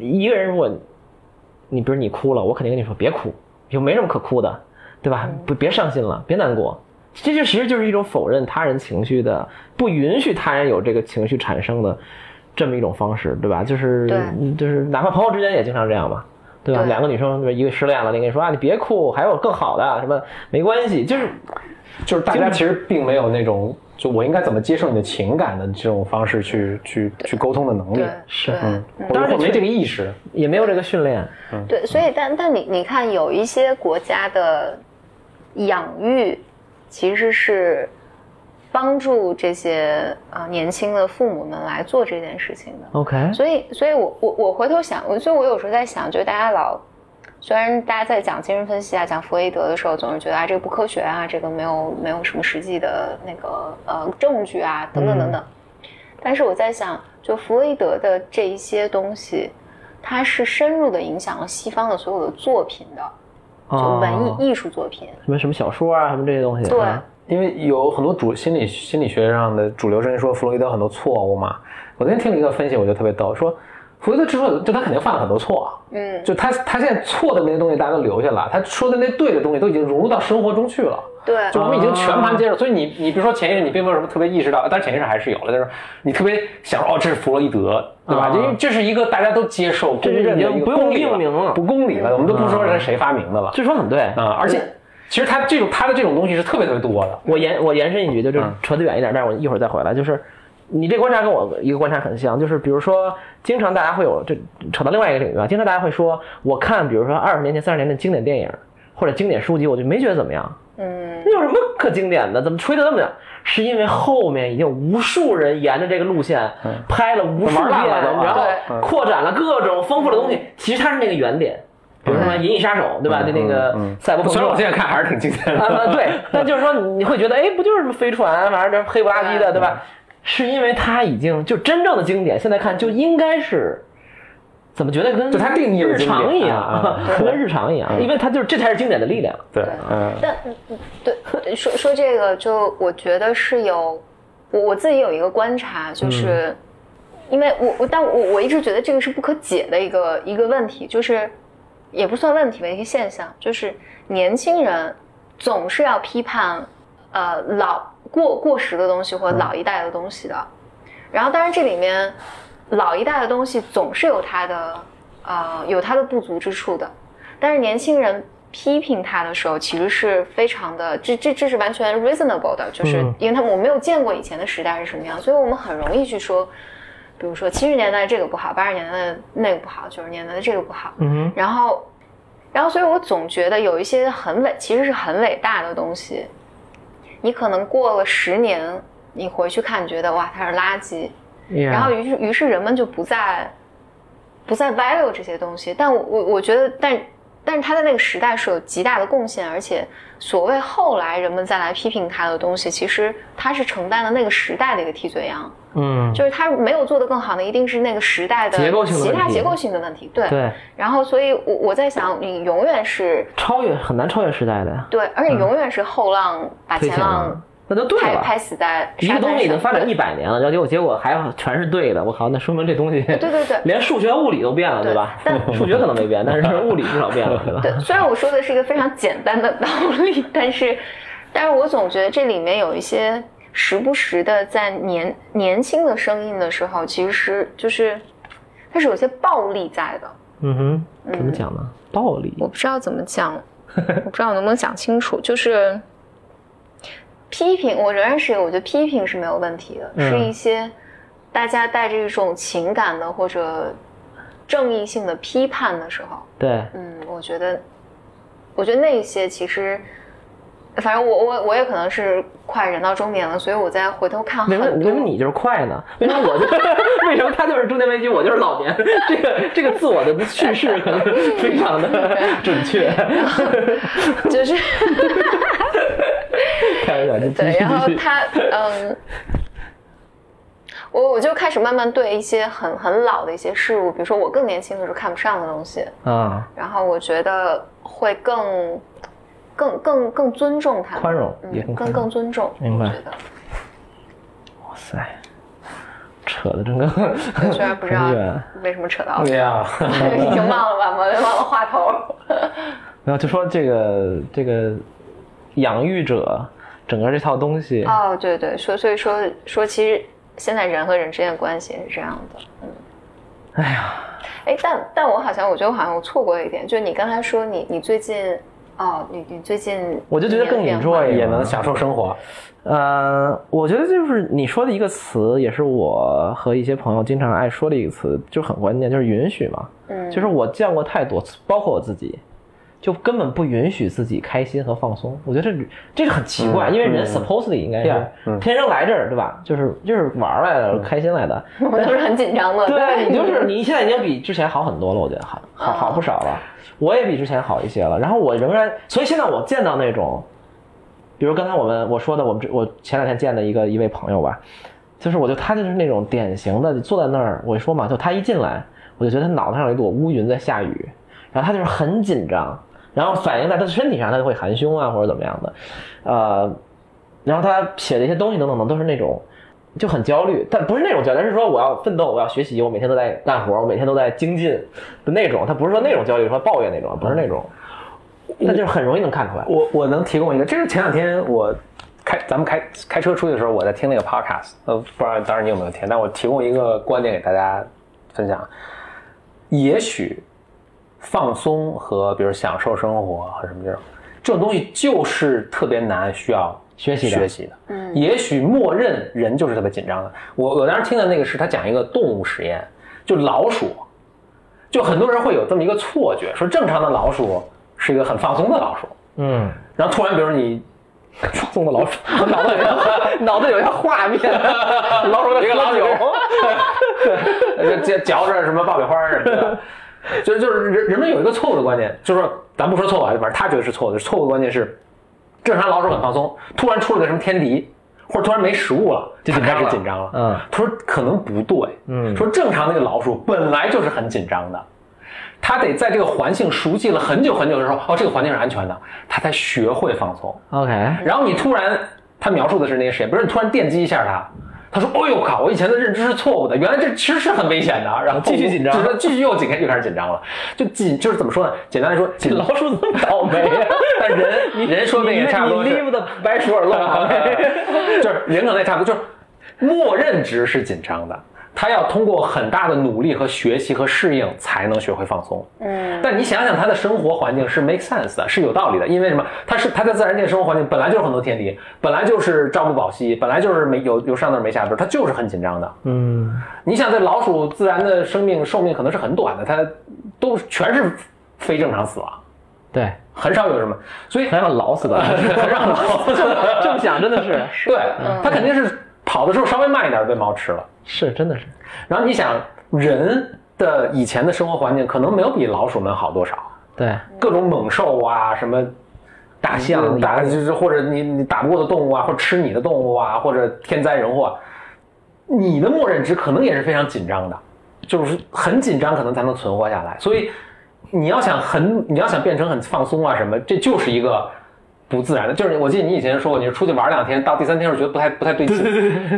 S3: 一个人如果你比如你哭了，我肯定跟你说别哭，就没什么可哭的，对吧？
S2: 嗯
S3: 不别伤心了，别难过。这就其实就是一种否认他人情绪的，不允许他人有这个情绪产生的这么一种方式，对吧？就是
S2: 对
S3: 就是哪怕朋友之间也经常这样嘛，对吧？
S2: 对
S3: 两个女生，一个失恋了，另一个说啊你别哭，还有更好的，什么没关系，就是
S1: 就是大
S3: 就
S1: 家
S3: 是
S1: 其实并没有那种就我应该怎么接受你的情感的这种方式去去去沟通的能力
S2: 对，，
S3: 是
S2: 对
S1: 嗯，我
S3: 当然
S1: 我没
S3: 这
S1: 这个意识，
S3: 也没有这个训练。
S2: 对，所以但但你你看，有一些国家的养育其实是帮助这些啊、呃年轻的父母们来做这件事情的。
S3: OK，
S2: 所以，所以我我我回头想，我所以我有时候在想，就是大家老，虽然大家在讲精神分析啊、讲弗洛伊德的时候，总是觉得啊这个不科学啊，这个没有没有什么实际的那个呃证据啊，等等等等。但是我在想，就弗洛伊德的这一些东西，它是深入的影响了西方的所有的作品的，就文艺、
S3: 哦
S2: 艺术作品。
S3: 什么什么小说啊，什么这些东西。
S2: 对
S3: 啊
S1: 因为有很多主心理心理学上的主流声音说弗洛伊德很多错误嘛。我那天听了一个分析，我就特别逗，说弗洛伊德之所以就他肯定犯了很多错啊，
S2: 嗯，
S1: 就他他现在错的那些东西大家都留下了，他说的那对的东西都已经融入到生活中去了。
S2: 对，
S1: 就我们已经全盘接受，所以你你比如说潜意识，你并没有什么特别意识到，但是潜意识还是有了，就是你特别想说哦，这是弗洛伊德，对吧？
S3: 啊
S1: 因为这是一个大家都接受、公
S3: 这是
S1: 认的
S3: 已经
S1: 一个
S3: 不用
S1: 公理
S3: 命名了
S1: 不公理了，我们都不说是谁发明的了
S3: 这说得很对。
S1: 啊。而且，其实他这种他的这种东西是特别特别多的，
S3: 我延我延伸一句，就是
S1: 嗯
S3: 扯得远一点，但是我一会儿再回来。就是你这观察跟我一个观察很像，就是比如说，经常大家会有这扯到另外一个领域啊，经常大家会说，我看比如说二十年前、三十年的经典电影或者经典书籍，我就没觉得怎么样。
S2: 嗯，
S3: 那有什么可经典的？怎么吹的那么点儿？是因为后面已经无数人沿着这个路线拍了无数
S1: 嗯玩
S3: 遍，
S1: 烂了都嗯
S3: 然后
S1: 对
S3: 扩展了各种丰富的东西。其实它是那个原点，比如说《银翼杀手》，对吧？
S1: 嗯
S3: 就那个
S1: 嗯嗯
S3: 赛博 朋
S1: 虽然我
S3: 克
S1: 现。在看还是挺精 彩的。
S3: 啊，对，但就是说你会觉得，哎，不就是什么飞船，反正这黑不拉几的，对吧？是因为它已经就真正的经典，现在看就应该是。怎么觉得跟
S1: 就它定义
S3: 日
S1: 是经典
S3: 常一
S1: 啊啊
S3: 样， 跟日常一样，因为它就是这才是经典的力量。
S1: 对，嗯，
S2: 但嗯嗯对，说说这个，就我觉得是有，我我自己有一个观察，就是、
S1: 嗯
S2: 因为我我但我我一直觉得这个是不可解的一个一个问题，就是也不算问题吧，一个现象，就是年轻人总是要批判呃老过过时的东西
S1: 嗯
S2: 或者老一代的东西的，然后当然这里面老一代的东西总是有它的呃有它的不足之处的，但是年轻人批评他的时候，其实是非常的，这这这是完全 reasonable 的，就是
S3: 嗯
S2: 因为他们我没有见过以前的时代是什么样，所以我们很容易去说，比如说七十年代这个不好，八十年代的那个不好，九十年代的这个不好，
S3: 嗯
S2: 然后，然后，所以我总觉得有一些很伟，其实是很伟大的东西，你可能过了十年，你回去看，你觉得哇，它是垃圾，
S3: 哼，然
S2: 然后于是于是人们就不再不再 value 这些东西。但我我我觉得，但但是他在那个时代是有极大的贡献，而且所谓后来人们再来批评他的东西，其实他是承担了那个时代的一个替罪羊，
S3: 嗯，
S2: 就是他没有做得更好的，一定是那个时代的
S3: 结构性的
S2: 其他
S3: 问题
S2: 结构性的问题。对。
S3: 对，
S2: 然后，所以我我在想，你永远是
S3: 超越很难超越时代的呀。啊
S2: 对，而且永远是后浪把前
S3: 嗯推前
S2: 浪
S3: 浪那就对
S2: 拍
S3: 了。
S2: 拍死在
S3: 一
S2: 沙
S3: 个
S2: 滩
S3: 东西已经
S2: 上
S3: 发展一百年了，然后结果结果还全是对的，我靠，那说明这东西
S2: 对对对
S3: 连数学、物理都变了，
S2: 对
S3: 对吧？
S2: 但
S3: 数学可能没变，但是物理至少变了，对吧？
S2: 对，虽然我说的是一个非常简单的道理，但是，但是我总觉得这里面有一些时不时的在年年轻的生硬的时候，其实就是它是有些暴力在的。
S3: 嗯哼，怎么讲呢？道理
S2: 我不知道怎么讲，我不知道我能不能讲清楚，就是批评，我仍然是我觉得批评是没有问题的，
S3: 嗯
S2: 是一些大家带着一种情感的或者正义性的批判的时候，
S3: 对，
S2: 嗯，我觉得，我觉得那一些其实，反正我我我也可能是快人到中年了，所以我再回头看
S3: 为什么
S2: 很
S3: 为什么
S2: 多。
S3: 你就是快呢？为什么 我就为什么他就是中年危机，我就是老年？这个这个自我 的叙事可能非常的准确。
S2: 就是
S3: 开玩笑，你继
S2: 对，
S3: 续
S2: 然后
S3: 继续
S2: 他嗯，我我就开始慢慢对一些很很老的一些事物，比如说我更年轻的时候看不上的东西，
S3: 啊，
S2: 然后我觉得会更更更更尊重他们，
S3: 宽容也
S2: 嗯，
S3: 很
S2: 更
S3: 宽容
S2: 更尊重，
S3: 明白
S2: 我觉得。
S3: 哇塞，扯的真个哎
S2: 我虽然不知道
S3: 很远。啊
S2: 为什么扯到了，
S1: 对 呀，
S2: 已经忘了吧，忘了忘了话头。
S3: 没有，就说这个这个养育者整个这套东西，
S2: 哦，对对，所所以说说，其实现在人和人之间的关系是这样的，嗯。
S3: 哎呀，
S2: 哎，但但我好像，我觉得我好像我错过一点，就是你刚才说你你最近，哦，你你最近，
S3: 我就觉得更
S2: 你的变化
S3: enjoy
S1: 也能享受生活。
S3: 呃，我觉得就是你说的一个词，也是我和一些朋友经常爱说的一个词，就很关键，就是允许嘛。
S2: 嗯，
S3: 就是我见过太多，包括我自己，就根本不允许自己开心和放松。我觉得这这个很奇怪，
S1: 嗯
S3: 因为人
S1: 嗯
S3: supposedly 应该
S1: 对啊
S3: 是
S1: 嗯
S3: 天生来这儿，对吧？就是就是玩儿来的，开心来的。
S2: 我都是很紧张的，
S3: 对你就是你现在已经比之前好很多了，我觉得好好好不少了。我也比之前好一些了，然后我仍然，所以现在我见到那种，比如刚才我们我说的，我们这我前两天见的一个一位朋友吧，就是我就他就是那种典型的坐在那儿，我说嘛，就他一进来，我就觉得他脑袋上有一朵乌云在下雨，然后他就是很紧张，然后反映在他的身体上，他就会含胸啊或者怎么样的，呃，然后他写的一些东西等等等都是那种就很焦虑，但不是那种焦虑，而是说我要奋斗，我要学习，我每天都在干活，我每天都在精进的那种。他不是说那种焦虑，说抱怨那种，不是那种，那就是很容易能看出来。
S1: 我我能提供一个，这是前两天我开咱们开开车出去的时候，我在听那个 podcast，呃，不知道当然你有没有听，但我提供一个观点给大家分享。也许放松和比如享受生活和什么这种这种东西，就是特别难需要
S3: 学习的
S1: 学习的。
S2: 嗯
S1: 也许默认人就是特别紧张的。我我当时听的那个是他讲一个动物实验，就老鼠，就很多人会有这么一个错觉，说正常的老鼠是一个很放松的老鼠。
S3: 嗯，
S1: 然后突然，比如你放松的老鼠，我脑袋里面
S3: 脑袋有一个画面，老鼠在
S1: 一个老
S3: 喝
S1: 鼠
S3: 酒，
S1: 对，就嚼着什么爆米花什么的， 就就是人人们有一个错误的观念，就是说咱不说错误啊，反正他觉得是错误的，错误的观念是正常老鼠很放松，突然出了个什么天敌，或者突然没食物了，
S3: 就
S1: 他
S3: 紧张
S1: 开始
S3: 了
S1: 紧张了。
S3: 嗯
S1: 他说可能不对，
S3: 嗯
S1: 说正常那个老鼠本来就是很紧张的。他得在这个环境熟悉了很久很久的时候，哦，这个环境是安全的，他才学会放松。
S3: ，OK，
S1: 然后你突然，他描述的是那个谁，比如你突然电击一下他，他说：“哦呦靠，我以前的认知是错误的，原来这其实是很危险的。”然后
S3: 继续紧张
S1: 就说继续又紧又开始紧张了，就紧就是怎么说呢？简单来说，紧
S3: 老鼠怎么倒霉啊？
S1: 但人人说那也差不多
S3: 你
S1: 是，
S3: leave the 白鼠 alone。
S1: 就是人可能也差不多，就是默认值是紧张的。他要通过很大的努力和学习和适应，才能学会放松。
S2: 嗯，
S1: 但你想想，他的生活环境是 make sense 的，是有道理的。因为什么？他是他在自然界生活环境本来就是很多天敌，本来就是朝不保夕，本来就是没有有上顿没下顿，他就是很紧张的。
S3: 嗯，
S1: 你想，这老鼠自然的生命寿命可能是很短的，它都全是非正常死亡，
S3: 对，
S1: 很少有什么，所以
S3: 还要老 死的，
S1: 很少老
S3: 这 么这么想真的是
S1: 对，
S3: 嗯
S1: 它肯定是跑的时候稍微慢一点被猫吃了。
S3: 是真的是，
S1: 然后你想，人的以前的生活环境可能没有比老鼠们好多少。
S3: 对，
S1: 各种猛兽啊，什么大象
S3: 嗯
S1: 打就是或者你你打不过的动物啊，或者吃你的动物啊，或者天灾人祸，你的默认值可能也是非常紧张的，就是很紧张，可能才能存活下来。所以你要想很你要想变成很放松啊什么，这就是一个不自然的，就是我记得你以前说过，你出去玩两天，到第三天时候觉得不太不太对劲，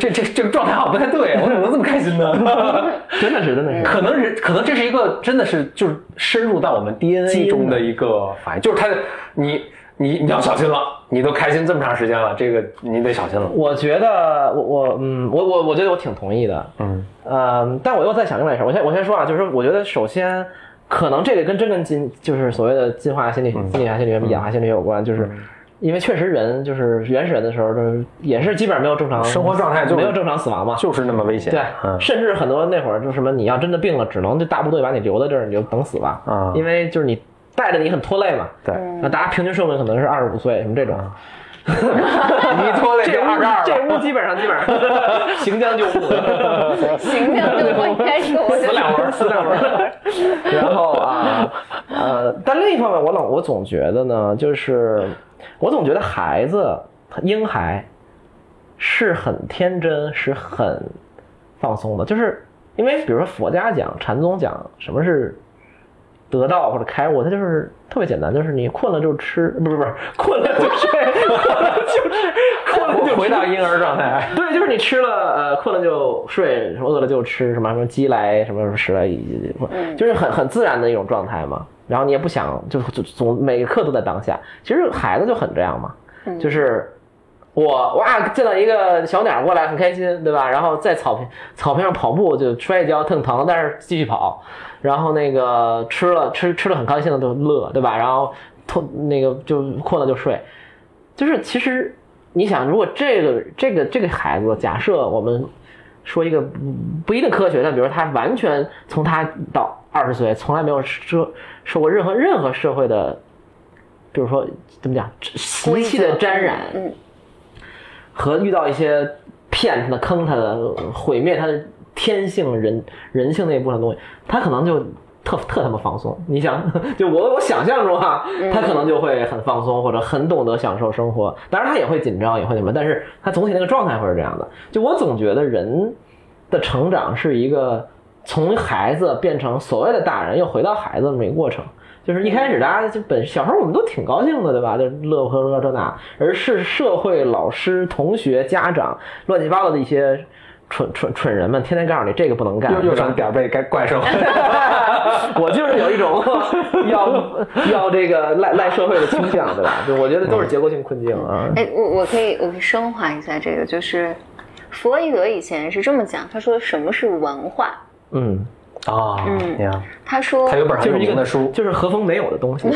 S1: 这这这个状态好像不太对，我怎么能这么开心呢？
S3: 真的是真的是。
S1: 可能是可能这是一个真的是就是深入到我们 DNA 中的一个反应，就是他你你你要小心了，你都开心这么长时间了，这个你得小心了。
S3: 我觉得我我嗯我我我觉得我挺同意的，
S1: 嗯
S3: 嗯，但我又在想另外一事儿。我先我先说啊，就是说我觉得首先可能这个跟真跟进就是所谓的进化心理、
S1: 嗯
S3: 心理学心理学、演化心理学有关，就是因为确实人就是原始人的时候，就是也是基本上没有正常
S1: 生活状态就是
S3: 没有正常死亡嘛，
S1: 就是那么危险。
S3: 对，
S1: 嗯
S3: 甚至很多那会儿就什么，你要真的病了，只能就大部队把你留在这儿，你就等死吧，
S1: 啊
S3: 因为就是你带着你很拖累嘛，
S1: 对，
S2: 嗯
S1: 嗯
S3: 那大家平均寿命可能是二十五岁什么这种。
S1: 你一拖累
S3: 这
S1: 就
S3: 屋
S1: 二十二
S3: 这
S1: 了，
S3: 屋基本上基本 上行将就木，
S2: 行政 就不应该是我
S1: 死
S2: 觉
S1: 两
S2: 得
S1: 轮，死两轮。
S3: 然后啊，呃，但另一方面，我老我总觉得呢，就是我总觉得孩子婴孩是很天真，是很放松的，就是因为比如说佛家讲、禅宗讲什么是。得道或者开悟，它就是特别简单，就是你困了就吃，不是不是，困了就睡，困了就吃，困了就吃
S1: 回到婴儿状态，
S3: 对，就是你吃了，呃，困了就睡，什么饿了就吃，什么什么鸡来，什么什么食来，以及就是很很自然的一种状态嘛。然后你也不想，就就总每一刻都在当下。其实孩子就很这样嘛，
S2: 嗯
S3: 就是我哇见到一个小鸟过来很开心，对吧？然后在草坪草坪上跑步就摔一跤疼疼，但是继续跑。然后那个吃了吃吃了很高兴的就乐，对吧？然后痛那个就困了就睡，就是其实你想，如果这个这个这个孩子，假设我们说一个不不一定科学，但比如说他完全从他到二十岁从来没有受受过任何任何社会的，比如说怎么讲习气的沾染，
S2: 嗯，
S3: 和遇到一些骗他的、坑他的、毁灭他的天性人人性那一部分东西，他可能就特特他妈放松。你想， 就我我想象中啊，他可能就会很放松，或者很懂得享受生活。当然，他也会紧张，也会什么，但是他总体那个状态会是这样的。就我总觉得人的成长是一个从孩子变成所谓的大人，又回到孩子的这么一个过程。就是一开始大家就本小时候我们都挺高兴的，对吧？就乐呵呵这那，而是社会、老师、同学、家长乱七八糟的一些蠢蠢蠢人们，天天告诉你这个不能干，
S1: 又又
S3: 这
S1: 成
S3: 个
S1: 点儿背该怪 兽。
S3: 我就是有一种要要这个赖赖社会的倾向，对吧？就我觉得都是结构性困境啊。
S2: 哎，我我可以我可以升华一下这个，就是弗洛伊德以前是这么讲，他说什么是文化？
S3: 嗯，
S1: 啊，
S2: 嗯
S1: 你看，
S2: 他说
S1: 他有本很
S3: 就
S1: 有
S3: 是一
S1: 名
S3: 个
S1: 的书，
S3: 就是和风没有的 东西。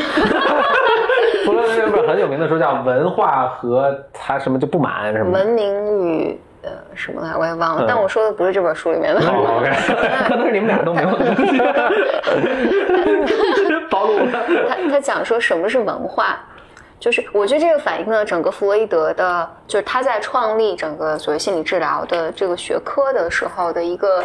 S1: 弗洛伊德有本很有名的书叫《文化和他什么就不满》什么的。
S2: 文明与呃什么来，我也忘了，
S1: 嗯
S2: 但我说的不是这本书里面的。
S1: 哦 OK，
S3: 可能是你们俩都没有的 东西。暴露了。
S2: 他他讲说什么是文化，就是我觉得这个反映了整个弗洛伊德的，就是他在创立整个所谓心理治疗的这个学科的时候的一个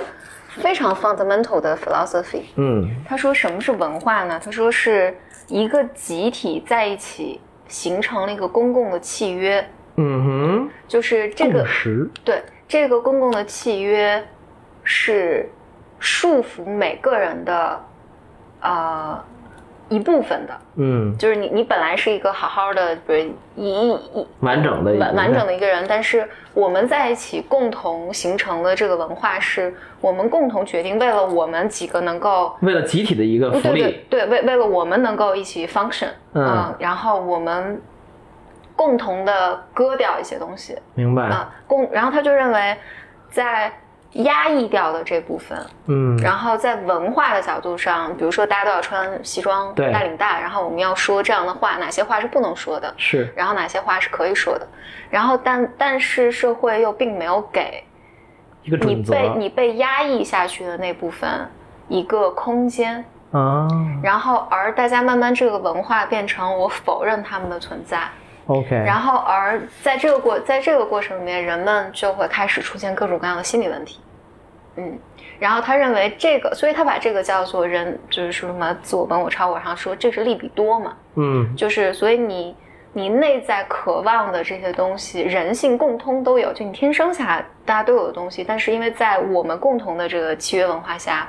S2: 非常 fundamental 的 philosophy。
S3: 嗯
S2: 他说什么是文化呢？他说是一个集体在一起形成了一个公共的契约，
S3: 嗯哼，
S2: 就是这个
S3: 共识。
S2: 对这个公共的契约是束缚每个人的呃一部分的，
S3: 嗯，
S2: 就是你你本来是一个好好的，比如一一
S3: 完整的一个
S2: 完完整的一个人，但是我们在一起共同形成的这个文化，是我们共同决定，为了我们几个能够
S3: 为了集体的一个
S2: 对
S3: 呃福利。
S2: 对啊对，为为了我们能够一起 function，
S3: 嗯
S2: 然后我们共同的割掉一些东西
S3: 明白。
S2: 啊，共，然后他就认为在压抑掉的这部分，
S3: 嗯
S2: 然后在文化的角度上，比如说大家都要穿西装、
S3: 对
S2: 大领带，然后我们要说这样的话，哪些话是不能说的，
S3: 是。
S2: 然后哪些话是可以说的，然后但但是社会又并没有给
S3: 一个
S2: 你
S3: 准则
S2: 被你被压抑下去的那部分一个空间。
S3: 啊
S2: 然后而大家慢慢这个文化变成我否认他们的存在，
S3: ，OK，
S2: 然后而在这个过在这个过程里面，人们就会开始出现各种各样的心理问题，嗯，然后他认为这个，所以他把这个叫做人就是说什么自我本我超我，然后说这是利比多嘛，
S3: 嗯
S2: 就是所以你你内在渴望的这些东西，人性共通都有，就你天生下来大家都有的东西，但是因为在我们共同的这个契约文化下，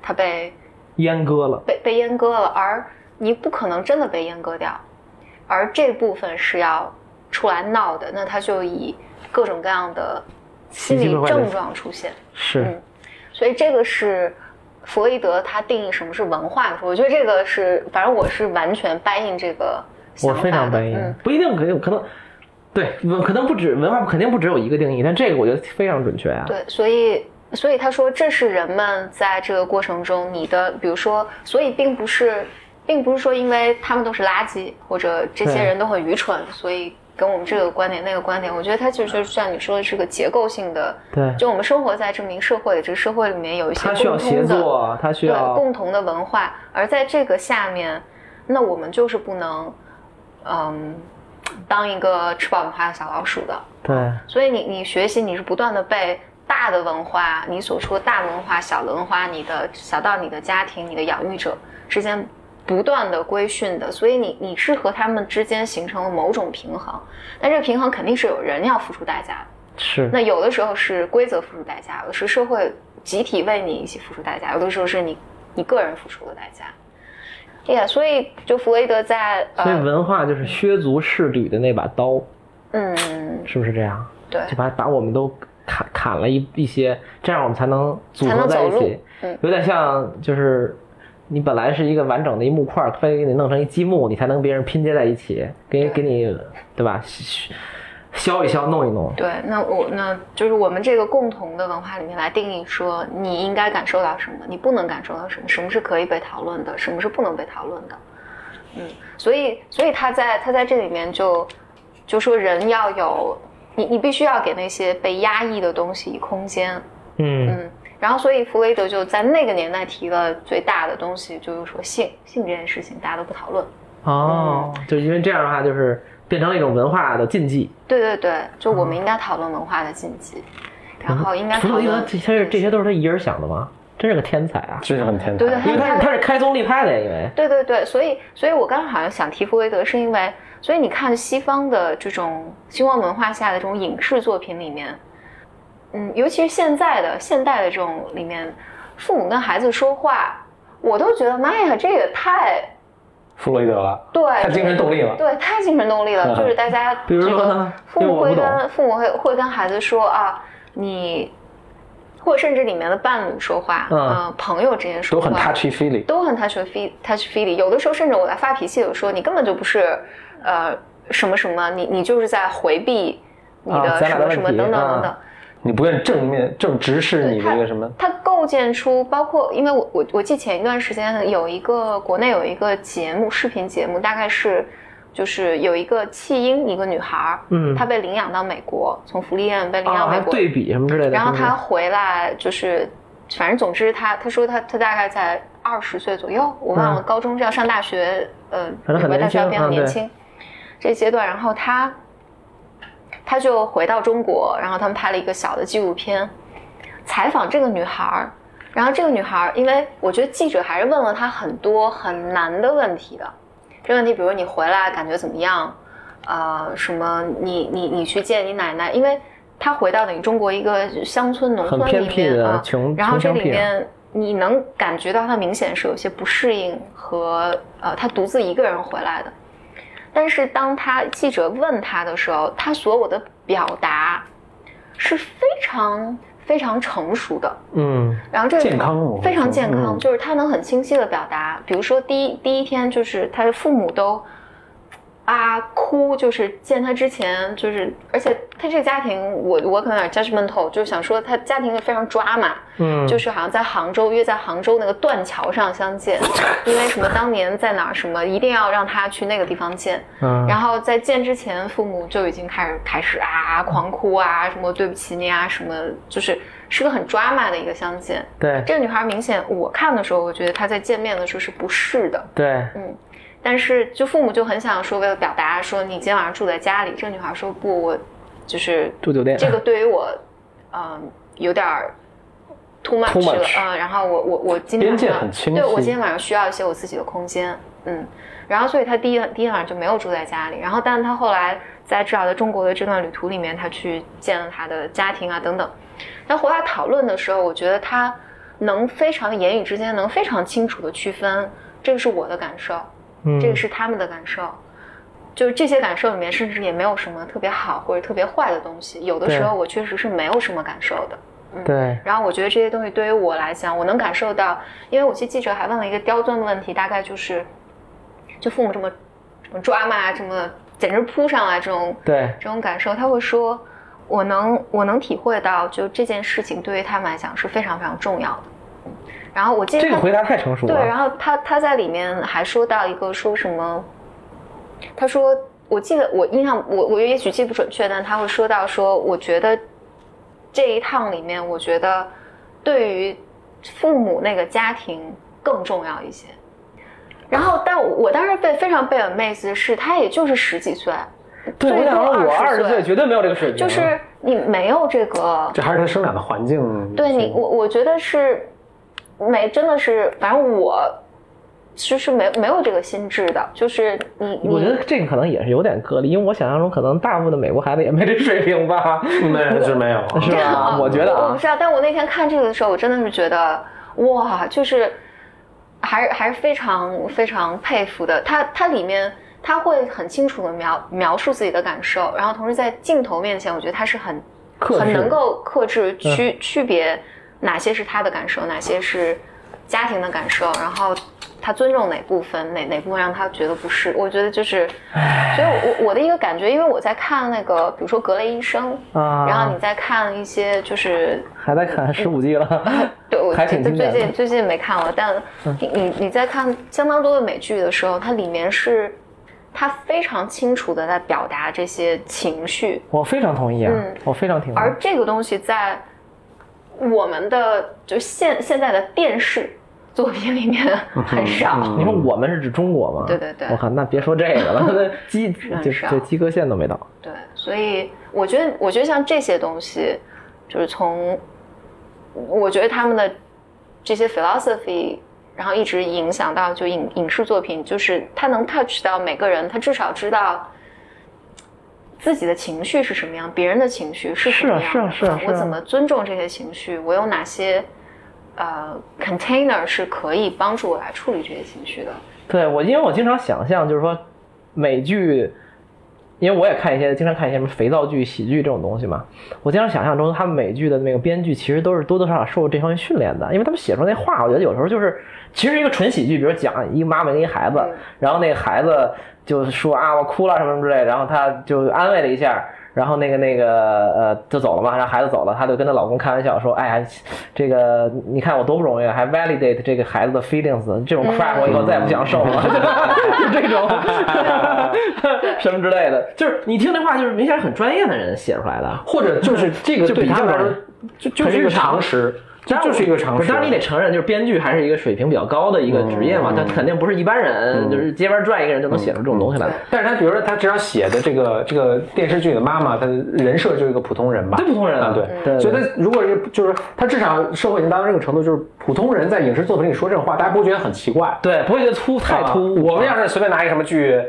S2: 它被
S3: 阉割了，
S2: 被被阉割了，而你不可能真的被阉割掉，而这部分是要出来闹的，那他就以各种各样的心
S3: 奇
S2: 理
S3: 奇怪怪的
S2: 症状出现。
S3: 是
S2: 嗯所以这个是弗洛伊德他定义什么是文化的时候，我觉得这个是，反正我是完全掰硬这个想
S3: 我
S2: 法的。
S3: 非常同意
S2: 嗯，
S3: 不一定可以，可能对，文可能不止文化，肯定不只有一个定义，但这个我觉得非常准确啊。
S2: 对，所以所以他说这是人们在这个过程中你的，比如说，所以并不是，并不是说因为他们都是垃圾或者这些
S3: 对
S2: 人都很愚蠢，所以跟我们这个观点那个观点，我觉得它其实就像你说的是个结构性的，
S3: 对，
S2: 就我们生活在这么一个社会，这个社会里面有一些
S3: 他需要
S2: 共通
S3: 协
S2: 的
S3: 作，他需
S2: 对
S3: 要
S2: 共同的文化，而在这个下面，那我们就是不能，嗯，当一个吃饱米花的小老鼠的。
S3: 对
S2: 所以你你学习你是不断的被大的文化，你所说的大文化、小的文化，你的小到你的家庭、你的养育者之间不断的规训的，所以你你是和他们之间形成了某种平衡，但这个平衡肯定是有人要付出代价的。
S3: 是
S2: 那有的时候是规则付出代价，有的是社会集体为你一起付出代价，有的时候是你你个人付出的代价。呀、所以就弗洛伊德在
S3: 所以
S2: 呃
S3: 文化就是削足适履的那把刀，
S2: 嗯
S3: 是不是这样？
S2: 对
S3: 就把把我们都砍砍了一一些，这样我们才能组合
S2: 才
S3: 在一
S2: 能走
S3: 起
S2: 路，嗯
S3: 有点像就是你本来是一个完整的一木块儿，非得给你弄成一积木，你才能别人拼接在一起，给
S2: 对
S3: 给你对吧？削削一削，弄一弄，
S2: 对，那我那就是我们这个共同的文化里面来定义说，你应该感受到什么，你不能感受到什么，什么是可以被讨论的，什么是不能被讨论的。嗯，所以所以他在他在这里面就就说人要有你你必须要给那些被压抑的东西空间。
S3: 嗯，
S2: 嗯，然后所以弗洛伊德就在那个年代提了最大的东西，就是说性性这件事情大家都不讨论。
S3: 哦，就因为这样的话，就是变成了一种文化的禁忌。
S2: 对对对，就我们应该讨论文化的禁忌，然后应该
S3: 嗯弗
S2: 讨
S3: 洛伊德
S2: 论
S3: 这些这些都是他一人想的吗？真是个天才啊！
S1: 真是很天才。
S2: 对对，
S3: 因为他
S2: 他
S3: 是他是开宗立派的，因为
S2: 对对对，所以所以我刚刚好像想提弗洛伊德，是因为所以你看西方的这种西方文化下的这种影视作品里面，嗯，尤其是现在的现代的这种里面，父母跟孩子说话，我都觉得妈呀，这也太
S1: 弗洛伊德了，
S2: 对，
S1: 太精神动力了。
S2: 对，太精神动力 了，
S1: 嗯
S2: 就是大家
S3: 比如说呢
S2: 这个父
S3: 因为
S2: 母
S3: 我不
S2: 会
S3: 懂
S2: 跟父母会会跟孩子说啊，你，或者甚至里面的伴侣说话，
S3: 嗯
S2: 呃朋友之间说
S1: 都
S2: 话，
S1: 很 touchy feely，
S2: 都很 touch feel touch feely。有的时候甚至我在发脾气，有时候你根本就不是呃什么什么，你你就是在回避你
S3: 啊
S2: 的
S3: 咱
S2: 什
S3: 俩
S2: 么
S3: 的
S2: 什么
S3: 问题
S2: 等等等
S3: 啊
S2: 等。
S1: 你不愿正面正直视你的一个什么？
S2: 它构建出包括，因为我我我记前一段时间有一个国内有一个节目，视频节目，大概是就是有一个弃婴一个女孩儿，
S3: 嗯
S2: 她被领养到美国，从福利院被领
S3: 啊，
S2: 养
S3: 还
S2: 美
S3: 有
S2: 国，
S3: 对比什么之类的。
S2: 然后
S3: 是不
S2: 她
S3: 是
S2: 回来就是，反正总之她她说她她大概在二十岁左右，我忘了
S3: 嗯
S2: 高中是要上大学，呃，
S3: 反正很
S2: 美国大
S3: 年
S2: 学要
S3: 轻
S2: 变得
S3: 嗯
S2: 年
S3: 对
S2: 轻，这阶段，然后她她就回到中国，然后他们拍了一个小的纪录片，采访这个女孩儿。然后这个女孩儿，因为我觉得记者还是问了她很多很难的问题的。这问题，比如你回来感觉怎么样？呃，什么你？你你去见你奶奶，因为她回到等于中国一个乡村农
S3: 很
S2: 村
S3: 偏
S2: 里
S3: 僻
S2: 面
S3: 的
S2: 啊，
S3: 穷
S2: 然后
S3: 穷
S2: 这
S3: 乡
S2: 里
S3: 僻壤。
S2: 面你能感觉到她明显是有些不适应和呃，她独自一个人回来的。但是当她记者问她的时候，她所有的表达是非常非常成熟的，
S3: 嗯，
S2: 然后这个
S1: 健康我
S2: 非常健康，
S1: 嗯
S2: 就是他能很清晰的表达，比如说第一第一天就是他的父母都啊哭，就是见他之前就是，而且他这个家庭我我可能有点 judgmental，就是想说他家庭非常抓马，
S3: 嗯，
S2: 就是好像在杭州约在杭州那个断桥上相见， 因为什么当年在哪儿什么一定要让他去那个地方见，
S3: 嗯，
S2: 然后在见之前，父母就已经开始开始啊狂哭啊，什么对不起你啊，什么就是是个很 drama 的一个相见。
S3: 对
S2: 这个女孩明显，我看的时候，我觉得她在见面的时候是不适的，
S3: 对，
S2: 但是就父母就很想说，为了表达说你今天晚上住在家里，这个女孩说不，我就是
S3: 住酒店
S2: 这个对于我，嗯、有点儿 too much
S3: Too
S2: 了
S3: much
S2: 嗯，然后我我我今
S1: 边
S2: 天晚
S1: 界
S2: 上
S1: 很清
S2: 对我
S1: 晰
S2: 今天晚上需要一些我自己的空间，嗯，然后所以他第一第一晚上就没有住在家里，然后但是他后来在至少在中国的这段旅途里面，他去见了他的家庭啊等等，那回来讨论的时候，我觉得他能非常言语之间能非常清楚的区分，这个是我的感受，
S3: 嗯
S2: 这个是他们的感受。就是这些感受里面，甚至也没有什么特别好或者特别坏的东西。有的时候我确实是没有什么感受的。
S3: 对，
S2: 然后我觉得这些东西对于我来讲，我能感受到，因为我记记者还问了一个刁钻的问题，大概就是，就父母这么什么抓嘛，这么简直扑上来这种
S3: 对，
S2: 这种感受，他会说，我能我能体会到，就这件事情对于他们来讲是非常非常重要的。嗯然后我记得
S3: 这个
S2: 他
S3: 回答太成熟
S2: 对，
S3: 了
S2: 然。后他他在里面还说到一个说什么，他说我记得我印象我我也许记不准确，但他会说到说，我觉得这一趟里面，我觉得对于父母那个家庭更重要一些。然后，但我我当时被非常被 amaze 的是，他也就是十几岁，
S3: 对，我
S2: 最
S3: 想
S2: 多
S3: 说，我
S2: 20
S3: 二十岁
S2: 岁
S3: 绝对没有这个啊水平。
S2: 就是你没有这个
S1: 啊这还是他生长的环
S3: 嗯
S1: 境。
S2: 对你，我我觉得是没，真的是，反正我是是没没有这个心智的，就是你你
S3: 我觉得这个可能也是有点个例，因为我想象中可能大部分的美国孩子也没这水平吧。
S1: 那是没有啊，
S3: 是 吧？我觉得
S2: 我
S3: 啊
S2: 不，知道，但我那天看这个的时候，我真的是觉得哇，就是还是还是非常非常佩服的。它它里面他会很清楚的描描述自己的感受，然后同时在镜头面前，我觉得他是很
S3: 克制嗯
S2: 很能够克制区、区别哪些是他的感受，哪些是家庭的感受，然后。他尊重哪部分，哪哪部分让他觉得不适？我觉得就是，所以我我的一个感觉，因为我在看那个，比如说《格雷医生》，
S3: 啊，
S2: 然后你再看一些，就是
S3: 还在看十五 G 了，
S2: 对我
S3: 啊还挺
S2: 最
S3: 经典
S2: 最
S3: 的嗯
S2: 近最近没看了，但你你你在看相当多的美剧的时候，它里面是它非常清楚的在表达这些情绪，
S3: 我非常同意啊
S2: 嗯，
S3: 我非常挺。
S2: 而这个东西在我们的就现现在的电视作品里面很少。
S3: 你说我们是指中国吗？
S2: 对对对啊
S3: 我靠，那别说这个 了，那鸡
S2: 很
S3: 这
S2: 少
S3: 这及格线都没到。
S2: 对，所以我觉得，我觉得像这些东西，就是从，我觉得他们的这些 philosophy，然后一直影响到就影影视作品，就是他能 touch 到每个人，他至少知道自己的情绪是什么样，别人的情绪是什么样的
S3: 是啊是啊是啊是啊
S2: 我怎么尊重这些情绪，我有哪些呃 container 是可以帮助我来处理这些情绪的。
S3: 对我，因为我经常想象，就是说美剧，因为我也看一些，经常看一些什么肥皂剧、喜剧这种东西嘛。我经常想象中，他们美剧的那个编剧其实都是多多少少受这方面训练的，因为他们写出那话，我觉得有时候就是其实一个纯喜剧，比如讲一个妈妈跟一孩子
S2: 嗯，
S3: 然后那个孩子就说啊我哭了什么什么之类，然后他就安慰了一下。然后那个那个呃就走了嘛，然后孩子走了，她就跟她老公开玩笑说：“哎呀，这个你看我多不容易，还 validate 这个孩子的 feelings，这种 crap 我以后再也不想受了。就这 种什么之类的， 就是你听这话，就是明显是很专业的人写出来的。
S1: 或者就是这个
S3: 就
S1: 对
S3: 比
S1: 于
S3: 他
S1: 他
S3: 们
S1: 们来说
S3: 来说，
S1: 就就是一个常识，这就是一个常
S3: 不是
S1: 识。
S3: 当然你得承认，就是编剧还是一个水平比较高的一个职业嘛，他肯定不是一般人，就是街边转一个人就能写出这种东西来。嗯
S1: 但是他比如说他至少写的这个这个电视剧的妈妈，她人设就是一个普通人吧，
S3: 对普通人
S1: 啊，对，
S3: 嗯对
S1: 所以他如果是就是他至少社会已经达到这个程度，就是普通人在影视作品里说这种话，大家不会觉得很奇怪，
S3: 对，不会觉得突太
S1: 啊
S3: 突兀。
S1: 我们要是随便拿一个什么剧，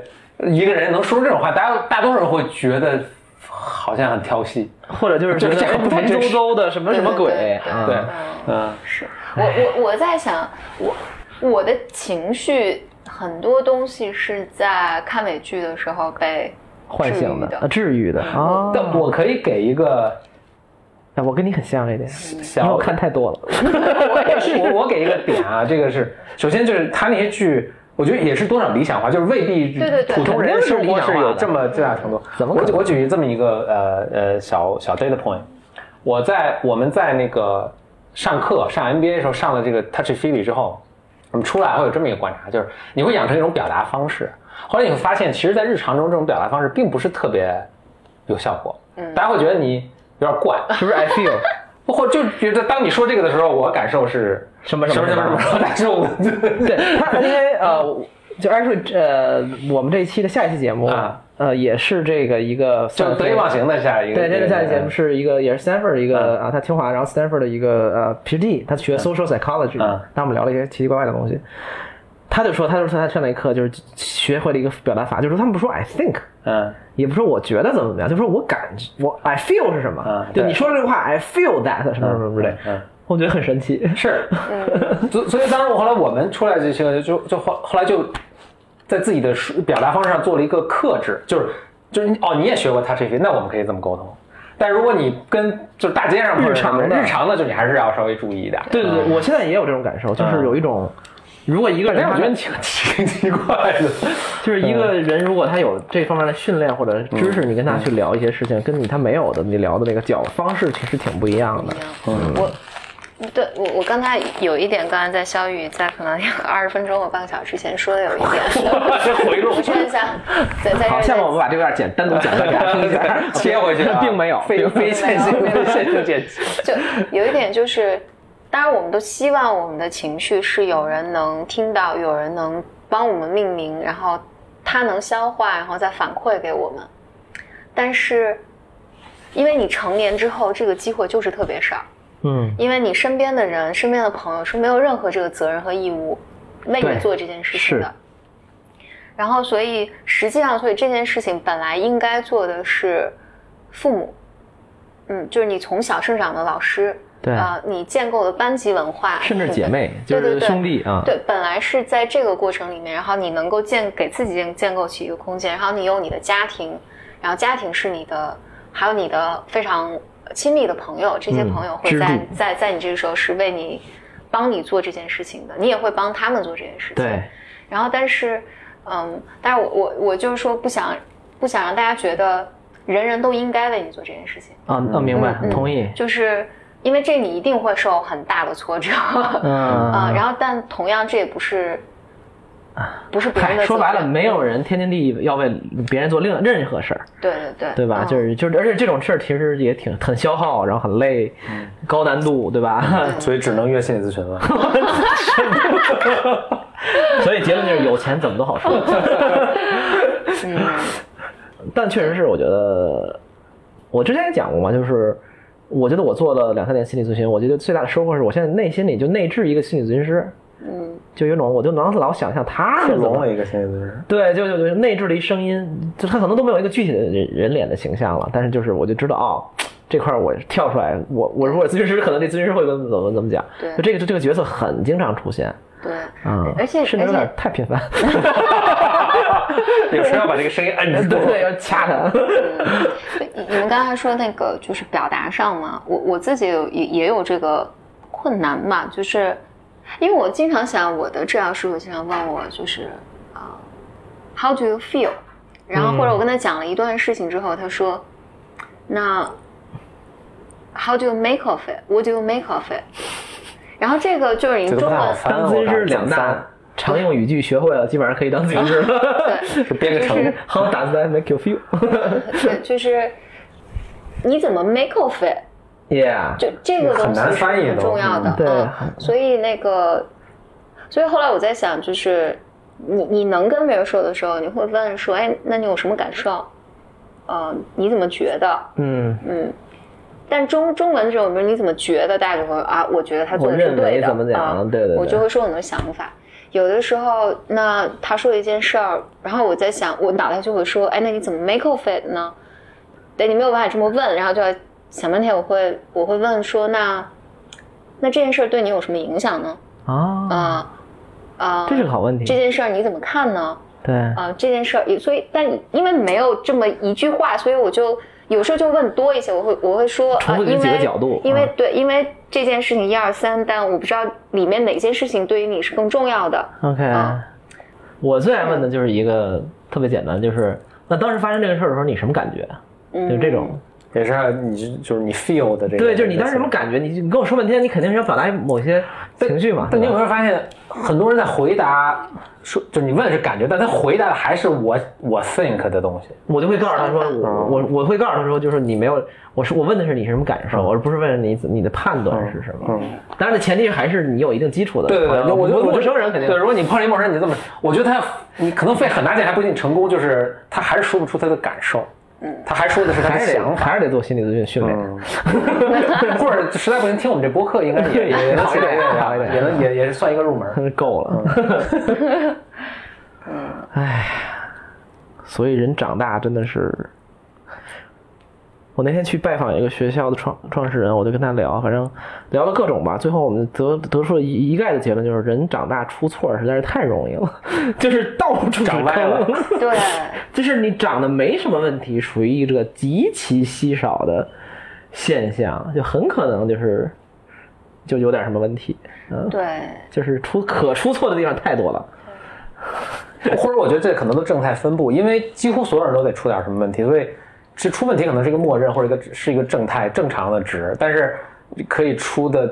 S1: 一个人能说出这种话，大家大多数人会觉得好像很挑戏，
S3: 或者就是觉得
S1: 这这
S3: 哎
S1: 不太
S3: 文
S1: 真
S3: 绉
S1: 实
S3: 绉的什么什么
S2: 对
S3: 鬼
S2: 对对，
S3: 啊
S1: 对
S2: 嗯，
S1: 嗯，
S2: 是我
S3: 哎
S2: 我我在想，我我的情绪很多东西是在看美剧的时候被
S3: 唤
S2: 治
S3: 醒
S2: 愈的
S3: 啊，治愈的啊。
S1: 但我可以给一个
S3: 哎，我跟你很像这点，因
S1: 小
S3: 为我看太多了。
S1: 我也是，我我给一个点啊，这个是首先就是他那些剧，我觉得也是多少理想化，就是未必
S2: 对对对
S1: 普通人生活是有这么
S3: 肯定是理想化的
S1: 这大程度。
S3: 怎么可
S1: 我
S3: 能
S1: 举我举这么一个呃呃小小 data point，我在我们在那个上课上 MBA 的时候上了这个 touch feely 之后，我们出来会有这么一个观察，就是你会养成一种表达方式，后来你会发现，其实，在日常中这种表达方式并不是特别有效果，大家会觉得你有点怪。
S3: 是不是 I feel
S1: 或就觉得当你说这个的时候，我感受是
S3: 什么
S1: 什
S3: 什
S1: 么
S3: 么
S1: 什么什么什么感受？
S3: 对他，因为呃，就 actually 呃，我们这一期的下一期节目
S1: 啊，
S3: 呃，也是这个一个
S1: 就得意忘。形的下一个。
S3: 对，这个下一期节目是一个也是 Stanford 一个啊，他清华，然后 Stanford 的一个呃 PhD，他学 social psychology，
S1: 嗯
S3: 那我们聊了一些奇奇怪怪的东西。他就说，他就说他上了一课，就是学会了一个表达法，就是说他们不说 I think，
S1: 嗯
S3: 也不说我觉得怎么怎么样，就说我感觉我 I feel 是什么？
S1: 嗯
S3: 就
S1: 对
S3: 你说这个话 I feel that 什么什么什么之类，
S1: 嗯嗯
S3: 我觉得很神奇。
S1: 是，所所以当然我后来我们出来这些就就后后来就在自己的说表达方式上做了一个克制，就是就是你哦，你也学过 touch AP，那我们可以这么沟通。但如果你跟就是大街上碰上
S3: 日常
S1: 的
S3: 的
S1: 日常的，就你还是要稍微注意一点。
S3: 对对对，我现在也有这种感受，就是有一种，如果一个人
S1: 但是
S3: 他嗯
S1: 我觉得挺挺奇怪的。
S3: 就是一个人，如果他有这方面的训练或者知识，你跟他去聊一些事情，跟你他没有的，你聊的那个角方式其实挺不一样的。
S2: 我嗯对我我刚才有一点，刚才在肖宇在可能二十分钟或半个小时之前说的有一 点，
S1: 这回路，
S2: 补充一下，在在这
S3: 好，
S2: 儿
S3: 下面我们把这段简单独讲给大家听一下
S1: 切回去啊
S3: 并没有，
S1: 非非线性
S2: 并没有
S1: 线性剪辑。
S2: 就有一点就是，当然我们都希望我们的情绪是有人能听到，有人能帮我们命名，然后他能消化，然后再反馈给我们。但是，因为你成年之后，这个机会就是特别少，
S3: 嗯，
S2: 因为你身边的人、身边的朋友是没有任何这个责任和义务为
S3: 对
S2: 你做这件事情
S3: 是
S2: 的。然后，所以实际上，所以这件事情本来应该做的是父母，嗯，就是你从小生长的老师，
S3: 对
S2: 呃，你建构的班级文化，
S3: 甚至姐妹就
S2: 对对
S3: 是
S2: 对
S3: 兄弟啊，
S2: 对，本来是在这个过程里面，然后你能够建给自己建建构起一个空间，然后你有你的家庭，然后家庭是你的，还有你的非常亲密的朋友，这些
S3: 嗯
S2: 朋友会
S3: 支
S2: 在、
S3: 柱
S2: 在在你这个时候是为你帮你做这件事情的，你也会帮他们做这件事情。
S3: 对，
S2: 然后但是，嗯，但是我我我就是说不想不想让大家觉得人人都应该为你做这件事情，
S3: 啊啊，明白，
S2: 嗯
S3: 同意，
S2: 就是因为这你一定会受很大的挫折。
S3: 嗯
S2: 啊、然后但同样这也不是，不是别人
S3: 啊嗨，
S2: 的
S3: 说白
S2: 责
S3: 了，
S2: 任
S3: 没有人天经地义要为别人做另任何事儿，
S2: 对对对，
S3: 对吧？
S2: 嗯
S3: 就是就是，而且这种事儿其实也挺很消耗，然后很累，高难度，对吧？
S1: 所以只能约心理咨询了。
S3: 所以结论就是有钱怎么都好说。
S2: 嗯
S3: 但确实是，我觉得我之前也讲过嘛，就是我觉得我做了两三年心理咨询，我觉得最大的收获是我现在内心里就内置一个心理咨询师，
S2: 嗯，
S3: 就有一种我就能老想象他
S1: 克
S3: 是怎
S1: 隆
S3: 么
S1: 了一个心理咨询师，
S3: 对，就就就内置了一声音，就他可能都没有一个具体的人人脸的形象了，但是就是我就知道哦，这块儿我跳出来，我我如果咨询师，可能那咨询师会跟怎么怎么讲，
S2: 对
S3: 就这个就这个角色很经常出现
S2: 对，
S3: 啊、
S2: 而且
S3: 甚至
S2: 而且
S3: 有点太频繁，
S1: 有时候要把这个声音摁
S3: 哎 对
S1: 住。
S3: 对，要掐他，
S2: 嗯你你们刚才说那个就是表达上嘛，我我自己有也也有这个困难嘛，就是因为我经常想，我的治疗师会经常问我，就是啊、h o w do you feel？然后或者我跟他讲了一段事情之后，他说，那 How do you make of it？What do you make of it？然后这个就是你
S1: 这
S2: 中
S1: 个不太好
S2: 文
S1: 翻
S3: 当咨询师两大常用语句学会了，基本上可以当咨询师 了。
S2: 对
S1: 是编个成 语。
S3: How does that make you feel?
S2: 对，就是你怎么 make of it？
S3: yeah，
S2: 就这个东
S1: 很
S2: 西
S1: 难
S2: 是
S1: 翻译
S2: 很
S1: 都
S2: 重要的
S3: 嗯，对
S2: 嗯所以那个，所以后来我在想，就是你你能跟别人说的时候，你会问说，哎，那你有什么感受？呃，你怎么觉得？
S3: 嗯，
S2: 嗯，但中中文这种，比如你怎么觉得，大家就会啊，我觉得他做的
S3: 我
S2: 是
S3: 认为
S2: 对的，
S3: 怎么怎样
S2: 啊
S3: 对对对
S2: 我就会说我的想法。有的时候，那他说一件事儿，然后我在想，我脑袋就会说，哎，那你怎么 make of it 呢？对，你没有办法这么问，然后就要想半天。我会我会问说，那那这件事儿对你有什么影响呢？
S3: 啊，
S2: 啊、啊、
S3: 这是个好问
S2: 这
S3: 题，
S2: 件事儿你怎么看呢？
S3: 对，
S2: 啊、这件事儿，所以但因为没有这么一句话，所以我就有时候就问多一些，我会我会说啊、
S3: 重复
S2: 因
S3: 这
S2: 为
S3: 几个角度
S2: 因为、
S3: 啊
S2: 对，因为这件事情一二三，但我不知道里面哪件事情对于你是更重要的。
S3: OK，、
S2: 啊
S3: 我最爱问的就是一个特别简单，就是那当时发生这个事儿的时候，你什么感觉？啊
S2: 嗯，
S3: 就这种，
S1: 也是啊你就是你 feel 的这个，
S3: 对，就是你当时什么感觉？你你跟我说半天，你肯定是要表达某些情绪嘛。
S1: 但你
S3: 对
S1: 有
S3: 吧
S1: 没有发现，很多人在回答说，就是你问的是感觉，但他回答的还是我我 think 的东西。
S3: 我就会告诉他说，我
S1: 嗯
S3: 我我会告诉他说，就是你没有，我说我问的是你什么感受，
S1: 啊
S3: 而不是问你你的判断是什么。
S1: 嗯，
S3: 当然，前提还是你有一定基础的。
S1: 对对对，
S3: 我
S1: 呃我觉得
S3: 陌生人肯定
S1: 对。如果你碰上一陌生人，你这么，我觉得他你可能费很大劲还不一定成功，就是他还是说不出他的感受，嗯，他还说的是他
S3: 还
S1: 的
S3: 是得
S1: 想法。嗯
S3: 还是得做心理咨询训练。
S1: 或者实在不行，听我们这播客应该 也也也能
S3: 好一点好一点
S1: 也能也也是算一个入门。
S3: 真是够了。
S1: 嗯
S3: 哎，所以人长大真的是我那天去拜访一个学校的创创始人，我就跟他聊，反正聊了各种吧。最后我们得得出了一一概的结论，就是人长大出错实在是太容易了， 就是到处
S1: 长歪了
S3: 了。
S2: 对，
S3: 就是你长得没什么问题，属于一个极其稀少的现象，就很可能就是就有点什么问题，嗯，
S2: 对，
S3: 就是出可出错的地方太多了，
S1: 或者我觉得这可能都正态分布，因为几乎所有人都得出点什么问题，所以这出问题可能是一个默认或者一个是一个正态正常的值，但是可以出的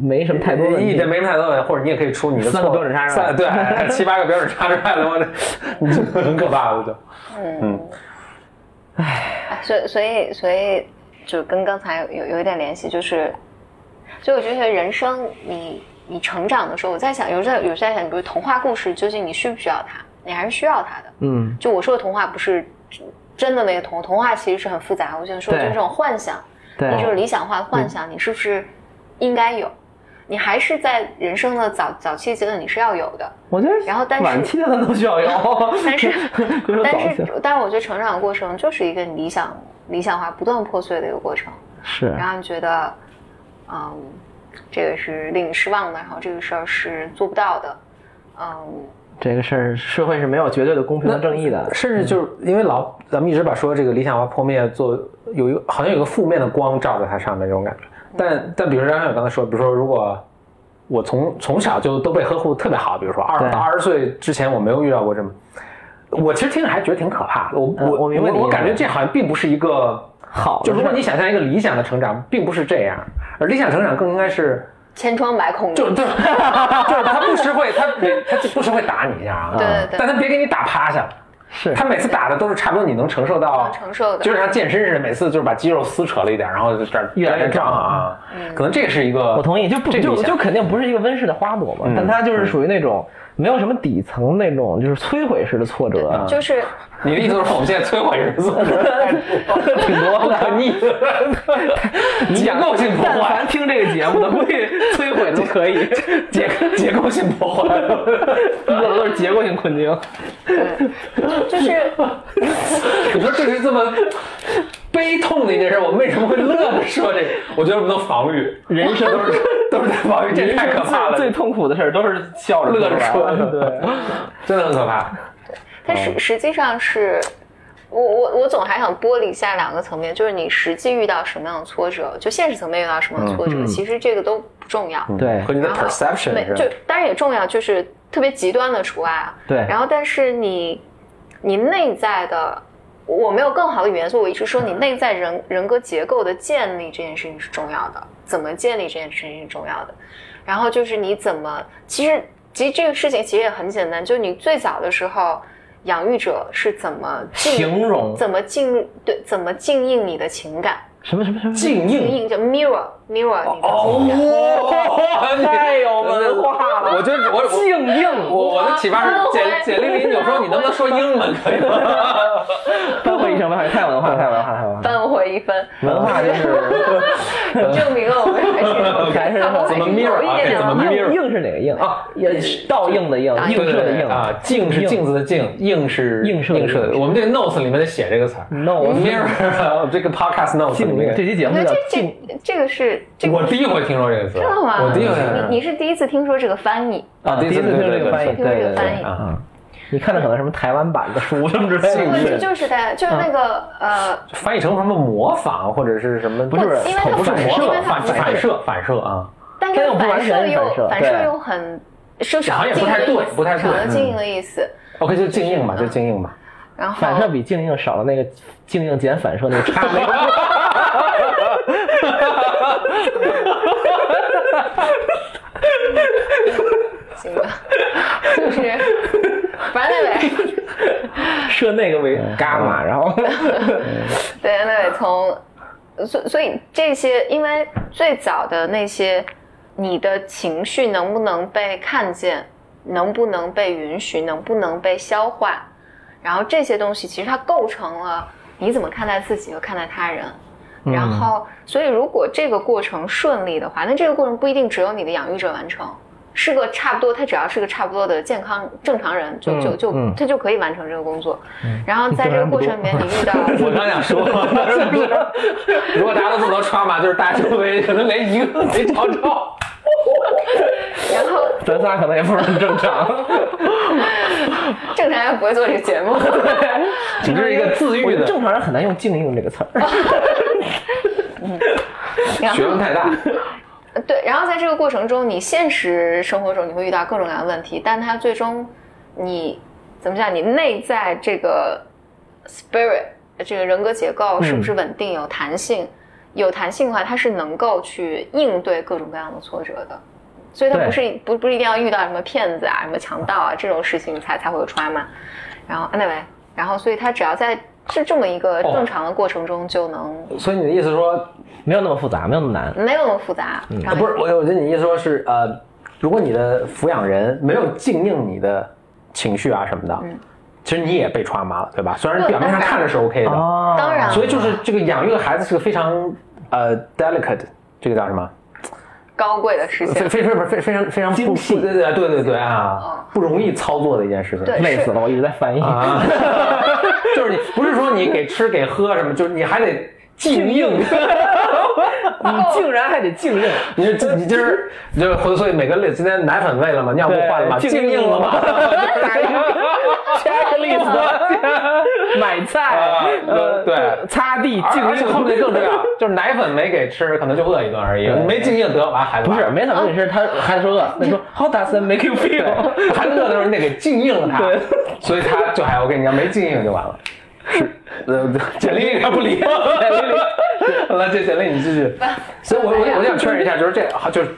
S3: 没什么太多问
S1: 一
S3: 题
S1: 点。没太多问题，或者你也可以出你的
S3: 三个标准差是吧
S1: 三对 七八个标准差出来了，我这 你就很可怕了就。
S2: 嗯，唉，所以所以所以就跟刚才有有一点联系，就是，所以我就觉得人生你你成长的时候，我在想，有时候有时候在想，比如童话故事，究竟你需不需要它？你还是需要它的。
S3: 嗯，
S2: 就我说的童话不是真的那个童，童话其实是很复杂。我想说，
S3: 对嗯
S2: 就是这种幻想，
S3: 对，
S2: 那就是理想化的幻想，你是不是应该有？你还是在人生的早早期阶段，你是要有的。
S3: 我觉得
S2: 然后但是
S3: 晚期的都需要 有，
S2: 但是
S3: 别说早
S2: 但
S3: 期
S2: 是，但是我觉得成长的过程就是一个理想理想化不断破碎的一个过程，
S3: 是
S2: 然后你觉得，嗯，这个是令你失望的，然后这个事儿是做不到的，嗯，
S3: 这个事儿，社会是没有绝对的公平和正义的，
S1: 甚至就是
S3: 嗯
S1: 因为老咱们一直把说这个理想化破灭做有一个好像有一个负面的光照在它上面这种感觉。
S3: 嗯
S1: 但但比如说刚才我刚才说，比如说如果我从从小就都被呵护得特别好，比如说
S3: 对
S1: 二到二十岁之前我没有遇到过这么，我其实听着还觉得挺可怕的。我
S3: 嗯
S1: 我
S3: 我明白你
S1: 我
S3: 意思
S1: 感觉这好像并不是一个，
S3: 好的事
S1: 就
S3: 儿，
S1: 如果你想象一个理想的成长，并不是这样，而理想成长更应该是。
S2: 千疮百孔的，
S1: 就 对，就是他不吃会，他没他不吃会打你一下啊，
S2: 对对对
S1: 但他别给你打趴下，
S3: 是
S1: 他每次打的都是差不多你能承受到，
S2: 能承受的
S1: 就是像健身似的，每次就是把肌肉撕扯了一点，然后就这儿
S3: 越来越
S1: 胀啊，
S2: 嗯
S1: 可能这是一个，
S3: 我同意，就不
S1: 这个
S3: 就
S1: 理想
S3: 就肯定不是一个温室的花朵嘛，
S1: 嗯
S3: 但它就是属于那种没有什么底层那种，就是摧毁式的挫折，嗯
S2: 就是
S1: 你的意思是说我们现在摧毁人 素质挺多的， 你结构性破
S3: 但
S1: 坏
S3: 凡，听这个节目的，估计摧毁的都可以，
S1: 结结构性破坏，
S3: 遇到的都是结构性困境。
S2: 就是
S1: 你说这是这么悲痛的一件事，我们为什么会乐着说这个？我觉得我们都防御，
S3: 人生
S1: 都是都是在防御，这太可怕了，
S3: 最最痛苦的事儿都是笑着
S1: 乐着
S3: 出
S1: 说
S3: 来的，对。
S1: 真的很可怕。
S2: 但
S1: 嗯
S2: 实实际上是，我我我总还想剥离下两个层面，就是你实际遇到什么样的挫折，就现实层面遇到什么样的挫折，其实这个都不重要。
S3: 对
S1: 嗯和你的
S2: 然后
S1: perception
S2: 没
S1: 是
S2: 就当然也重要，就是特别极端的除外啊。
S3: 对
S2: 然后，但是你你内在的，我没有更好的语言，所以我一直说你内在人人格结构的建立这件事情是重要的，怎么建立这件事情是重要的。然后就是你怎么，其实其实这个事情其实也很简单，就你最早的时候，养育者是怎么进
S3: 形容
S2: 怎么进入对怎么静应你的情感，
S3: 什么什么 什么
S1: 静
S2: 静
S1: 音
S2: 应叫 mirror mirror 你的情感。
S1: 哦，
S3: 太有文化了
S1: 我觉得我我
S3: 静应
S1: 我我的启发是简简丽丽，有时候你能不能说英文可以吗？
S3: 扳回一城，扳回太文化，太文化，太文化。
S2: 扳回一分，
S3: 文化就是
S2: 证明了我们还是
S3: 还是
S1: 怎么 mirror 啊
S2: 有
S1: 对
S2: 一点点
S1: 怎么
S2: 文化
S1: mirror
S3: 硬是哪个硬
S1: 啊？
S3: 也是倒映的映，
S2: 倒映
S3: 映射的映
S1: 啊，镜是镜子的镜，映是
S3: 映射的
S1: 映射的。
S3: 映
S1: 我们这个 notes 里面得写这个词儿
S3: Notes
S1: mirror，这个 podcast notes 里
S3: 静
S1: 面
S3: 嗯这期节
S2: 我
S3: 目
S2: 觉
S3: 叫
S2: 得
S3: 静
S2: 这这这个是这个
S1: 我第一回听说这个词，
S2: 知道啊嗯吗？
S1: 我第一回听说
S2: 你你是第一次听说这个翻译，
S1: 啊，
S3: 第一次听
S1: 对
S3: 这
S1: 对
S3: 个
S1: 对
S3: 翻译，
S2: 听
S3: 对
S2: 说这
S3: 对
S2: 个翻译
S3: 对啊。你看的可能什么台湾版的书什么之类
S1: 静
S2: 问题
S1: 音
S3: 的，
S2: 就是在就是那个呃，
S1: 翻译成什么模仿或者是什么？不
S2: 是因为它
S1: 啊不是
S2: 反
S1: 模
S2: 射
S1: 仿，
S2: 因为它
S1: 反
S2: 不是
S1: 反射反射啊！
S2: 但
S3: 但
S2: 是
S3: 又不完
S2: 反射
S3: 全反
S2: 又
S3: 射
S2: 反射
S3: 对
S2: 又很是
S1: 好
S2: 少
S1: 像也
S2: 静
S1: 不太
S2: 音的
S1: 对
S2: 意思
S1: 不太对
S2: 少了
S1: 嗯
S2: 静音的意思，
S1: OK，就哦静应吧，就静应吧。
S2: 然后
S3: 反射比静映少了那个静映减反射那个 差
S1: 啊
S3: 没有。
S2: 行吧，就是 反正得。
S3: 设那个为伽马，然后
S2: 对，那得从，所所以这些，因为最早的那些，你的情绪能不能被看见，能不能被允许，能不能被消化，然后这些东西其实它构成了你怎么看待自己和看待他人。
S3: 嗯
S2: 然后，所以如果这个过程顺利的话，那这个过程不一定只有你的养育者完成，是个差不多，他只要是个差不多的健康正常人，就就就、
S3: 嗯
S2: 他就可以完成这个工作。然后在这个过程里面，你 遇到
S1: 我刚想说，如果大家都这么多穿吧，就是大家周围可能连一个没找着。
S2: 然后
S3: 咱仨可能也不是很正常，
S2: 正常人不会做这个节 目。
S1: 只是一个自
S3: 我
S1: 愈
S3: 觉得
S1: 的
S3: 正常人很难用“静用”这个词儿。
S2: 然
S1: 学
S2: 后
S1: 问太大，
S2: 对，然后在这个过程中，你现实生活中你会遇到各种各样的问题，但它最终你怎么讲？你内在这个 spirit 这个人格结构是不
S1: 嗯
S2: 是稳定、有弹性？有弹性的话，它是能够去应对各种各样的挫折的。所以它
S3: 对
S2: 不是不不是一定要遇到什么骗子啊、什么强盗啊这种事情才才会有 trauma。然后 anyway，然后所以它只要在这这么一个
S1: 哦
S2: 正常的过程中就能、
S1: 所以你的意思说，
S3: 没有那么复杂，没有那么难。
S2: 没有那么复杂。然
S1: 啊、
S2: 后
S1: 不是我，我觉得你的意思说是呃，如果你的抚养人没有静应你的情绪啊什么的，其实你也被穿麻了，对吧？虽然
S2: 对
S1: 表面上看着是 OK 的，
S3: 哦
S2: 当然
S1: 所以就是这个养育个孩子是个非常呃 delicate，这个叫什么？
S2: 高贵的事情
S1: 非。非非非非常非常
S3: 精细
S1: 不不对对对对对啊
S2: 哦，
S1: 不容易操作的一件事情。
S2: 对
S3: 累死了，我一直在翻译。
S1: 啊， 就是你不是说你给吃给喝什么，就是你还得静 应。
S3: 你竟然还得静用，
S1: 你这你今儿你就回所以每个类今天奶粉喂了吗？尿布换了吗？
S3: 对
S1: 静应了吗？
S3: checklist，买
S1: 啊
S3: 菜，呃，
S1: 对
S3: 擦地，
S1: 而而且
S3: 静
S1: 后
S3: 用。
S1: 面更重 要，就是奶粉没给吃，可能就饿一顿而已。
S3: 对
S1: 你没静应得完孩子
S3: 不是，
S1: 完了
S3: 没想到你是他孩子说饿，他说 How does that make you feel？
S1: 对孩子饿的时候你得给静应他
S3: 对，
S1: 所以他就还 OK。你要没静应就完了。是，呃，简历他不理， 简历，好了，这简历你继续。所以我我我想确认一下，就是这好就是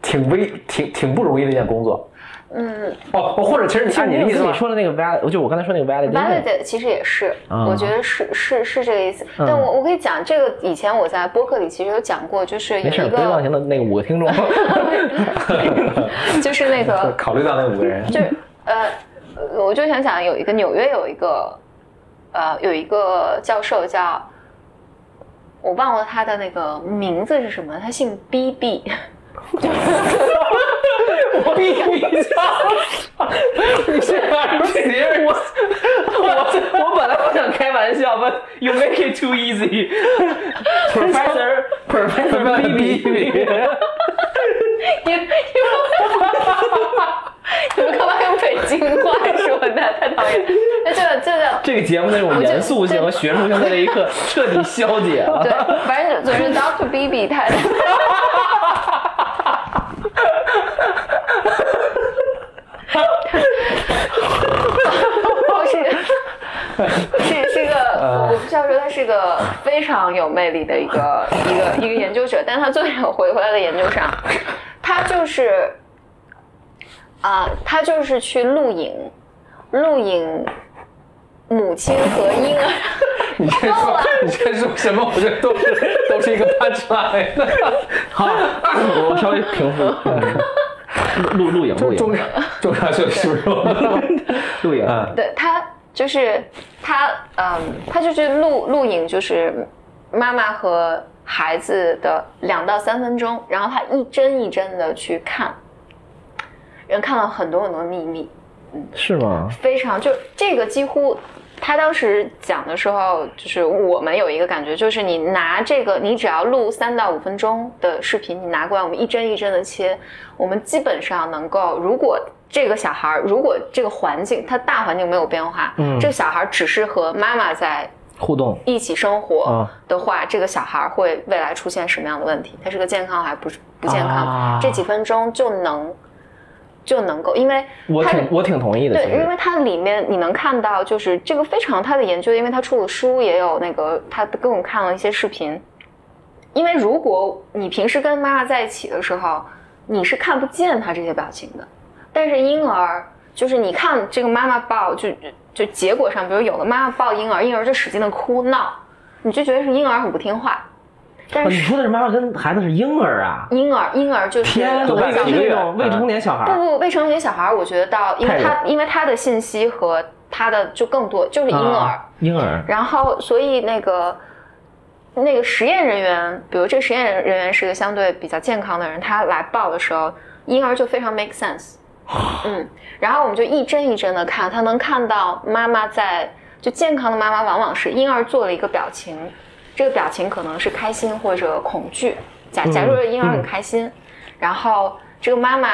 S1: 挺危挺挺不容易的一件工作。嗯，哦，或者其实你按你的意思
S3: 啊你
S1: 吧，
S3: 说的那个 valley，我就我刚才说那个 valley，
S2: valid 其实也是，
S3: 啊
S2: 我觉得是是是这个意思。
S3: 嗯
S2: 但我我可以讲这个，以前我在播客里其实有讲过，就是有
S3: 没事
S2: 一，
S3: 不要忘
S2: 个
S3: 情的那个五个 听众，
S2: 就是那个
S1: 考虑到那五个 人，
S2: 就是呃，我就想讲有一个纽约有一个呃有一个教授叫。我忘了他的那个名字是什么，他姓 B B，
S1: 逼你你是哪儿？我
S3: 我我本来不想开玩笑，but you make it too easy。Professor Professor
S1: B
S3: BB，
S2: 你你们你们干嘛用北京话说呢？太讨厌了！那就就叫
S3: 这个节目那种严肃性和学术性在这一刻彻底消解了。
S2: 对，反正总之 Doctor Baby 他，是是是个，我不需要说他是个非常有魅力的一个一个一个研究者，但他最后回回来的研究上，他就是啊、他就是去露营，露营。母亲和婴儿，
S1: 你先说，你先说什么？我觉得都是都是一个 punch line
S3: 好，我稍微平复。录录影，录影，
S1: 中上中上休息不
S3: 录影。
S1: 嗯，
S2: 对他就是他，嗯，他就是露露营，就是妈妈和孩子的两到三分钟，然后他一帧一帧的去看，人看到很多很多秘密，
S3: 是吗？
S2: 非常就这个几乎。他当时讲的时候，就是我们有一个感觉，就是你拿这个，你只要录三到五分钟的视频，你拿过来，我们一帧一帧的切，我们基本上能够，如果这个小孩儿，如果这个环境，他大环境没有变化，
S3: 嗯
S2: 这个小孩儿只是和妈妈在
S3: 互动
S2: 一起生活
S3: 啊
S2: 的话，这个小孩儿会未来出现什么样的问题？他是个健康还不是不健康？
S3: 啊
S2: 这几分钟就能就能够，因为
S3: 我
S2: 他
S3: 挺我挺同意的，
S2: 对
S3: 其，
S2: 因
S3: 实
S2: 为它里面你能看到，就是这个非常他的研究，因为他出了书，也有那个他跟我们看了一些视频。因为如果你平时跟妈妈在一起的时候，你是看不见他这些表情的，但是婴儿就是你看这个妈妈抱，就就结果上，比如有的妈妈抱婴儿，婴儿就使劲的哭闹，你就觉得是婴儿很不听话，但
S3: 哦你
S2: 是
S3: 说的是妈妈跟孩子是婴儿啊？
S2: 婴儿婴儿就是
S3: 天，啊
S1: 都
S3: 我
S1: 半
S3: 以为
S1: 个
S3: 是
S1: 月
S3: 那种未成年小孩
S2: 不
S3: 儿。
S2: 不，未成年小孩儿，我觉得到，因为
S3: 太
S2: 他因为他的信息和他的就更多，就是婴儿。
S3: 啊，婴儿，
S2: 然后，所以那个那个实验人员，比如这个实验人员是个相对比较健康的人，他来报的时候，婴儿就非常 make sense。嗯，然后我们就一帧一帧的看，他能看到妈妈在，就健康的妈妈往往是婴儿做了一个表情，这个表情可能是开心或者恐惧。假假
S3: 嗯
S2: 如婴儿很开心，然后这个妈妈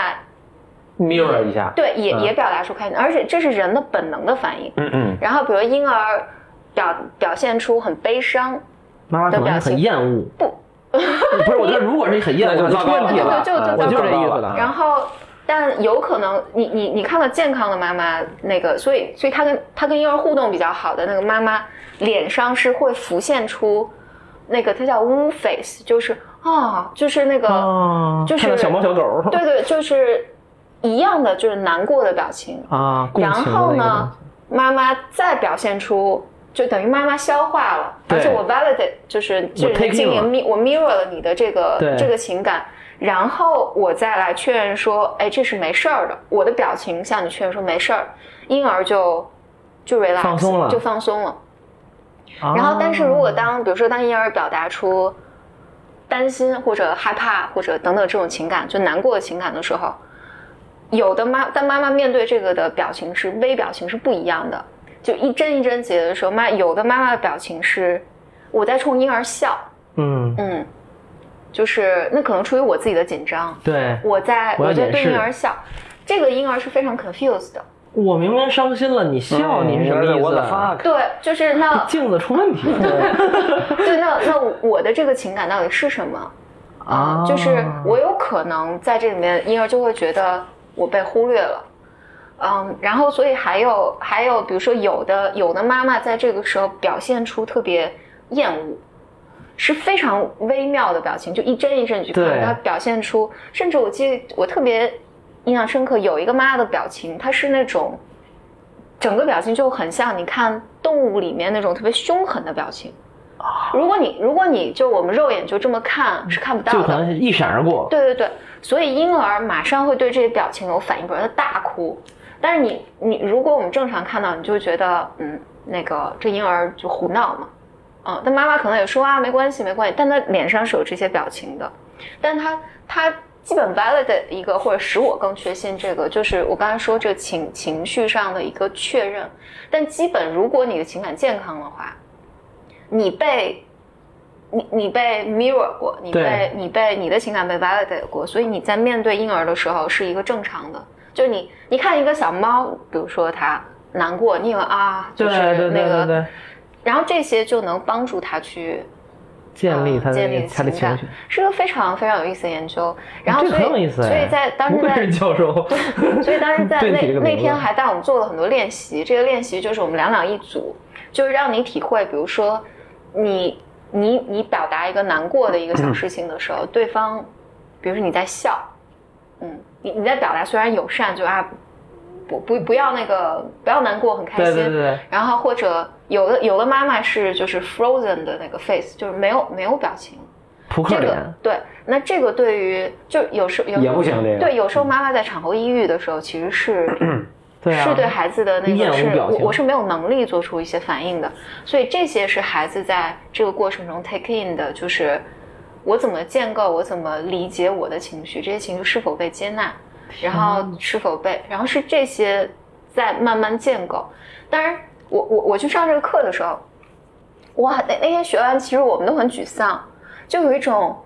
S3: mirror 一下，
S2: 对也
S3: 嗯
S2: 也表达出开心，而且这是人的本能的反应。
S1: 嗯嗯，
S2: 然后比如婴儿表表现出很悲伤，
S3: 妈妈可能是很厌恶，
S2: 不
S3: 不是，我觉得如果是很厌恶，
S1: 那就
S3: 出问题了，
S2: 糟糕了
S3: 啊我就这意思了。
S2: 然后，但有可能你你你看到健康的妈妈那个，所以所以她跟她跟婴儿互动比较好的那个妈妈，脸上是会浮现出那个它叫 w face，就是啊、就是那个、
S3: 啊，
S2: 就是
S3: 看到小猫小狗，
S2: 对对，就是一样的，就是难过的表情。
S3: 啊，共
S2: 然
S3: 情的
S2: 后
S3: 那个
S2: 呢，妈妈再表现出，就等于妈妈消化了，
S3: 对
S2: 而且我 validate 就是就是
S3: take in
S2: 进行
S3: 了
S2: mi 我 mirror 了你的这个
S3: 对
S2: 这个情感，然后我再来确认说，哎，这是没事儿的，我的表情向你确认说没事儿，婴儿就就 relax
S3: 放松了
S2: 就放松了。
S3: 东西。
S2: 然后，但是
S3: 啊
S2: 如果当比如说当婴儿表达出担心或者害怕或者等等这种情感，就难过的情感的时候，有的妈但妈妈面对这个的表情是微表情是不一样的，就一针一针结的时候，妈有的妈妈的表情是我在冲婴儿笑，
S3: 嗯，
S2: 嗯，就是那可能出于我自己的紧张，
S3: 对，
S2: 我在
S3: 我要
S2: 我在
S3: 掩
S2: 对
S3: 饰
S2: 婴儿笑，这个婴儿是非常 confused 的，
S3: 我明明伤心了，你笑，你是什么意
S1: 我
S3: 思
S1: 的
S3: 啊？
S1: fuck，
S2: 对，就是 那
S3: 镜子出问题
S2: 对那那我的这个情感到底是什么？啊，就是
S3: 哦
S2: 我有可能在这里面，婴儿就会觉得我被忽略了，嗯，然后所以还有还有，比如说有的有的妈妈在这个时候表现出特别厌恶，是非常微妙的表情，就一帧一帧你去看
S3: 对
S2: 她表现出，甚至我记得我特别印象深刻，有一个妈妈的表情，她是那种整个表情就很像你看动物里面那种特别凶狠的表情。
S3: 哦
S2: 如果你如果你就我们肉眼就这么看是看不到
S3: 就
S2: 的，
S3: 可能是一闪而过。
S2: 对对对，所以婴儿马上会对这些表情有反应，比如他大哭。但是你你如果我们正常看到，你就会觉得嗯，那个这婴儿就胡闹嘛，嗯，但妈妈可能也说啊，没关系没关系，但他脸上是有这些表情的，但他他基本 valid 的一个或者使我更确信这个，就是我刚才说这个情情绪上的一个确认。但基本如果你的情感健康的话，你被你你被 mirror 过，你
S3: 对
S2: 被你被你的情感被 validate 过，所以你在面对婴儿的时候是一个正常的，就是你你看一个小猫，比如说它难过，你以为啊就
S3: 对
S2: 是
S3: 对对
S2: 那
S3: 对
S2: 个，
S3: 对，
S2: 然后这些就能帮助他去
S3: 建立他
S2: 嗯
S3: 的
S2: 建
S3: 那
S2: 立
S3: 个他的
S2: 情
S3: 情
S2: 感
S3: 绪，
S2: 是个非常非常有意思的研究。然后
S3: 这
S2: 所
S3: 个
S2: 以
S3: 很有意思哎
S2: 所以 在当时
S3: 不愧
S2: 在
S3: 是教 授。
S2: 所以当时在
S3: 对
S2: 那
S3: 起这个名
S2: 那
S3: 字
S2: 天还带我们做了很多练习，这个练习就是我们两两一组，就是让你体会，比如说你你你表达一个难过的一个 小事情的时候，对方，比如说你在笑，嗯，你你在表达虽然友善，就啊不不不要那个不要难过，很开
S3: 对
S2: 心，
S3: 对对对，
S2: 然后或者有的有的妈妈是就是 frozen 的那个 face，就是没有没有表情，
S3: 扑克
S2: 这个
S3: 脸，
S2: 对，那这个对于就有时候有时候
S1: 啊也不行这个嗯
S2: 对，有时候妈妈在产后抑郁的时候，其实是
S3: 对啊，
S2: 是对孩子的那
S3: 面
S2: 个
S3: 无
S2: 是
S3: 表
S2: 我
S3: 情
S2: 我是没有能力做出一些反应的，所以这些是孩子在这个过程中 take in 的，就是我怎么建构，我怎么理解我的情绪，这些情绪是否被接纳，然后
S3: 啊
S2: 是否被，然后是这些在慢慢建构。当然，我我我去上这个课的时候，哇，那那天学完，其实我们都很沮丧，就有一种，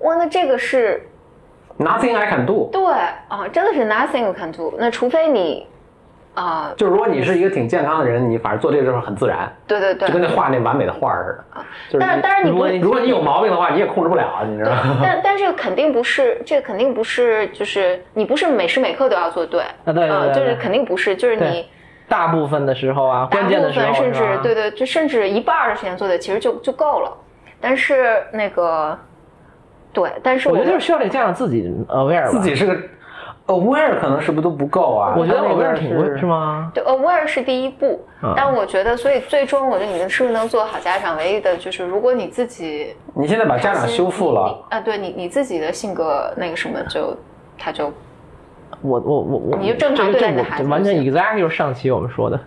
S2: 哇，那这个是
S1: nothing I can do。
S2: 对啊，真的是 nothing you can do。那除非你，啊、
S1: 就是如果你是一个挺健康的人，你反正做这个事儿很自然，
S2: 对对对
S1: 就，跟那画那完美的画儿似的。就是
S2: 但
S1: 你
S2: 但是你
S1: 如果
S2: 不
S1: 如果 你有毛病的话，你也控制不了，啊你知道吗？
S2: 但但这个肯定不是，这个肯定不是，就是你不是每时每刻都要做对，啊
S3: 对对对对
S2: 就是肯定不是，就是你
S3: 对大部分的时候啊，
S2: 大
S3: 关
S2: 部
S3: 键的时候
S2: 分甚
S3: 是吧
S2: 至对对，就甚至一半儿的时间做对，其实就就够了。但是那个，对，但是
S3: 我
S2: 我
S3: 觉得就是需要这个家长自己 aware 吧
S1: 自己是个 aware，可能是不是都不够啊？
S3: 我觉得
S1: 他那边
S3: aware 挺贵
S1: 是
S3: 是？吗？
S2: 对 aware 是第一步，
S3: 啊
S2: 但我觉得，所以最终我觉得你是不是能做好家长，唯一的就是如果你自己
S1: 你现在把
S2: 呃
S1: 家长修复了，
S2: 啊，对你你自己的性格那个什么就，他就
S3: 我我我我，
S2: 你就正常
S3: 这
S2: 对待
S3: 这
S2: 你的孩子
S3: 我完
S2: 就
S3: 全
S2: 行嗯
S3: exactly 就是上期我们说的，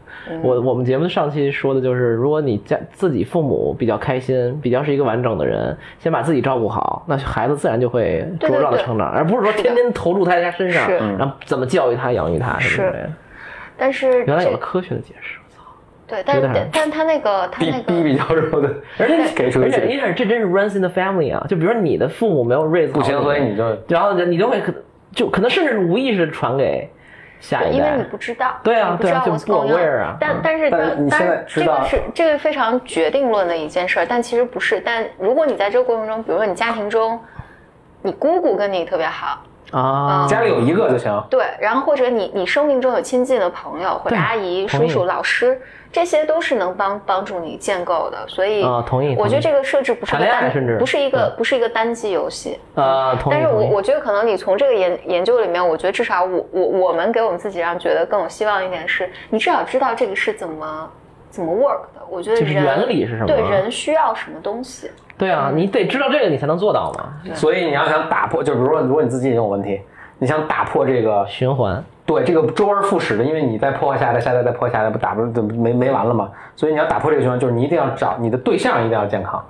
S3: 我我们节目的上期说的就是，如果你家自己父母比较开心，比较是一个完整的人，先把自己照顾好，那孩子自然就会
S2: 对
S3: 茁
S2: 对
S3: 壮的
S2: 对
S3: 成长，而不是说
S2: 是的
S3: 天天投入在他身上，
S2: 是
S3: 然后怎么教育他、养育他什么之类的。
S2: 但是
S3: 原来有
S2: 这
S3: 了科学的解释，我操！
S2: 对，但
S3: 有点
S2: 但但他那个他
S1: 逼
S2: 那
S1: 逼
S2: 个
S1: 比较弱的，
S3: 而且
S1: 给出
S3: 而
S1: 的
S3: 且
S1: 解
S3: 你
S1: 释
S3: 看，这真是 runs in the family 啊！就比如说你的父母没有 raise
S1: 不
S2: 嗯
S1: 行，
S3: 好
S1: 所以你就
S3: 然后你就会可就可能甚至是无意识传给下
S2: 对，
S3: 一
S2: 啊因为
S3: 代
S2: 你。不知道，
S3: 对啊
S2: 你不
S3: 对
S2: 知
S3: 啊
S2: 道
S3: 就
S2: what's
S3: 不
S2: going on
S3: aware 啊嗯
S2: 但但是
S1: 但
S2: 当
S1: 是你
S2: 当
S1: 现在
S2: 然
S1: 知
S2: 这
S1: 道
S2: 个是这个非常决定论的一件事儿，但其实不是。但如果你在这个过程中，比如说你家庭中，你姑姑跟你特别好，
S3: 啊
S2: 嗯，
S1: 家里有一个就行。
S2: 对，然后或者你你生命中有亲近的朋友或者
S3: 对
S2: 阿姨、
S3: 同
S2: 叔
S3: 意
S2: 叔、老师，这些都是能帮帮助你建构的。所以
S3: 啊同意
S2: 我觉得
S3: 同意
S2: 这个设置不是
S3: 谈
S2: 个
S3: 恋爱
S2: 单，
S3: 甚至
S2: 不是一个
S3: 对
S2: 不是一个单机游戏。
S3: 呃，同意
S2: 但是我
S3: 同意
S2: 我觉得可能你从这个研研究里面，我觉得至少我我我们给我们自己让觉得更有希望一点是，你至少知道这个是怎么怎么 work 的。我觉得
S3: 就是
S2: 人
S3: 原理是什么
S2: 对人需要什么东西，
S3: 对啊，你得知道这个，你才能做到嘛。
S1: 所以你要想打破，就比如说，如果你自己也有问题，你想打破这个
S3: 循环，
S1: 对这个周而复始的，因为你再破坏下一代，下一代再破坏下一代，不打不怎么没没完了嘛。所以你要打破这个循环，就是你一定要找你的对象一定要健康，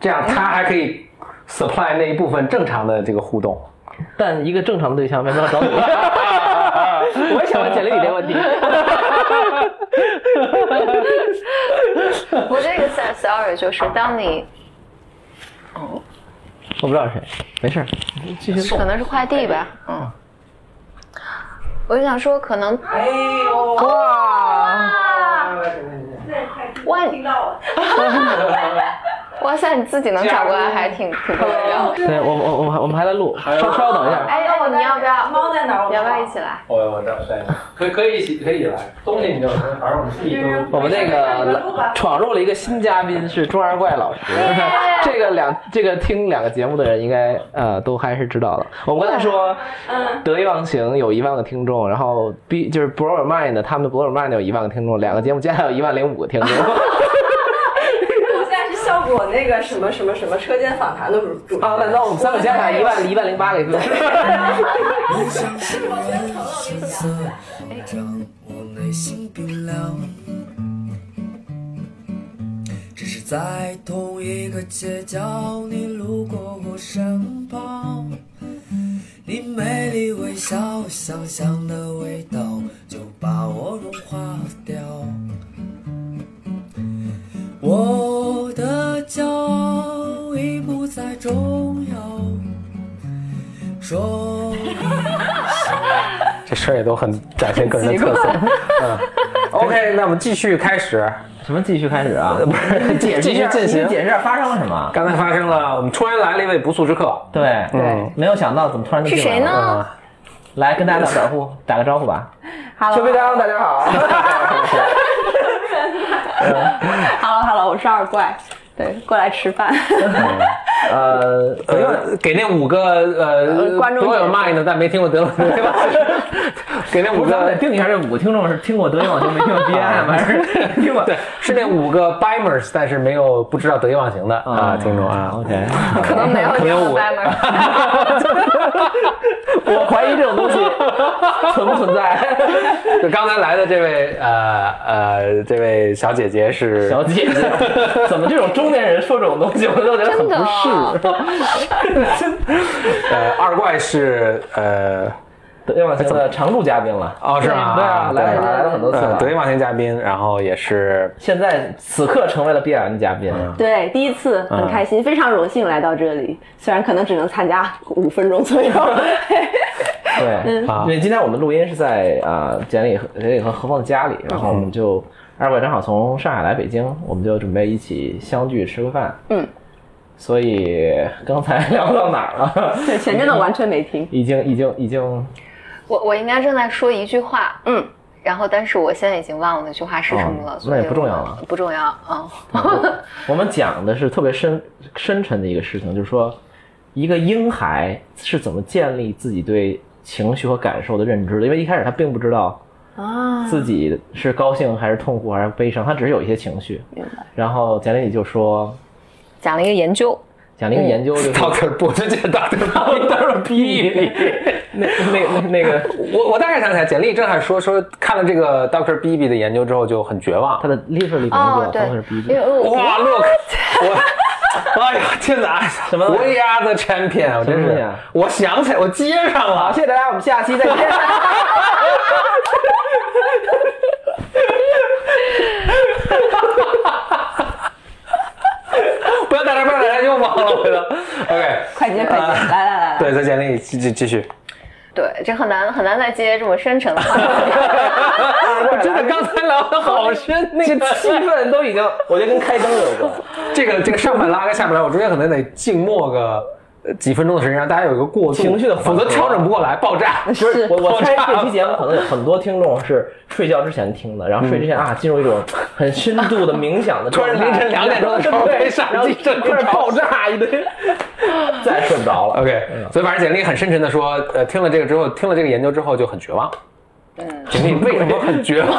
S1: 这样他还可以 supply 那一部分正常的这个互 动。
S3: 但一个正常的对象为什么要找你？ 我也想问简历里这个问题。
S2: 我这个 s o r r y 就是当你
S3: 我不知道是谁，没事儿， 继续
S2: 可能是快递吧，嗯，
S3: 嗯
S2: 我就想说可能
S5: 哎呦，
S3: 哇，
S2: 哇
S7: 听到了，
S2: 哇塞，你自己能找过来还挺挺不得了。
S3: 对我我我我们还在录，
S1: 有
S3: 稍稍等一下。
S2: 哎，要不你要不要
S7: 猫在哪儿？我
S2: 要不要
S7: 看
S2: 一起来？
S1: 我我再再可以可以一起可以来，东西你就反正我们自己
S3: 我们那个闯入了一个新嘉宾是钟二怪老师，这个两这个听两个节目的人应该呃都还是知道的。我们刚才说，得意忘形有一万个听众，然后 B 就是 Blow Your Mind 他们的 Blow Your Mind 有一万个听众，两个节目加起来有一万零五个听众。
S7: 我现在是效果那个什么什么什么车间访谈的主主持人
S3: 啊，那那我们三个加起来一万一万零八个听众。
S4: 路上行人神色慌张，我内心冰凉。只是在同一个街角，你路过我身旁，你美丽微笑，香香的味道就把我融化掉。我的骄傲已不再重要，说
S1: 这事儿也都很展现个人的特色。嗯，OK，那我们继续开始，
S3: 什么？继续开始啊？不是，解释一下，
S1: 继续进行
S3: 你解释一下发生了什么？
S1: 刚才发生了，我们突然来了一位不速之客，
S3: 对
S1: 对，
S3: 没有想到怎么突然就是进来
S2: 嗯谁
S3: 了？
S2: 呢？
S3: 来跟大家打招呼，打个招呼吧。
S1: 邱培刚，大家好。
S7: ，Hello Hello，我是二怪，对，过来吃饭。
S3: 呃，
S1: 呃，给那五个呃
S7: 观众
S1: 都有
S7: 也
S1: mind，但没听过德 鲁对吧？给那
S3: 不
S1: 五
S3: 是，咱们
S1: 个
S3: 得定一下，这五个听众是听过德云网球，没 听过 BM，还是听过？
S1: 对，是那五个 bimers，但是没有不知道得意忘形的啊，听众啊。
S3: OK，
S2: 可能没有
S1: 可能有
S2: 这样的
S1: 我
S2: timer
S3: 我怀疑这种东西存不存 在。
S1: 就刚才来的这位呃呃这位小姐姐是
S3: 小姐姐，怎么这种中年人说这种东西，我都觉得很
S2: 真的啊
S3: 不适。
S1: 呃二怪是呃
S3: 德云网球的常驻嘉宾了，
S1: 哦是吗？
S3: 对啊，来了来了很多次
S1: 呃
S3: 了
S1: 得。意忘形嘉宾，然后也是
S3: 现在此刻成为了 BM 嘉宾，
S8: 对，第一次
S3: 嗯
S8: 很开心，非常荣幸来到这里，虽然可能只能参加五分钟 左右。
S3: 嗯对，因为今天我们录音是在啊简里和简里和何峰的家里，然后我们就二位正好从上海来北京，我们就准备一起相聚吃个饭。
S8: 嗯，
S3: 所以刚才 聊到哪儿了？
S8: 对，前面的完全没听。
S3: 已经已经已经
S2: 我我应该正在说一句话，
S8: 嗯，
S2: 然后但是我现在已经忘了那句话是什么了，
S3: 哦
S2: 所以
S3: 那也不重要了，
S2: 不重要啊。
S3: 我们讲的是特别深深沉的一个事情，就是说，一个婴孩是怎么建立自己对情绪和感受的认知的。因为一开始他并不知道
S8: 啊，
S3: 自己是高兴还是痛苦还是悲伤，他只是有一些情绪。然后简历里就说，
S2: 讲了一个研究，
S3: 讲了一个研究，就是
S1: Doctor 不，这这 Doctor 不
S3: Dr. Beebe
S1: 那那那那个，我我大概想起来，简历正还说说看了这个 Doctor Beebe 的研究之后就很绝望
S3: 他。的 literally
S2: 哦
S3: 名，字
S2: 对
S3: 都是 B，
S2: 因为我
S1: 哇，Look，我，哎呀，天哪，
S3: 什么
S1: ？We are the champion，我真
S3: 什么东西
S1: 是
S3: 啊，
S1: 我想起来，我接上了
S3: 好，。谢谢大家，我们下 期再见。
S1: 不要打岔，不要打岔，又忘了，我的。OK，
S8: 快接快接，
S3: 嗯
S1: 啊
S8: 来来来 来，
S1: 对，再简历继继继续。
S2: 对，这很难很难再接这么深沉的话题。
S1: 我真的刚才聊的好深，那
S3: 这
S1: 个
S3: 气氛都已经，我觉得跟开灯有关。
S1: 这个这个上半拉跟下半拉，我中间可能得静默个呃几分钟的时间，让大家有一个过渡
S3: 情绪的缓
S1: 否则
S3: 和
S1: 调整不过来，爆炸。
S3: 不是我，我
S1: 爆
S3: 猜
S1: 炸
S3: 这期节目可能有很多听众是睡觉之前听的，然后睡之前啊进入一种很深度的冥想的
S1: 嗯 突
S3: 状
S1: 然
S3: 态，
S1: 凌晨两点钟的时候
S3: 对
S1: 被闪击震
S3: 然后开始爆炸一 堆，再也睡不着了。
S1: OK，所以反正简历很深沉的说，呃，听了这个之后，听了这个研究之后就很绝望。 嗯，简历为什么很绝望？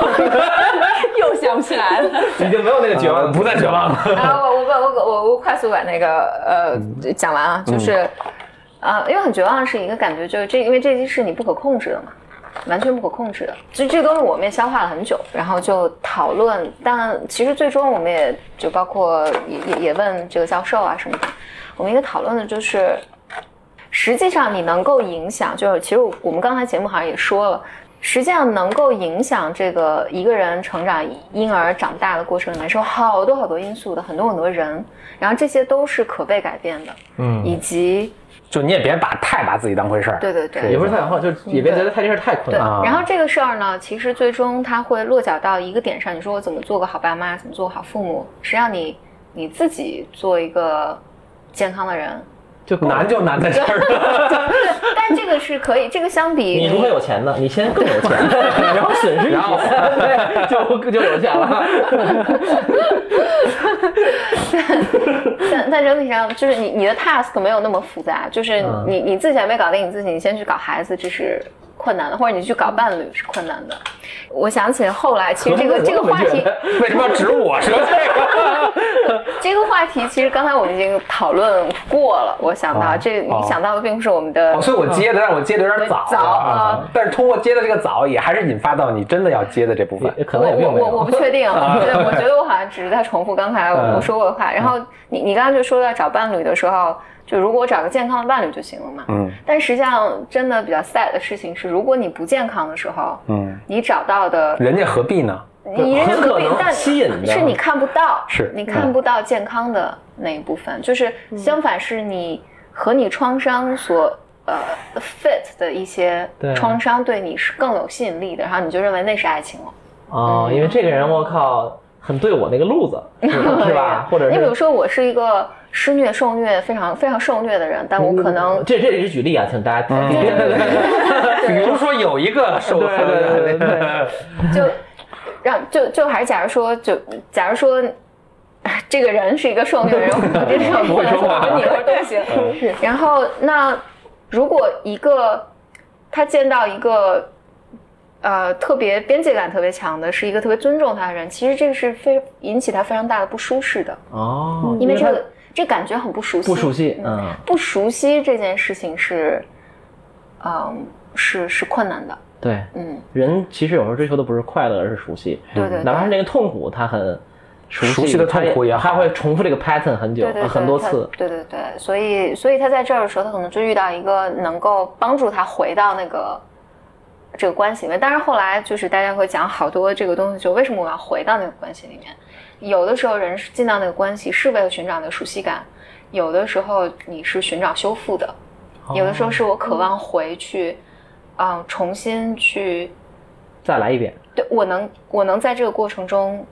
S8: 又想不起来了。
S3: 已经没有那个绝 望，
S1: 呃不再绝望 了。
S9: 然后我我把我我我快速把那个呃讲完啊，就是
S2: 啊，因为很绝望是一个感觉，就是这，因为这些是你不可控制的嘛，完全不可控制的。这这都是我们也消化了很久，然后就讨论，但其实最终我们也就包括也也也问这个教授啊什么的，我们一个讨论的就是，实际上你能够影响，就是其实我们刚才节目好像也说了。实际上能够影响这个一个人成长、婴儿长大的过程里面，是有好多好多因素的，很多很多人，然后这些都是可被改变的，嗯，以及
S1: 就你也别把太把自己当回事儿。
S2: 对对对，
S3: 也不是太想话，就是也别觉得太这事儿太困
S2: 对，
S3: 难了。
S1: 啊
S2: 然后这个事儿呢，其实最终它会落脚到一个点上。你说我怎么做个好爸妈，怎么做个好父母？谁让你你自己做一个健康的人？
S3: 就够了
S1: 难，就难在这儿，
S2: 但这个是可以，这个相比
S3: 你如何有钱呢？你先 更有钱，然后损失一
S1: 然后
S3: 点，对，就就有 钱了。
S2: 但但整体上就是你你的 task 没有那么复杂，就是
S3: 嗯
S2: 你你自己还没搞定你自己，你先去搞孩子，这是。困难的，或者你去搞伴侣是困难的。我想起后来，其实这个这个
S3: 我怎么
S2: 话题
S3: 觉，得
S1: 为什么要指我说这
S2: 这个话题其实刚才我们已经讨论过了。我想到、
S1: 啊
S2: 这，你
S1: 啊
S2: 想到的并不是我们的
S1: 个？
S3: 哦
S1: 哦所以我接的，但是我接的有点早。
S2: 早
S1: 啊但是通过接的这个早，也还是引发到你真的要接的这部分。
S3: 也可能也并没
S2: 我我我
S3: 有啊
S2: 不。确定， 对，我觉得我好像只是在重复刚才
S1: 嗯
S2: 我我说过的话。然后你你刚才就说到找伴侣的时候，就如果找个健康的伴侣就行了嘛。
S1: 嗯
S2: 但实际上，真的比较 sad 的事情是，如果你不健康的时候，
S1: 嗯，
S2: 你找到的
S1: 人家何必呢？
S2: 你人家
S3: 很
S2: 合
S3: 可
S2: 并
S3: 能，
S2: 但
S3: 吸引的嗯
S2: 是你看不到，
S1: 是
S2: 你看不到健康的那一部分，就是相反是你和你创伤所呃 fit 的一些
S3: 对
S2: 创伤对你是更有吸引力的，然后你就认为那是爱情了，
S3: 哦，因为这个人我靠，很对我那个路 子，是 吧？或者
S2: 你比如
S3: 是
S2: 说我是一个施虐受虐非常非常受虐的人，但我可能
S3: 这这也是举例啊，请大家
S1: 嗯
S3: 别别别
S1: 比如说有一个受
S3: 对对对对对
S2: 就 让就就还是假如说就假如说。 哎这个人是一个受虐 人，我这上
S3: 不会说话
S2: 你和东 西。
S3: 嗯
S2: 是然后那如果一个他见到一个呃特别边界感特别强的，是一个特别尊重他的人，其实这个是非引起他非常大的不舒适的，
S3: 哦，
S2: 因为这
S3: 他
S2: 个这感觉很不熟悉，
S3: 不熟悉，嗯，
S2: 不熟悉这件事情是，嗯、是是困难的，
S3: 对，
S2: 嗯，
S3: 人其实有时候追求的不是快乐，而是熟悉。
S2: 对对对
S3: 哪怕是那个痛苦，他很熟悉，
S1: 熟悉的痛苦也好
S3: 他会重复这个 pattern 很久
S2: 对对对，
S3: 很多
S2: 他
S3: 次。
S2: 对对对，所以所以他在这儿的时候，他可能就遇到一个能够帮助他回到那个这个关系里面。但是后来就是大家会讲好多这个东西，就为什么我要回到那个关系里面？有的时候人是进到那个关系是为了寻找那个熟悉感，有的时候你是寻找修复的，
S3: 哦
S2: 有的时候是我渴望回去，嗯、重新去
S3: 再来一遍，
S2: 对我能我能在这个过程中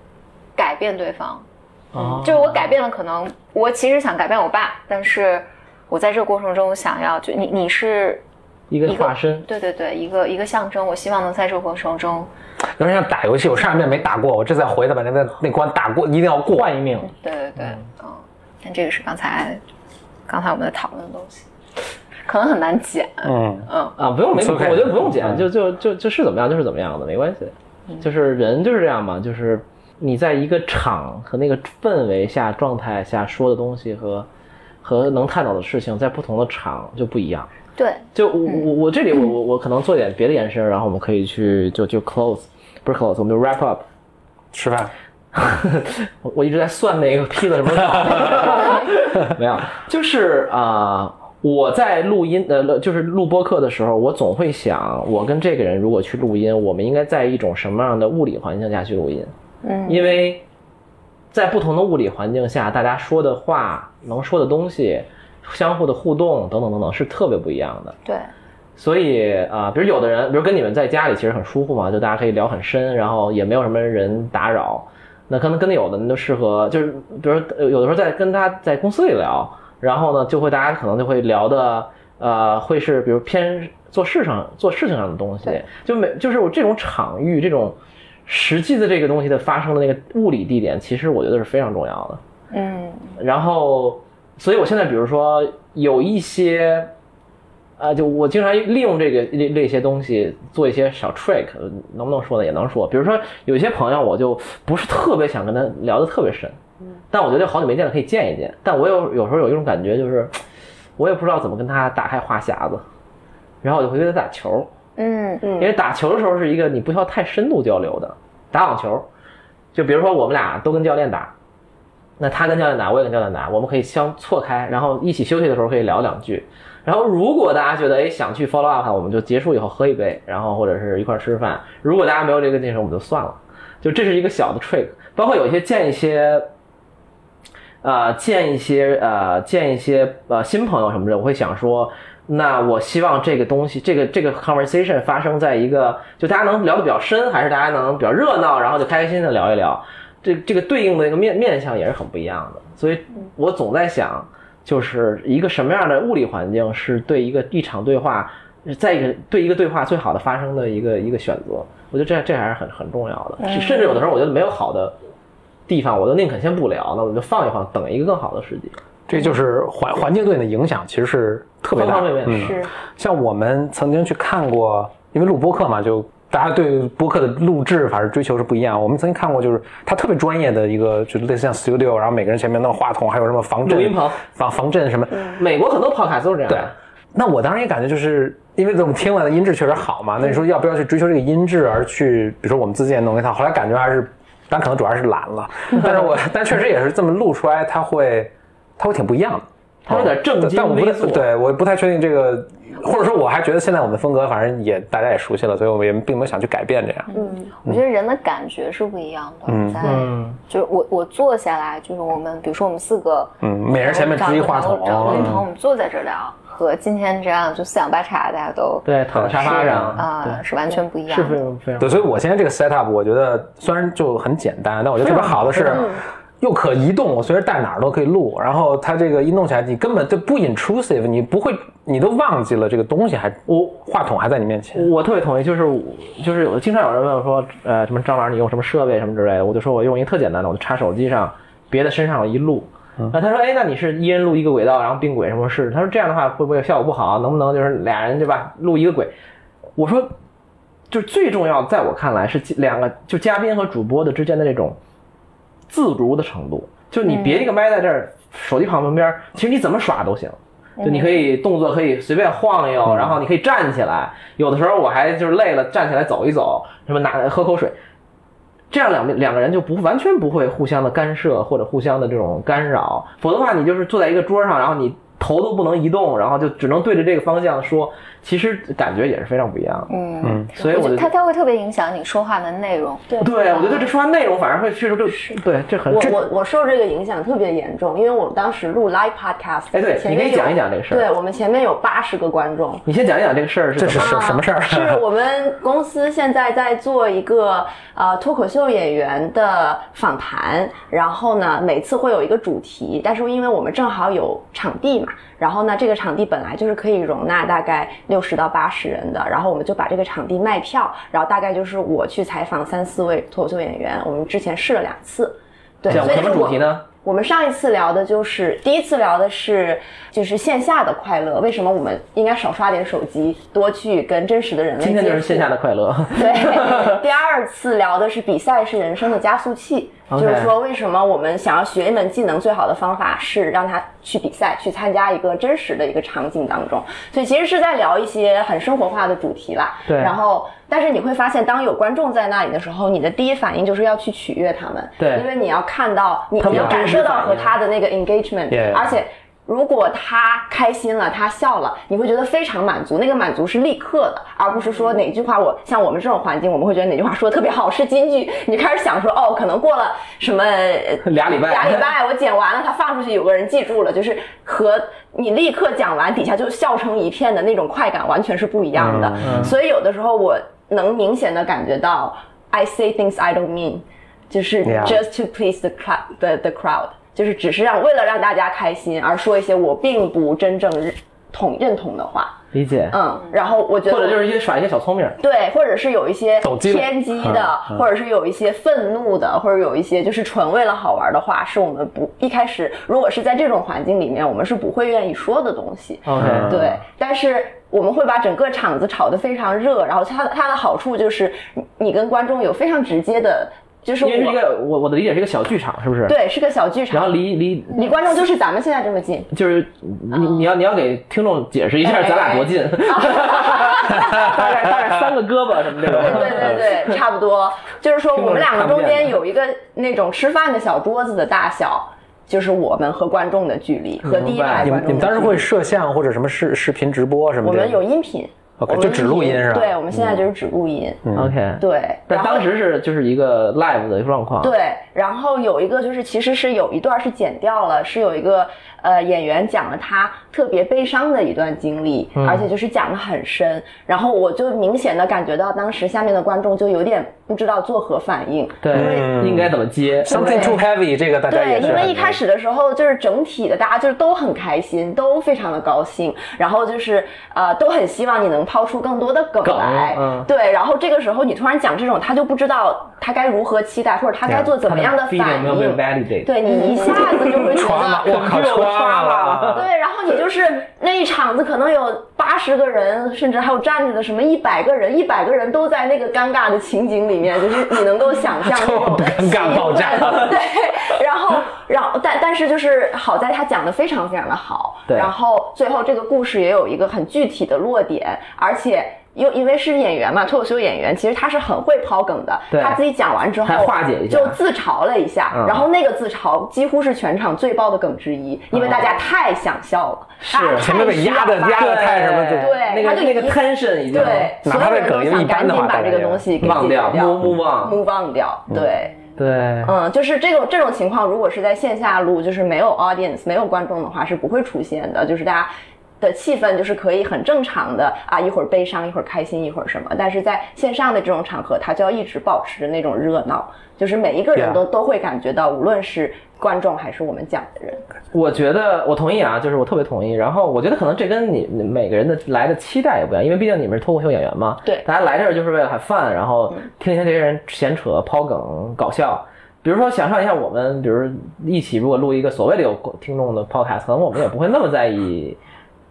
S2: 改变对方，
S3: 哦
S2: 就是我改变了，可能我其实想改变我爸，但是我在这个过程中想要就你你是
S3: 一个化身，
S2: 对对对一个一个象征，我希望能在这个过程中
S1: 有点像打游戏，我上一遍没打过，我这次要回头把那个那关打过，一定要过。
S3: 换一命。
S2: 对对对嗯但这个是刚才刚才我们在讨论的东西，可能很难剪，
S1: 嗯，
S2: 嗯，
S3: 啊，不用没，
S1: It's
S3: 我
S1: okay
S3: 觉得不用剪，
S1: 嗯
S3: 就就就就是怎么样就是怎么样的，没关系。
S2: 嗯
S3: 就是人就是这样嘛，就是你在一个场和那个氛围下、状态下说的东西和和能探讨的事情，在不同的场就不一样。
S2: 对，
S3: 就我我我这里我我我可能做点别的延伸，然后我们可以去就就 close，不是 close，我们就 wrap up。
S1: 吃饭，
S3: 我我一直在算那个 披了什么草，没有，就是啊、我在录音呃，就是录播课的时候，我总会想，我跟这个人如果去录音，我们应该在一种什么样的物理环境下去录音？
S2: 嗯，
S3: 因为在不同的物理环境下，大家说的话、能说的东西、相互的互动等等等等是特别不一样的。
S2: 对，
S3: 所以啊、比如有的人，比如跟你们在家里其实很舒服嘛，就大家可以聊很深，然后也没有什么人打扰。那可能跟有的人就适合，就是比如呃有的时候在跟他在公司里聊，然后呢就会大家可能就会聊的呃会是比如偏做事上做事情上的东西，就每就是我这种场域这种实际的这个东西的发生的那个物理地点，其实我觉得是非常重要的。
S2: 嗯
S3: 然后，所以我现在比如说有一些，啊、就我经常利用这个这这些东西做一些小 trick，呃能不能说呢？也能说。比如说有些朋友，我就不是特别想跟他聊的特别深，但我觉得好久没见了，可以见一见。但我有有时候有一种感觉，就是我也不知道怎么跟他打开话匣子，然后我就会跟他打球，
S2: 嗯
S3: 因为打球的时候是一个你不需要太深度交流的。打网球，就比如说我们俩都跟教练打，那他跟教练打，我也跟教练打，我们可以相错开，然后一起休息的时候可以聊两句。然后如果大家觉得哎想去 follow up，的话我们就结束以后喝一杯，然后或者是一块儿吃饭。如果大家没有这个精神，我们就算了。就这是一个小的 trick，包括有一些见一些。呃，见一些呃，见一些呃新朋友什么的，我会想说，那我希望这个东西，这个这个 conversation 发生在一个就大家能聊得比较深，还是大家能比较热闹，然后就开开心心的聊一聊，这这个对应的那个面面相也是很不一样的。所以我总在想，就是一个什么样的物理环境是对一个一场对话，在一个对一个对话最好的发生的一个一个选择。我觉得这这还是很很重要的，甚至有的时候我觉得没有好的地方，我就宁肯先不聊，那我们就放一放，等一个更好的时机。
S1: 这就是环环境对你的影响，其实是特别大。
S3: 方方面面
S1: 嗯
S8: 是
S1: 像我们曾经去看过，因为录播客嘛，就大家对播客的录制反正追求是不一样。我们曾经看过，就是他特别专业的一个，就类似像 studio，然后每个人前面弄话筒，还有什么防震、
S3: 录音棚嗯
S1: 防防震什么。
S3: 美国很多 podcast 都是这样
S1: 对
S3: 的，，
S1: 那我当时也感觉就是因为我们听完的音质确实好
S3: 嗯
S1: 嘛，那你说要不要去追求这个音质而去，比如说我们自己也弄一套，后来感觉还是，但可能主要是懒 了，但是我但确实也是这么录出来，它会它会挺不一样的。
S3: 它有点正
S1: 哦但
S3: 经
S1: 但我不
S3: 猥
S1: 太
S3: 琐。
S1: 对，我不太确定这个，或者说我还觉得现在我们的风格，反正也大家也熟悉了，所以我们也并没有想去改变这样。
S2: 嗯，我觉得人的感觉是不一样的，
S1: 嗯
S2: 在
S3: 嗯，
S2: 就是我我坐下来，就是我们比如说我们四个，
S1: 嗯，每人前面支一话筒，
S2: 找个
S1: 嗯
S2: 筒，我们坐在这儿聊，和今天这样就四仰八叉，大家都
S3: 对，躺在沙发上
S2: 啊、是完全不一
S3: 对，
S2: 样
S3: 是非
S2: 的。
S3: 常非常
S1: 对，所以我现在这个 setup，我觉得虽然就很简单，但我觉得特别好的是，又可移动，我随时带哪儿都可以录。然后它这个一弄起来，你根本就不 intrusive，你不会，你都忘记了这个东西还，我话筒还在你面
S8: 嗯
S1: 前。
S3: 我特别同意，就是我就是有经常有人问我说，呃，什么张老师你用什么设备什么之类的，我就说我用一个特简单的，我就插手机上，别的身上我一录。然后他说，哎，那你是一人录一个轨道，然后并轨什么试？他说这样的话会不会效果不好？啊能不能就是俩人对吧，录一个轨？我说，就是最重要，在我看来是两个就嘉宾和主播的之间的这种自如的程度，就你别这个麦在这儿，手机旁边儿，其实你怎么耍都行。就你可以动作可以随便晃悠，然后你可以站起来。有的时候我还就是累了，站起来走一走，什么拿喝口水，这样两边两个人就不完全不会互相的干涉或者互相的这种干扰。否则的话，你就是坐在一个桌上，然后你头都不能移动，然后就只能对着这个方向说，其实感觉也是非常不一样的。
S2: 嗯，
S1: 嗯，
S3: 所以
S2: 我觉
S3: 我就
S2: 得它它会特别影响你说话的内容。对，
S3: 对我觉得这说话内容反而会确实就对这很
S8: 我
S3: 这
S8: 我我受这个影响特别严重，因为我当时录 live podcast，
S3: 哎对
S8: 前
S3: 你
S8: 面
S3: 可以
S8: 有
S3: 讲一讲这个事儿
S8: 对我们前面有八十个观众，
S3: 你先讲一讲这个事儿是
S1: 这
S3: 怎
S1: 是
S3: 么
S1: 什什么事儿？
S8: 啊是 我们公司现在在做一个呃脱口秀演员的访谈，然后呢，每次会有一个主题，但是因为我们正好有场地嘛，然后呢，这个场地本来就是可以容纳大概六十到八十人的，然后我们就把这个场地卖票，然后大概就是我去采访三四位脱口秀演员，我们之前试了两次，对，
S3: 讲
S8: 所以
S3: 什么
S8: 是
S3: 主
S8: 我
S3: 题呢？
S8: 我们上一次聊的就是第一次聊的是就是线下的快乐，为什么我们应该少刷点手机，多去跟真实的人类接
S3: 今
S8: 触？
S3: 天就是线下的快乐。
S8: 对，第二次聊的是比赛是人生的加速器，
S3: OK
S8: 就是说为什么我们想要学一门技能，最好的方法是让他去比赛，去参加一个真实的一个场景当中。所以其实是在聊一些很生活化的主题啦。
S3: 对
S8: 然后，但是你会发现，当有观众在那里的时候，你的第一反应就是要去取悦他们，
S3: 对
S8: 因为你要看到你
S3: 他
S8: 你
S3: 们
S8: 要
S3: 有真
S8: 感
S3: 实
S8: 受到
S3: 反应
S8: 和他的那个 engagement，
S1: Yeah
S8: 而且。如果他开心了，他笑了，你会觉得非常满足，那个满足是立刻的，而不是说哪句话我像我们这种环境，我们会觉得哪句话说的特别好是金句，你就开始想说哦，可能过了什么呃
S3: 俩礼拜
S8: 俩礼拜我剪完了，他放出去有个人记住了，就是和你立刻讲完底下就笑成一片的那种快感完全是不一样的。
S3: 嗯
S8: 所以有的时候我能明显的感觉到，I say things I don't mean，就是
S1: Yeah.
S8: just to please the crowd the the crowd，就是只是让为了让大家开心而说一些我并不真正认同认同的话，
S3: 理解，
S8: 嗯，然后我觉得
S3: 或者就是一些耍一些小聪明儿，
S8: 对，或者是有一些
S1: 走鸡了
S8: 偏激的
S1: 嗯，嗯
S8: 或者是有一些愤怒的，或者有一些就是纯为了好玩的话，是我们不一开始如果是在这种环境里面，我们是不会愿意说的东西。
S3: OK
S1: 嗯
S8: 对，但是我们会把整个场子炒得非常热，然后它它的好处就是你你跟观众有非常直接的，就是
S3: 因为是一
S8: 我
S3: 个我我的理解是一个小剧场，是不是？。
S8: 对是个小剧
S3: 然后
S8: 场，
S3: 离离
S8: 离观众就是咱们现在这么 近，
S3: 就是你你要你要给听众解释一下
S8: 哎
S3: 咱俩多 近，大概大概三个胳膊什么这种。
S8: 对对对 对，差不多。就是说，我们两个中间有一个那种吃饭的小桌子的大小，就是我们和观众的距离，和第一排
S1: 嗯你们你
S8: 观
S1: 们
S8: 众的距
S1: 当时
S8: 离。
S1: 会摄像或者什么视视频直播什么
S8: 我
S1: 的？
S8: 们有音频，
S1: OK，
S8: 我们
S1: 就
S8: 有
S1: 只录音是吧
S8: 对，我们现在就是只录音。
S1: 嗯
S3: OK。
S8: 对，
S3: 但
S8: 然后
S3: 当时是就是一个 live 的状况。。
S8: 对，然后有一个就是，其实是有一段是剪掉了，是有一个呃演员讲了他特别悲伤的一段经历，
S3: 嗯
S8: 而且就是讲的很深，然后我就明显的感觉到当时下面的观众就有点不知道作何反应，
S1: 嗯
S3: 对，应该怎么接？
S1: something too heavy，这个大家也
S8: 对，
S1: 是
S8: 因为
S1: 很
S8: 一开始的时候就是整体的大家就是都很开心，都非常的高兴，然后就是呃都很希望你能抛出更多的梗
S3: 梗
S8: 来，
S3: 嗯
S8: 对，然后这个时候你突然讲这种，他就不知道他该如何期待，或者他该做怎么样的
S3: 他 feeling
S8: 反
S3: 没有被
S8: 应，
S3: validate？
S8: 对你一下子就 会觉
S1: 抓
S8: 得。
S1: 了，我靠，
S3: 又
S1: 抓
S3: 抓
S1: 了，
S8: 对，然后你就是那一场子可能有八十个人，甚至还有站着的什么一百个人，一百个人都在那个尴尬的情景里面，就是你能够想象那 种
S1: 尴尬爆炸
S8: 气氛对，然后，然后，但但是就是好在他讲的非常非常的好，
S3: 对
S8: 然后最后这个故事也有一个很具体的落点，而且又因为是演员嘛，脱口秀演员，其实他是很会抛梗的
S3: 对，
S8: 他自己讲完之后
S3: 还化解一下
S8: 就自嘲了一下，
S3: 嗯
S8: 然后那个自嘲几乎是全场最爆的梗之一，因为大家太想笑了，啊
S3: 是
S8: 大家太
S1: 哦前面被压的
S8: 需要
S1: 压的太什么就
S8: 对
S3: 那
S8: 他
S3: 个
S8: 就
S3: 那个
S8: 一
S3: tension 已经
S8: 对，
S1: 哪
S8: 所
S1: 怕
S8: 有
S1: 这
S8: 人
S1: 梗
S8: 都
S1: 因为一般的
S8: 想赶紧
S1: 话
S8: 把
S1: 大
S8: 这
S1: 家
S8: 个
S1: 也嗯
S8: 东西给
S3: 忘
S8: 解决
S3: 掉，move move on。
S8: move 忘掉，对。
S3: 对，
S8: 嗯，就是这种这种情况，如果是在线下录，就是没有 audience 没有观众的话，是不会出现的。就是大家的气氛就是可以很正常的啊，一会儿悲伤，一会儿开心，一会儿什么。但是在线上的这种场合，它就要一直保持着那种热闹，就是每一个人
S1: Yeah
S8: 都都会感觉到，无论是观众还是我们讲的人，
S3: 我觉得我同意啊，就是我特别同意。然后我觉得可能这跟你你每个人的来的期待也不一样，因为毕竟你们是脱口秀演员嘛，
S8: 对嗯
S3: 大家来这儿就是为了喊饭，然后听听这些人闲扯、抛梗、搞笑。比如说，想象一下我们，比如一起如果录一个所谓的有听众的 podcast，可能我们也不会那么在意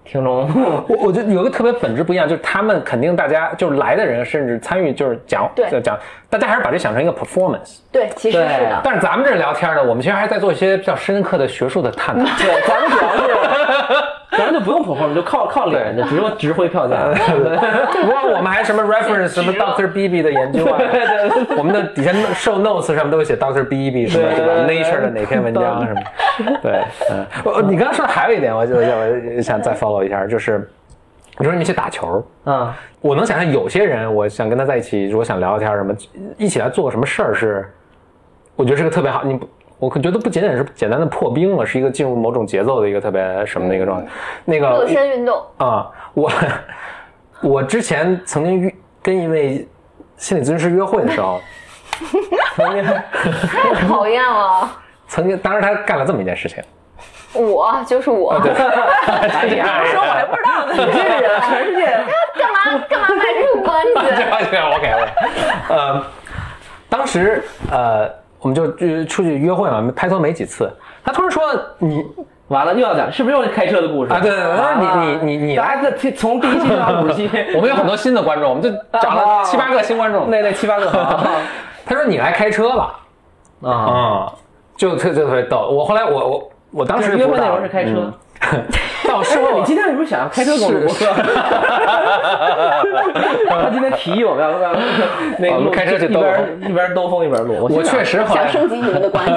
S3: 听众。
S1: 我我觉得有一个特别本质不一样，就是他们肯定大家就是来的人，甚至参与就是讲
S8: 对
S1: 就讲，大家还是把这想成一个 performance。哎
S8: 对，其实
S3: 对
S8: 是的。
S1: 但是咱们这聊天呢，我们其实还在做一些比较深刻的学术的探讨。
S3: 对，咱们主要是，咱们就不用 perform，就靠靠脸，就直播直挥票价。
S1: 不过我们还什么 reference 什么 Doctor BB 的研究啊， 我们的底下 show notes 上面都会写 Doctor BB 什么
S3: 对
S1: 对吧？Nature 的哪篇文章什么？对，嗯，我你刚刚说的还有一点，我就我想再 follow 一下，就是你说你们去打球，
S3: 嗯，
S1: 我能想象有些人，我想跟他在一起，如果想聊聊天儿什么，一起来做个什么事儿是，我觉得是个特别好。你不，我可觉得不仅仅是简单的破冰了，是一个进入某种节奏的一个特别什么的一个状态。那个
S2: 热身 运动，
S1: 啊、我我之前曾经约跟一位心理咨询师约会的时 候，曾经
S2: 太 讨厌了。
S1: 曾经，当时他干了这么一件事情。
S2: 我就是我，
S1: 啊哎呀，说我还不知道呢，你这人。
S2: 干嘛干嘛卖这 种关
S1: 对
S2: 子？
S1: 对，OK OK。呃，当时呃，我们就就出去约会嘛，拍拖没几次。他突然说你
S3: 完了又要讲，是不是又是开车的故事
S1: 啊对对对
S3: 完了
S1: 你你你你
S3: 大家这从第一期到五
S1: ，
S3: 期
S1: 我们有很多新的观众，我们就找了
S3: 啊
S1: 七八个新观众。
S3: 那那七八个，
S1: 他说你来开车吧，
S3: 啊，
S1: 啊、就特特别逗。我后来我我我当时
S3: 就是约
S1: 不
S3: 会
S1: 知
S3: 内
S1: 道嗯
S3: 容是开车。
S1: 到事后
S3: 你今天为什么想要开车跟我录播客？ 他今天提议我们要要 那个
S1: 啊我
S3: 录
S1: 们开车去
S3: 一
S1: 兜
S3: 边一边兜风一边录。
S1: 我
S3: 心想
S1: 确实后
S8: 想
S1: 来
S8: 升级你们的关系。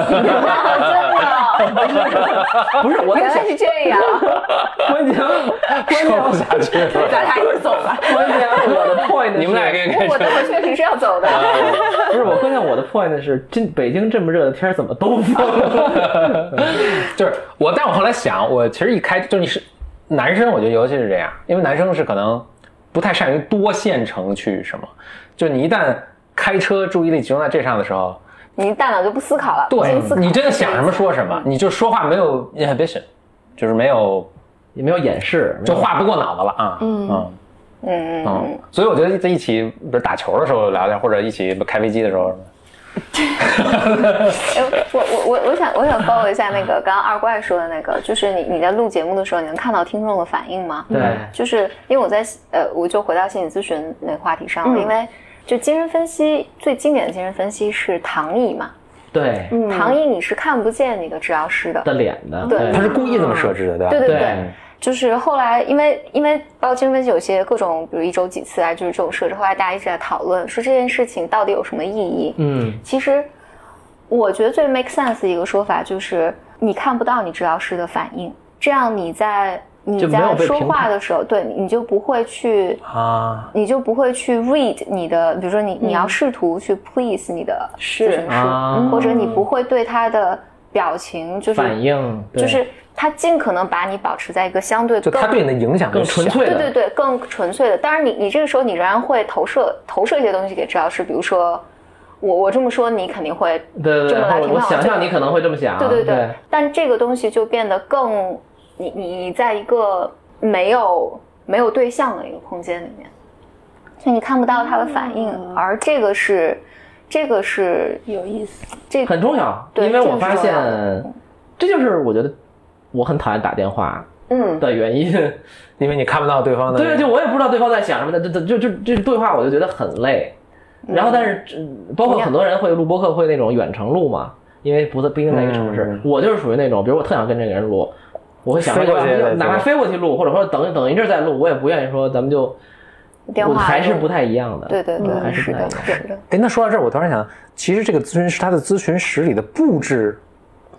S3: 不是我在
S2: 原
S3: 想
S2: 来是 这样，
S3: 关键关键
S1: 不下去 了。
S2: 咱俩一块儿走 吧。
S3: 关键我的 point
S1: 你们俩
S3: 是
S1: 可以
S2: 我
S1: 开啊
S2: 我
S1: 车
S2: 等。会儿确实是 要走的。
S3: 不是我关键我的 point 是今北京这么热的天儿怎么兜 风？
S1: 就是我，但我后来想，我其实一开就是你是男生，我觉得尤其是这样，因为男生是可能不太善于多线程去什么，就你一旦开车注意力集中在这上的时候，
S2: 你大脑就不思考了，不
S1: 对
S2: 经思考
S1: 你真的想什么说什么，你就说话没有嗯 inhibition，就是没有
S3: 也没有掩饰，
S1: 就话不过脑子了啊，嗯嗯
S2: 嗯嗯嗯，
S1: 所以我觉得在一起，比如打球的时候聊聊，或者一起开飞机的时候，
S2: 哎，我我我我想我想 follow 一下那个刚刚二怪说的那个，就是你你在录节目的时候，你能看到听众的反应吗？
S3: 对
S1: 嗯
S2: 就是因为我在呃，我就回到心理咨询那个话题上了，
S1: 嗯
S2: 因为就精神分析最经典的精神分析是唐毅嘛，
S3: 对
S1: 嗯
S2: 唐毅你是看不见你的治疗师的，
S3: 的脸的，
S2: 对
S1: 他是故意这么设置的，对吧？
S2: 对对
S3: 对
S2: 对。就是后来，因为因为包括精神分析有些各种，比如一周几次啊，就是这种设置。后来大家一直在讨论，说这件事情到底有什么意义？
S3: 嗯，
S2: 其实我觉得最 make sense 的一个说法就是，你看不到你治疗师的反应，这样你在你
S3: 就没有
S2: 在
S3: 被
S2: 说
S3: 评
S2: 话
S3: 判
S2: 的时候，对你就不会去
S1: 啊，
S2: 你就不会去 read 你的，比如说你你要试图去 please 你的咨询师，
S3: 嗯啊
S2: 或者你不会对他的表情就是
S3: 反应对
S2: 就是他尽可能把你保持在一个相对
S1: 就
S2: 更
S1: 他对你的影响
S3: 更纯
S1: 小
S3: 粹
S2: 对
S3: 的，
S2: 对对更纯粹的。当然你，你这个时候你仍然会投射投射一些东西给治疗师，比如说我我这么说，你肯定会
S3: 对对
S2: 这么来
S3: 对，
S2: 评
S3: 我我
S2: 判
S3: 想
S2: 这
S3: 象
S2: 个
S3: 你可能会这么想，
S2: 对对对，
S3: 啊对，
S2: 但这个东西就变得更，你你你在一个没有没有对象的一个空间里面，所以你看不到他的反应，
S8: 嗯
S2: 而这个是这个是
S8: 有意思，
S2: 这
S3: 很重要，
S2: 对
S3: 因为我
S2: 这个
S3: 发
S2: 是重
S3: 现
S2: 要的，
S3: 这就是我觉得我很讨厌打电话
S2: 嗯
S3: 的 原因。
S1: 因为你看不到对方的
S3: 对，就我也不知道对方在想什么的，这这就就这对话我就觉得很累。然后，但是嗯包括很多人会录播客，会那种远程录嘛，因为不在不一定在一个城市。
S1: 嗯
S3: 我就是属于那种，比如我特想跟这个人录，我会想
S1: 飞过去
S3: 要不
S1: 再
S3: 哪怕
S1: 录
S3: 飞过去录，或者说等等一阵儿再录，我也不愿意说咱们就，
S2: 电
S3: 我
S2: 话
S3: 还是
S2: 录
S3: 不太一样的。
S2: 对对对，
S3: 嗯还是
S2: 是
S3: 不太
S2: 的
S3: 一，样
S2: 是的，
S1: 哎，那说到这儿，我突然想，其实这个咨询师他的咨询室里的布置，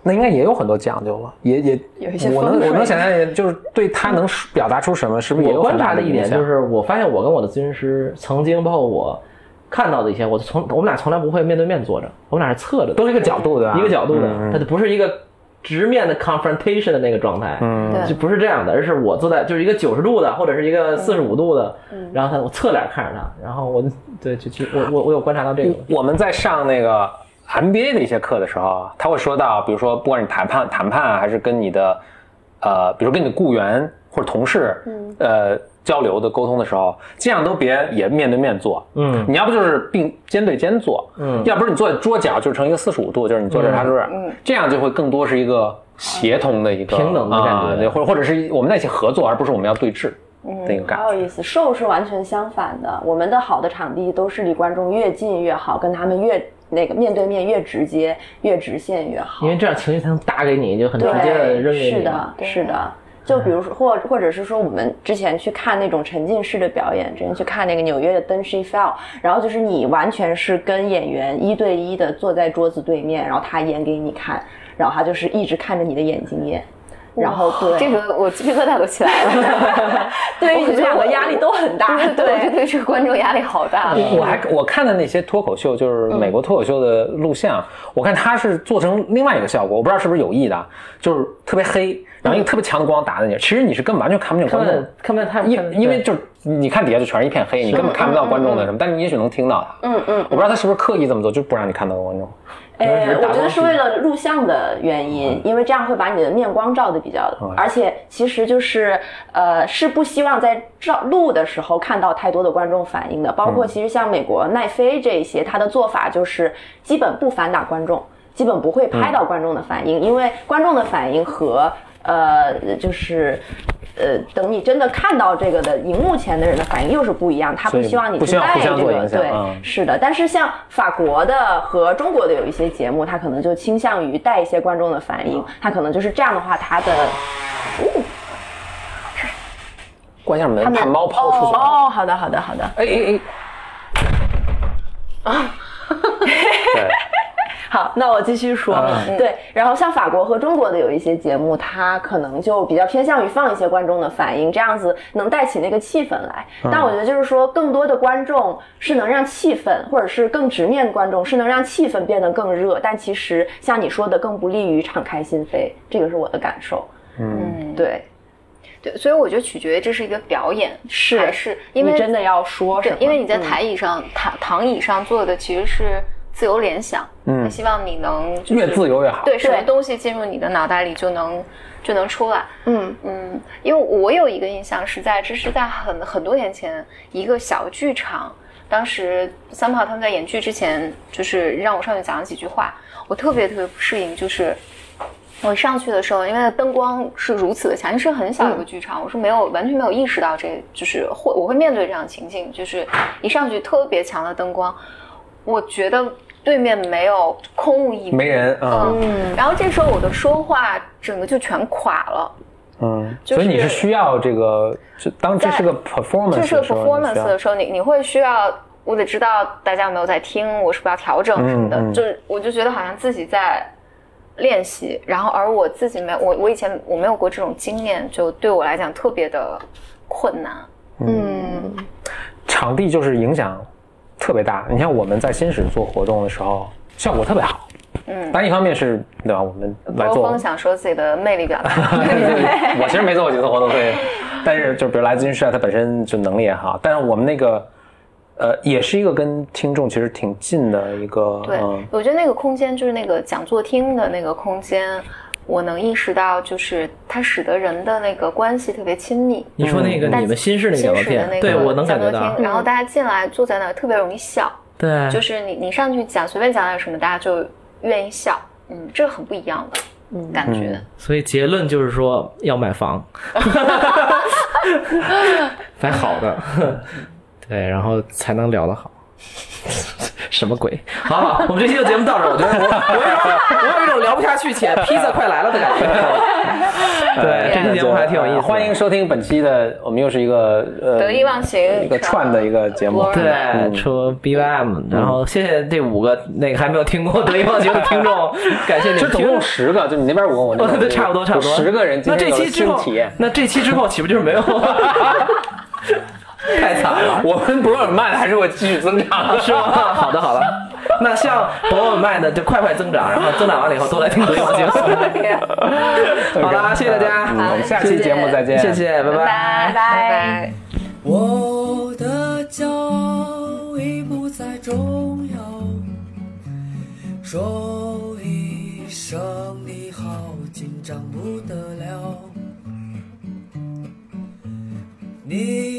S1: 那应该也有很多讲究了，也也
S10: 有一些
S1: 我能
S10: 风水
S1: 我能想象，就是对他能表达出什么，是不是也
S3: 我
S1: 有
S3: 观
S1: 很大
S3: 察的
S1: 的
S3: 一点
S1: 影响
S3: 就是，我发现我跟我的咨询师曾经，包括我看到的一些，我从我们俩从来不会面对面坐着，我们俩是侧着的
S1: 都，是一个角度的啊、
S3: 一个角度的，
S1: 嗯
S3: 它就不是一个直面的 confrontation 的那个状态，
S1: 嗯
S2: 对嗯
S3: 就不是这样的，而是我坐在就是一个九十度的或者是一个四十五度的，然后他我侧脸看着他，然后我对就就我我我有观察到这个，
S2: 嗯
S1: 我们在上那个 MBA 的一些课的时候，啊他会说到，比如说，不管你谈判谈判啊还是跟你的呃，比如跟你的雇员或者同事，
S3: 嗯
S1: 呃，交流的沟通的时候，尽量都别也面对面坐，
S3: 嗯
S1: 你要不就是并肩对肩坐，
S3: 嗯
S1: 要不是你坐在桌角，就是成一个四十五度，就是你坐这儿
S3: 嗯
S1: 他坐这儿，这样就会更多是一个协同的一个
S3: 平等的感
S1: 啊
S3: 觉
S1: 对或者或者是我们在一起合作，而不是我们要对峙
S3: 嗯
S1: 那个感觉。
S8: 好有意思。瘦是完全相反的，我们的好的场地都是离观众越近越好，跟他们越那个面对面越直接，越直线越好。
S3: 因为这样情绪才能搭给你，就很直
S8: 对，
S3: 接的扔给你，
S8: 是的，是的。就比如说，或或者是说，我们之前去看那种沉浸式的表演，之前去看那个纽约的《Then She Fell》，然后就是你完全是跟演员一对一的坐在桌子对面，然后他演给你看，然后他就是一直看着你的眼睛演，然后对
S2: 这个我鸡皮疙瘩都起来了。
S8: 对于你
S2: 我觉
S8: 们
S2: 得
S8: 两个
S2: 我
S8: 压力都很大， 嗯
S2: 对对，我觉得对这个观众压力好大。
S1: 我我还我看的那些脱口秀，就是美国脱口秀的录像，我看他是做成另外一个效果，我不知道是不是有意的啊，就是特别黑，然后一个特别强的光打在你，其实你是根本完全看不见
S3: 看
S1: 观
S3: 不
S1: 众
S3: 见，看不见他，看不见
S1: 因因为就是你看底下就全是一片黑，你根本看不到观众的什么，但是你也许能听到他。嗯嗯，我不知道他是不是刻意这么做，就不让你看到观众。
S3: 能
S8: 哎
S3: 是，打
S8: 我
S3: 东
S8: 觉得
S3: 西
S8: 是为了录像的原
S3: 嗯
S8: 因，因为这样会把你的面光照的比较，而且其实就是呃是不希望在照录的时候看到太多的观众反应的。包
S3: 嗯
S8: 括其实像美国奈飞这一些，他的做法就是基本不反打观众，基本不
S3: 嗯
S8: 会拍到观众的反应，因为观众的反应和呃就是呃，等你真的看到这个的荧幕前的人的反应又是不一样，他
S1: 所
S8: 不
S1: 以
S8: 希望你
S1: 不
S8: 去
S1: 希望
S8: 带
S1: 互
S8: 这
S1: 相做影
S8: 个，
S1: 响
S8: 对，
S1: 嗯
S8: 是的。但是像法国的和中国的有一些节目，他可能就倾向于带一些观众的反应，他可能就是这样的话，他的
S1: 关一下门，
S8: 他们
S1: 怕猫跑出去。
S8: 哦，好的，好的，好的，
S1: 哎哎哎！哎啊 对，
S8: 好，那我继续说。
S1: 嗯
S8: 对，然后像法国和中国的有一些节目，它可能就比较偏向于放一些观众的反应，这样子能带起那个气氛来。
S1: 啊
S8: 但我觉得就是说，更多的观众是能让气氛，或者是更直面观众是能让气氛变得更热，但其实像你说的，更不利于敞开心扉，这个是我的感受。
S1: 嗯，
S8: 对，
S2: 对，所以我觉得取决于这是一个表演，
S8: 是
S2: 还是因为
S8: 你真的要说什
S2: 对
S8: 么，？
S2: 因为你在
S8: 嗯
S2: 台椅上、躺躺椅上做的其实是自由联想，
S1: 嗯
S2: 他希望你能就是
S1: 越自由越好。
S2: 对什么
S8: 对
S2: 东西进入你的脑袋里就能就能出来。
S8: 嗯
S2: 嗯，因为我有一个印象是在，这是在很很多年前一个小剧场，当时三炮他们在演剧之前，就是让我上去讲了几句话，我特别特别不适应，就是。我上去的时候，因为灯光是如此的强，因为是很小一个剧场，我是没有完全没有意识到这，就是会我会面对这样的情境，就是一上去特别强的灯光，我觉得对面没有空无一物，
S1: 没人啊，
S2: 嗯，然后这时候我的说话整个就全垮了，
S1: 嗯，
S2: 就
S1: 所以你是
S2: 是
S1: 需要这个，就当这
S2: 在
S1: 是个 performance，
S2: 这是个
S1: 的时候你
S2: performance
S1: 需要
S2: 的时候，你你会需要，我得知道大家有没有在听，我是不是要调整什么的，
S1: 嗯嗯
S2: 就是我就觉得好像自己在练习，然后而我自己没有，我我以前我没有过这种经验，就对我来讲特别的困难。
S8: 嗯
S1: 场地就是影响特别大。你像我们在新史做活动的时候，效果特别好。嗯，但一方面是对吧，我们来
S2: 欧
S1: 做
S2: 峰想说自己的魅力表达，
S1: 我其实没做过几次活动， 对。但是就比如来自军师啊，他本身就能力也好，但是我们那个，呃，也是一个跟听众其实挺近的一个，
S2: 对，
S1: 嗯，
S2: 我觉得那个空间就是那个讲座厅的那个空间，我能意识到就是它使得人的那个关系特别亲密。
S3: 你说那个
S2: 嗯但
S3: 你们新式那个
S2: 新
S3: 聊
S2: 式的
S3: 天
S2: 那，个
S3: 对我能
S2: 讲
S3: 感
S2: 座
S3: 觉
S2: 厅，
S3: 到，嗯
S2: 然后大家进来坐在那儿特别容易笑，
S3: 对，
S2: 就是你你上去讲随便讲点什么，大家就愿意笑，嗯，这很不一样的。感觉、
S3: 所以结论就是说要 买房，买好 的，对，然后才能聊得好。什么鬼？好好，我们这期的节目到这儿，我觉得我我有一种我有一种聊不下去且披萨快来了的 感觉。
S1: 呃
S3: 对，这期节目还挺有意思的，
S1: 欢迎收听本期的，我们又是一个呃
S2: 得意忘形
S1: 一个串的一个节目，
S2: Explorer
S3: 对，出 BYM，然
S1: 嗯
S3: 后谢谢这五个那个还没有 听过德云忘形的听众，感谢你
S1: 就
S3: 们
S1: 总
S3: 听
S1: 共。十个，就你那边五个，我那 边五个
S3: 对，差不多，差不多。
S1: 有十个人今
S3: 那
S1: 天
S3: 这
S1: 有了
S3: 期之
S1: 新
S3: 后
S1: 体验，。
S3: 那这期之后岂不就是 没有？太惨了。
S1: 我们博尔曼还是会继续增长，
S3: 是吗？好的，好的。那像博文卖的就快快增长，然后增长完了以后都来听德云 节 目。好啦，谢谢大家，
S1: 嗯我们下期节目再见，
S3: 谢谢，拜拜
S2: 拜拜。
S4: 我的骄傲已不再重要，说一声你好，紧张不得了。你